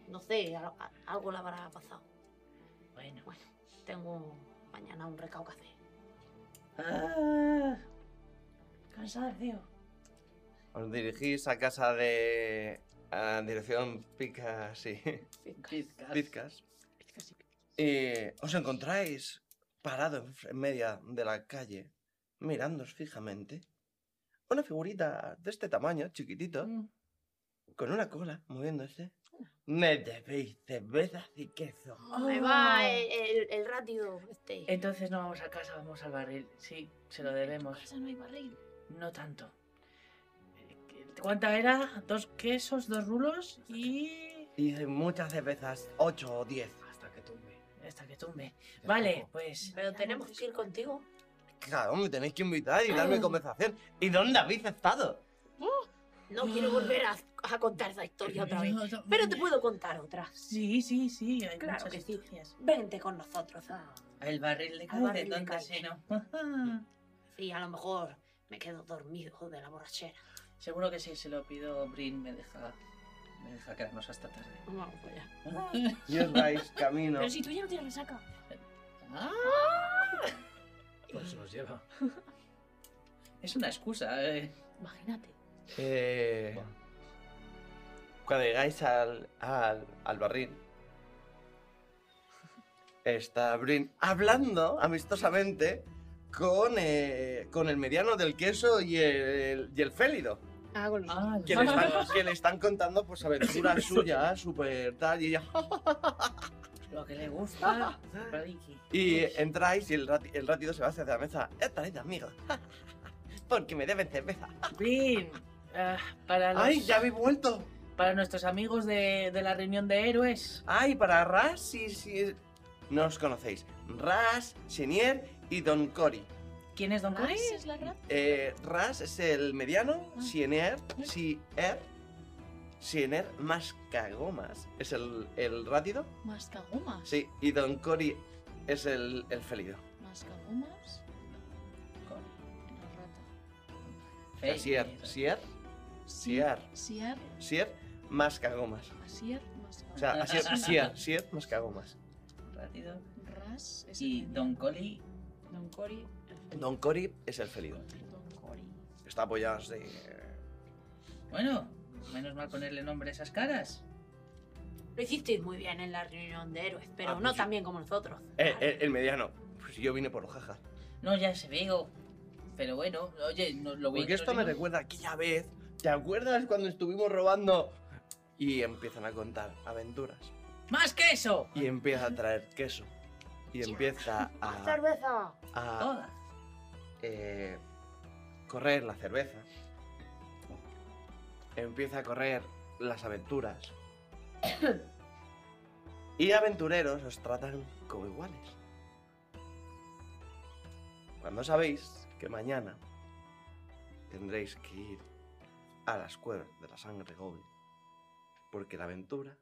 C: No sé, a- a- algo le habrá pasado.
D: Bueno.
C: Bueno, tengo mañana un recao que hacer.
D: Ah, cansancio.
B: Os dirigís a casa de... A dirección pica, sí.
D: Pizcas.
B: Pizcas. Y os encontráis parado en fr- en media de la calle, mirándoos fijamente, una figurita de este tamaño, chiquitito, con Mm. una cola moviéndose. Me debéis cervezas y queso.
C: Ahí va el, el, el rápido este.
D: Entonces no vamos a casa, vamos al barril. Sí, se lo debemos. no hay barril? No tanto. Eh, ¿Cuánta era? Dos quesos, dos rulos y...
B: Y hay muchas cervezas, 8 o 10.
F: Hasta que tumbe.
D: Hasta que tumbe. Vale, pues...
C: Pero tenemos que ir contigo.
B: Claro, me tenéis que invitar y [LAUGHS] darme conversación. ¿Y dónde habéis estado?
C: No quiero volver a, a contar esa historia otra vez. Pero te puedo contar otra.
D: Sí, sí, sí. Hay
C: Claro
D: muchas
C: que sí. Vente con nosotros. ah.
D: El barril de
C: Al
D: carne,
C: barril de
D: entonces, sí, ¿no?
C: Sí, a lo mejor me quedo dormido de la borrachera.
D: [LAUGHS] Seguro que si se lo pido, Brin me deja... Me deja quedarnos hasta tarde.
C: Vamos allá.
B: Y os vais [LAUGHS] camino.
L: Pero si tú ya no tienes resaca.
D: Ah,
F: Pues nos lleva.
D: Es una excusa, eh.
L: Imagínate.
B: Eh, cuando llegáis al, al, al barril, está Brin hablando amistosamente con, eh, con el mediano del queso y el, y el félido.
C: Ah, con los
D: ah,
B: Que le,
D: [LAUGHS]
B: están, que le están contando pues aventuras suyas, super tal, y ella...
D: Lo que
C: [LAUGHS]
D: le gusta. Ricky.
B: Y entráis y el, rati- el ratito se va hacia la mesa. Estaréis amigos. [LAUGHS] Porque me deben cerveza.
D: Brin, ah, para los...
B: ¡Ay, ya habéis vuelto!
D: Para nuestros amigos de, de la reunión de héroes.
B: ¡Ay, para Ras! Sí, sí. No os conocéis. Ras, Senier y Don Cory.
D: ¿Quién es Don
L: ¿Ras
D: Cory?
L: es la rat?
B: Eh, Ras es el mediano, Sienier, Sier, Siener más cagomas es el, el rátido.
L: Más cagomas.
B: Sí, y Don Cory es el, el félido.
L: Más cagomas. La rata.
D: Félido.
B: Sier, Sier, Sier,
L: Siar.
B: Sier más cagomas.
L: Asier. Más
B: O sea, así es, Sier, Sier más cagomas.
D: Rápido.
L: Ras es
D: Y
L: el
D: Don Coli.
L: Don Cori.
B: Don Cory es el félido.
L: Don Cori.
B: Está apoyado de...
D: Bueno, menos mal ponerle nombre a esas caras.
C: Lo hicisteis muy bien en la reunión de héroes, pero
B: Ah,
C: no
B: pues
C: tan bien como nosotros.
B: Eh, el, el mediano. Pues yo vine por los jajas.
D: No, ya se veo. Pero bueno, oye, no, lo voy
B: Porque esto me recuerda a aquella vez. ¿Te acuerdas cuando estuvimos robando? Y empiezan a contar aventuras.
D: ¡Más queso!
B: Y empieza a traer queso. Y empieza a,
C: ¡Cerveza!
B: a
D: Todas.
B: eh, correr la cerveza. Empieza a correr las aventuras. [COUGHS] Y aventureros os tratan como iguales. Cuando sabéis que mañana tendréis que ir a las cuevas de la sangre goblin. Porque la aventura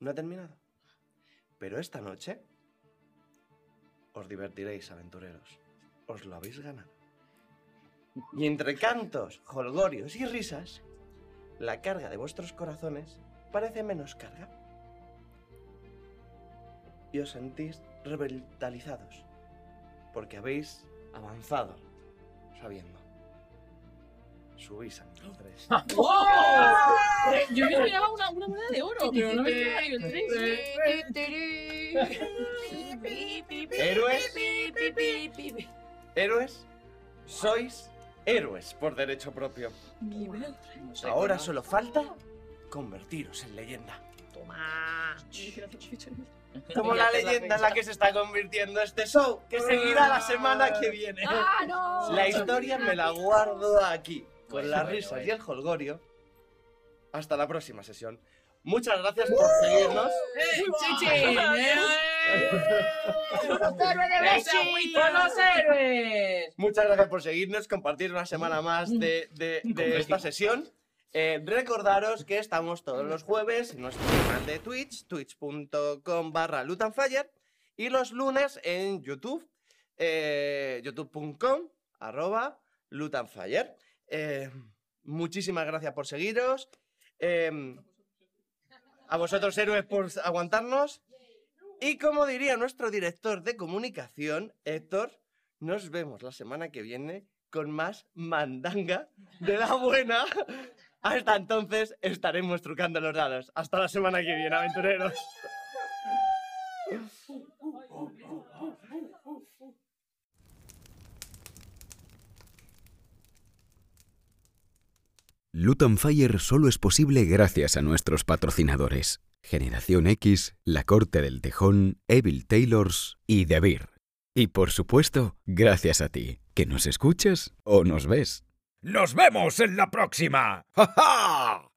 B: no ha terminado. Pero esta noche os divertiréis, aventureros. Os lo habéis ganado. Y entre cantos, jolgorios y risas, la carga de vuestros corazones parece menos carga. Y os sentís revitalizados, porque habéis avanzado sabiendo. Subís a nivel 3.
L: Yo me esperaba una, una moneda de oro, pero no me esperaba nivel
E: Eh, [LAUGHS]
L: 3.
B: Héroes. Héroes, sois héroes por derecho propio. Ahora solo falta convertiros en leyenda.
C: Toma.
B: Como la leyenda en la que se está convirtiendo este show, que seguirá la semana que viene.
C: Ah, no.
B: La historia me la guardo aquí, con
P: Bueno,
B: las
P: bueno,
B: risas y
P: bueno.
B: el jolgorio. Hasta la próxima sesión. Muchas gracias por seguirnos.
E: 哎
D: [LAUGHS] 哎
H: los héroes!
B: Muchas gracias por seguirnos, compartir una semana más de, de- de esta sesión. Eh, recordaros que estamos todos los jueves en nuestro canal de Twitch, twitch.com barra lutanfire, y los lunes en YouTube, eh, youtube.com arroba lutanfire. Eh, muchísimas gracias por seguiros. eh, a vosotros, héroes, por aguantarnos. Y como diría nuestro director de comunicación, Héctor, nos vemos la semana que viene con más mandanga de la buena. Hasta entonces estaremos trucando los dados. Hasta la semana que viene, aventureros.
A: Luton Fire solo es posible gracias a nuestros patrocinadores. Generación X, La Corte del Tejón, Evil Taylors y The Beer. Y por supuesto, gracias a ti, que nos escuchas o nos ves.
W: ¡Nos vemos en la próxima! ¡Ja, ja!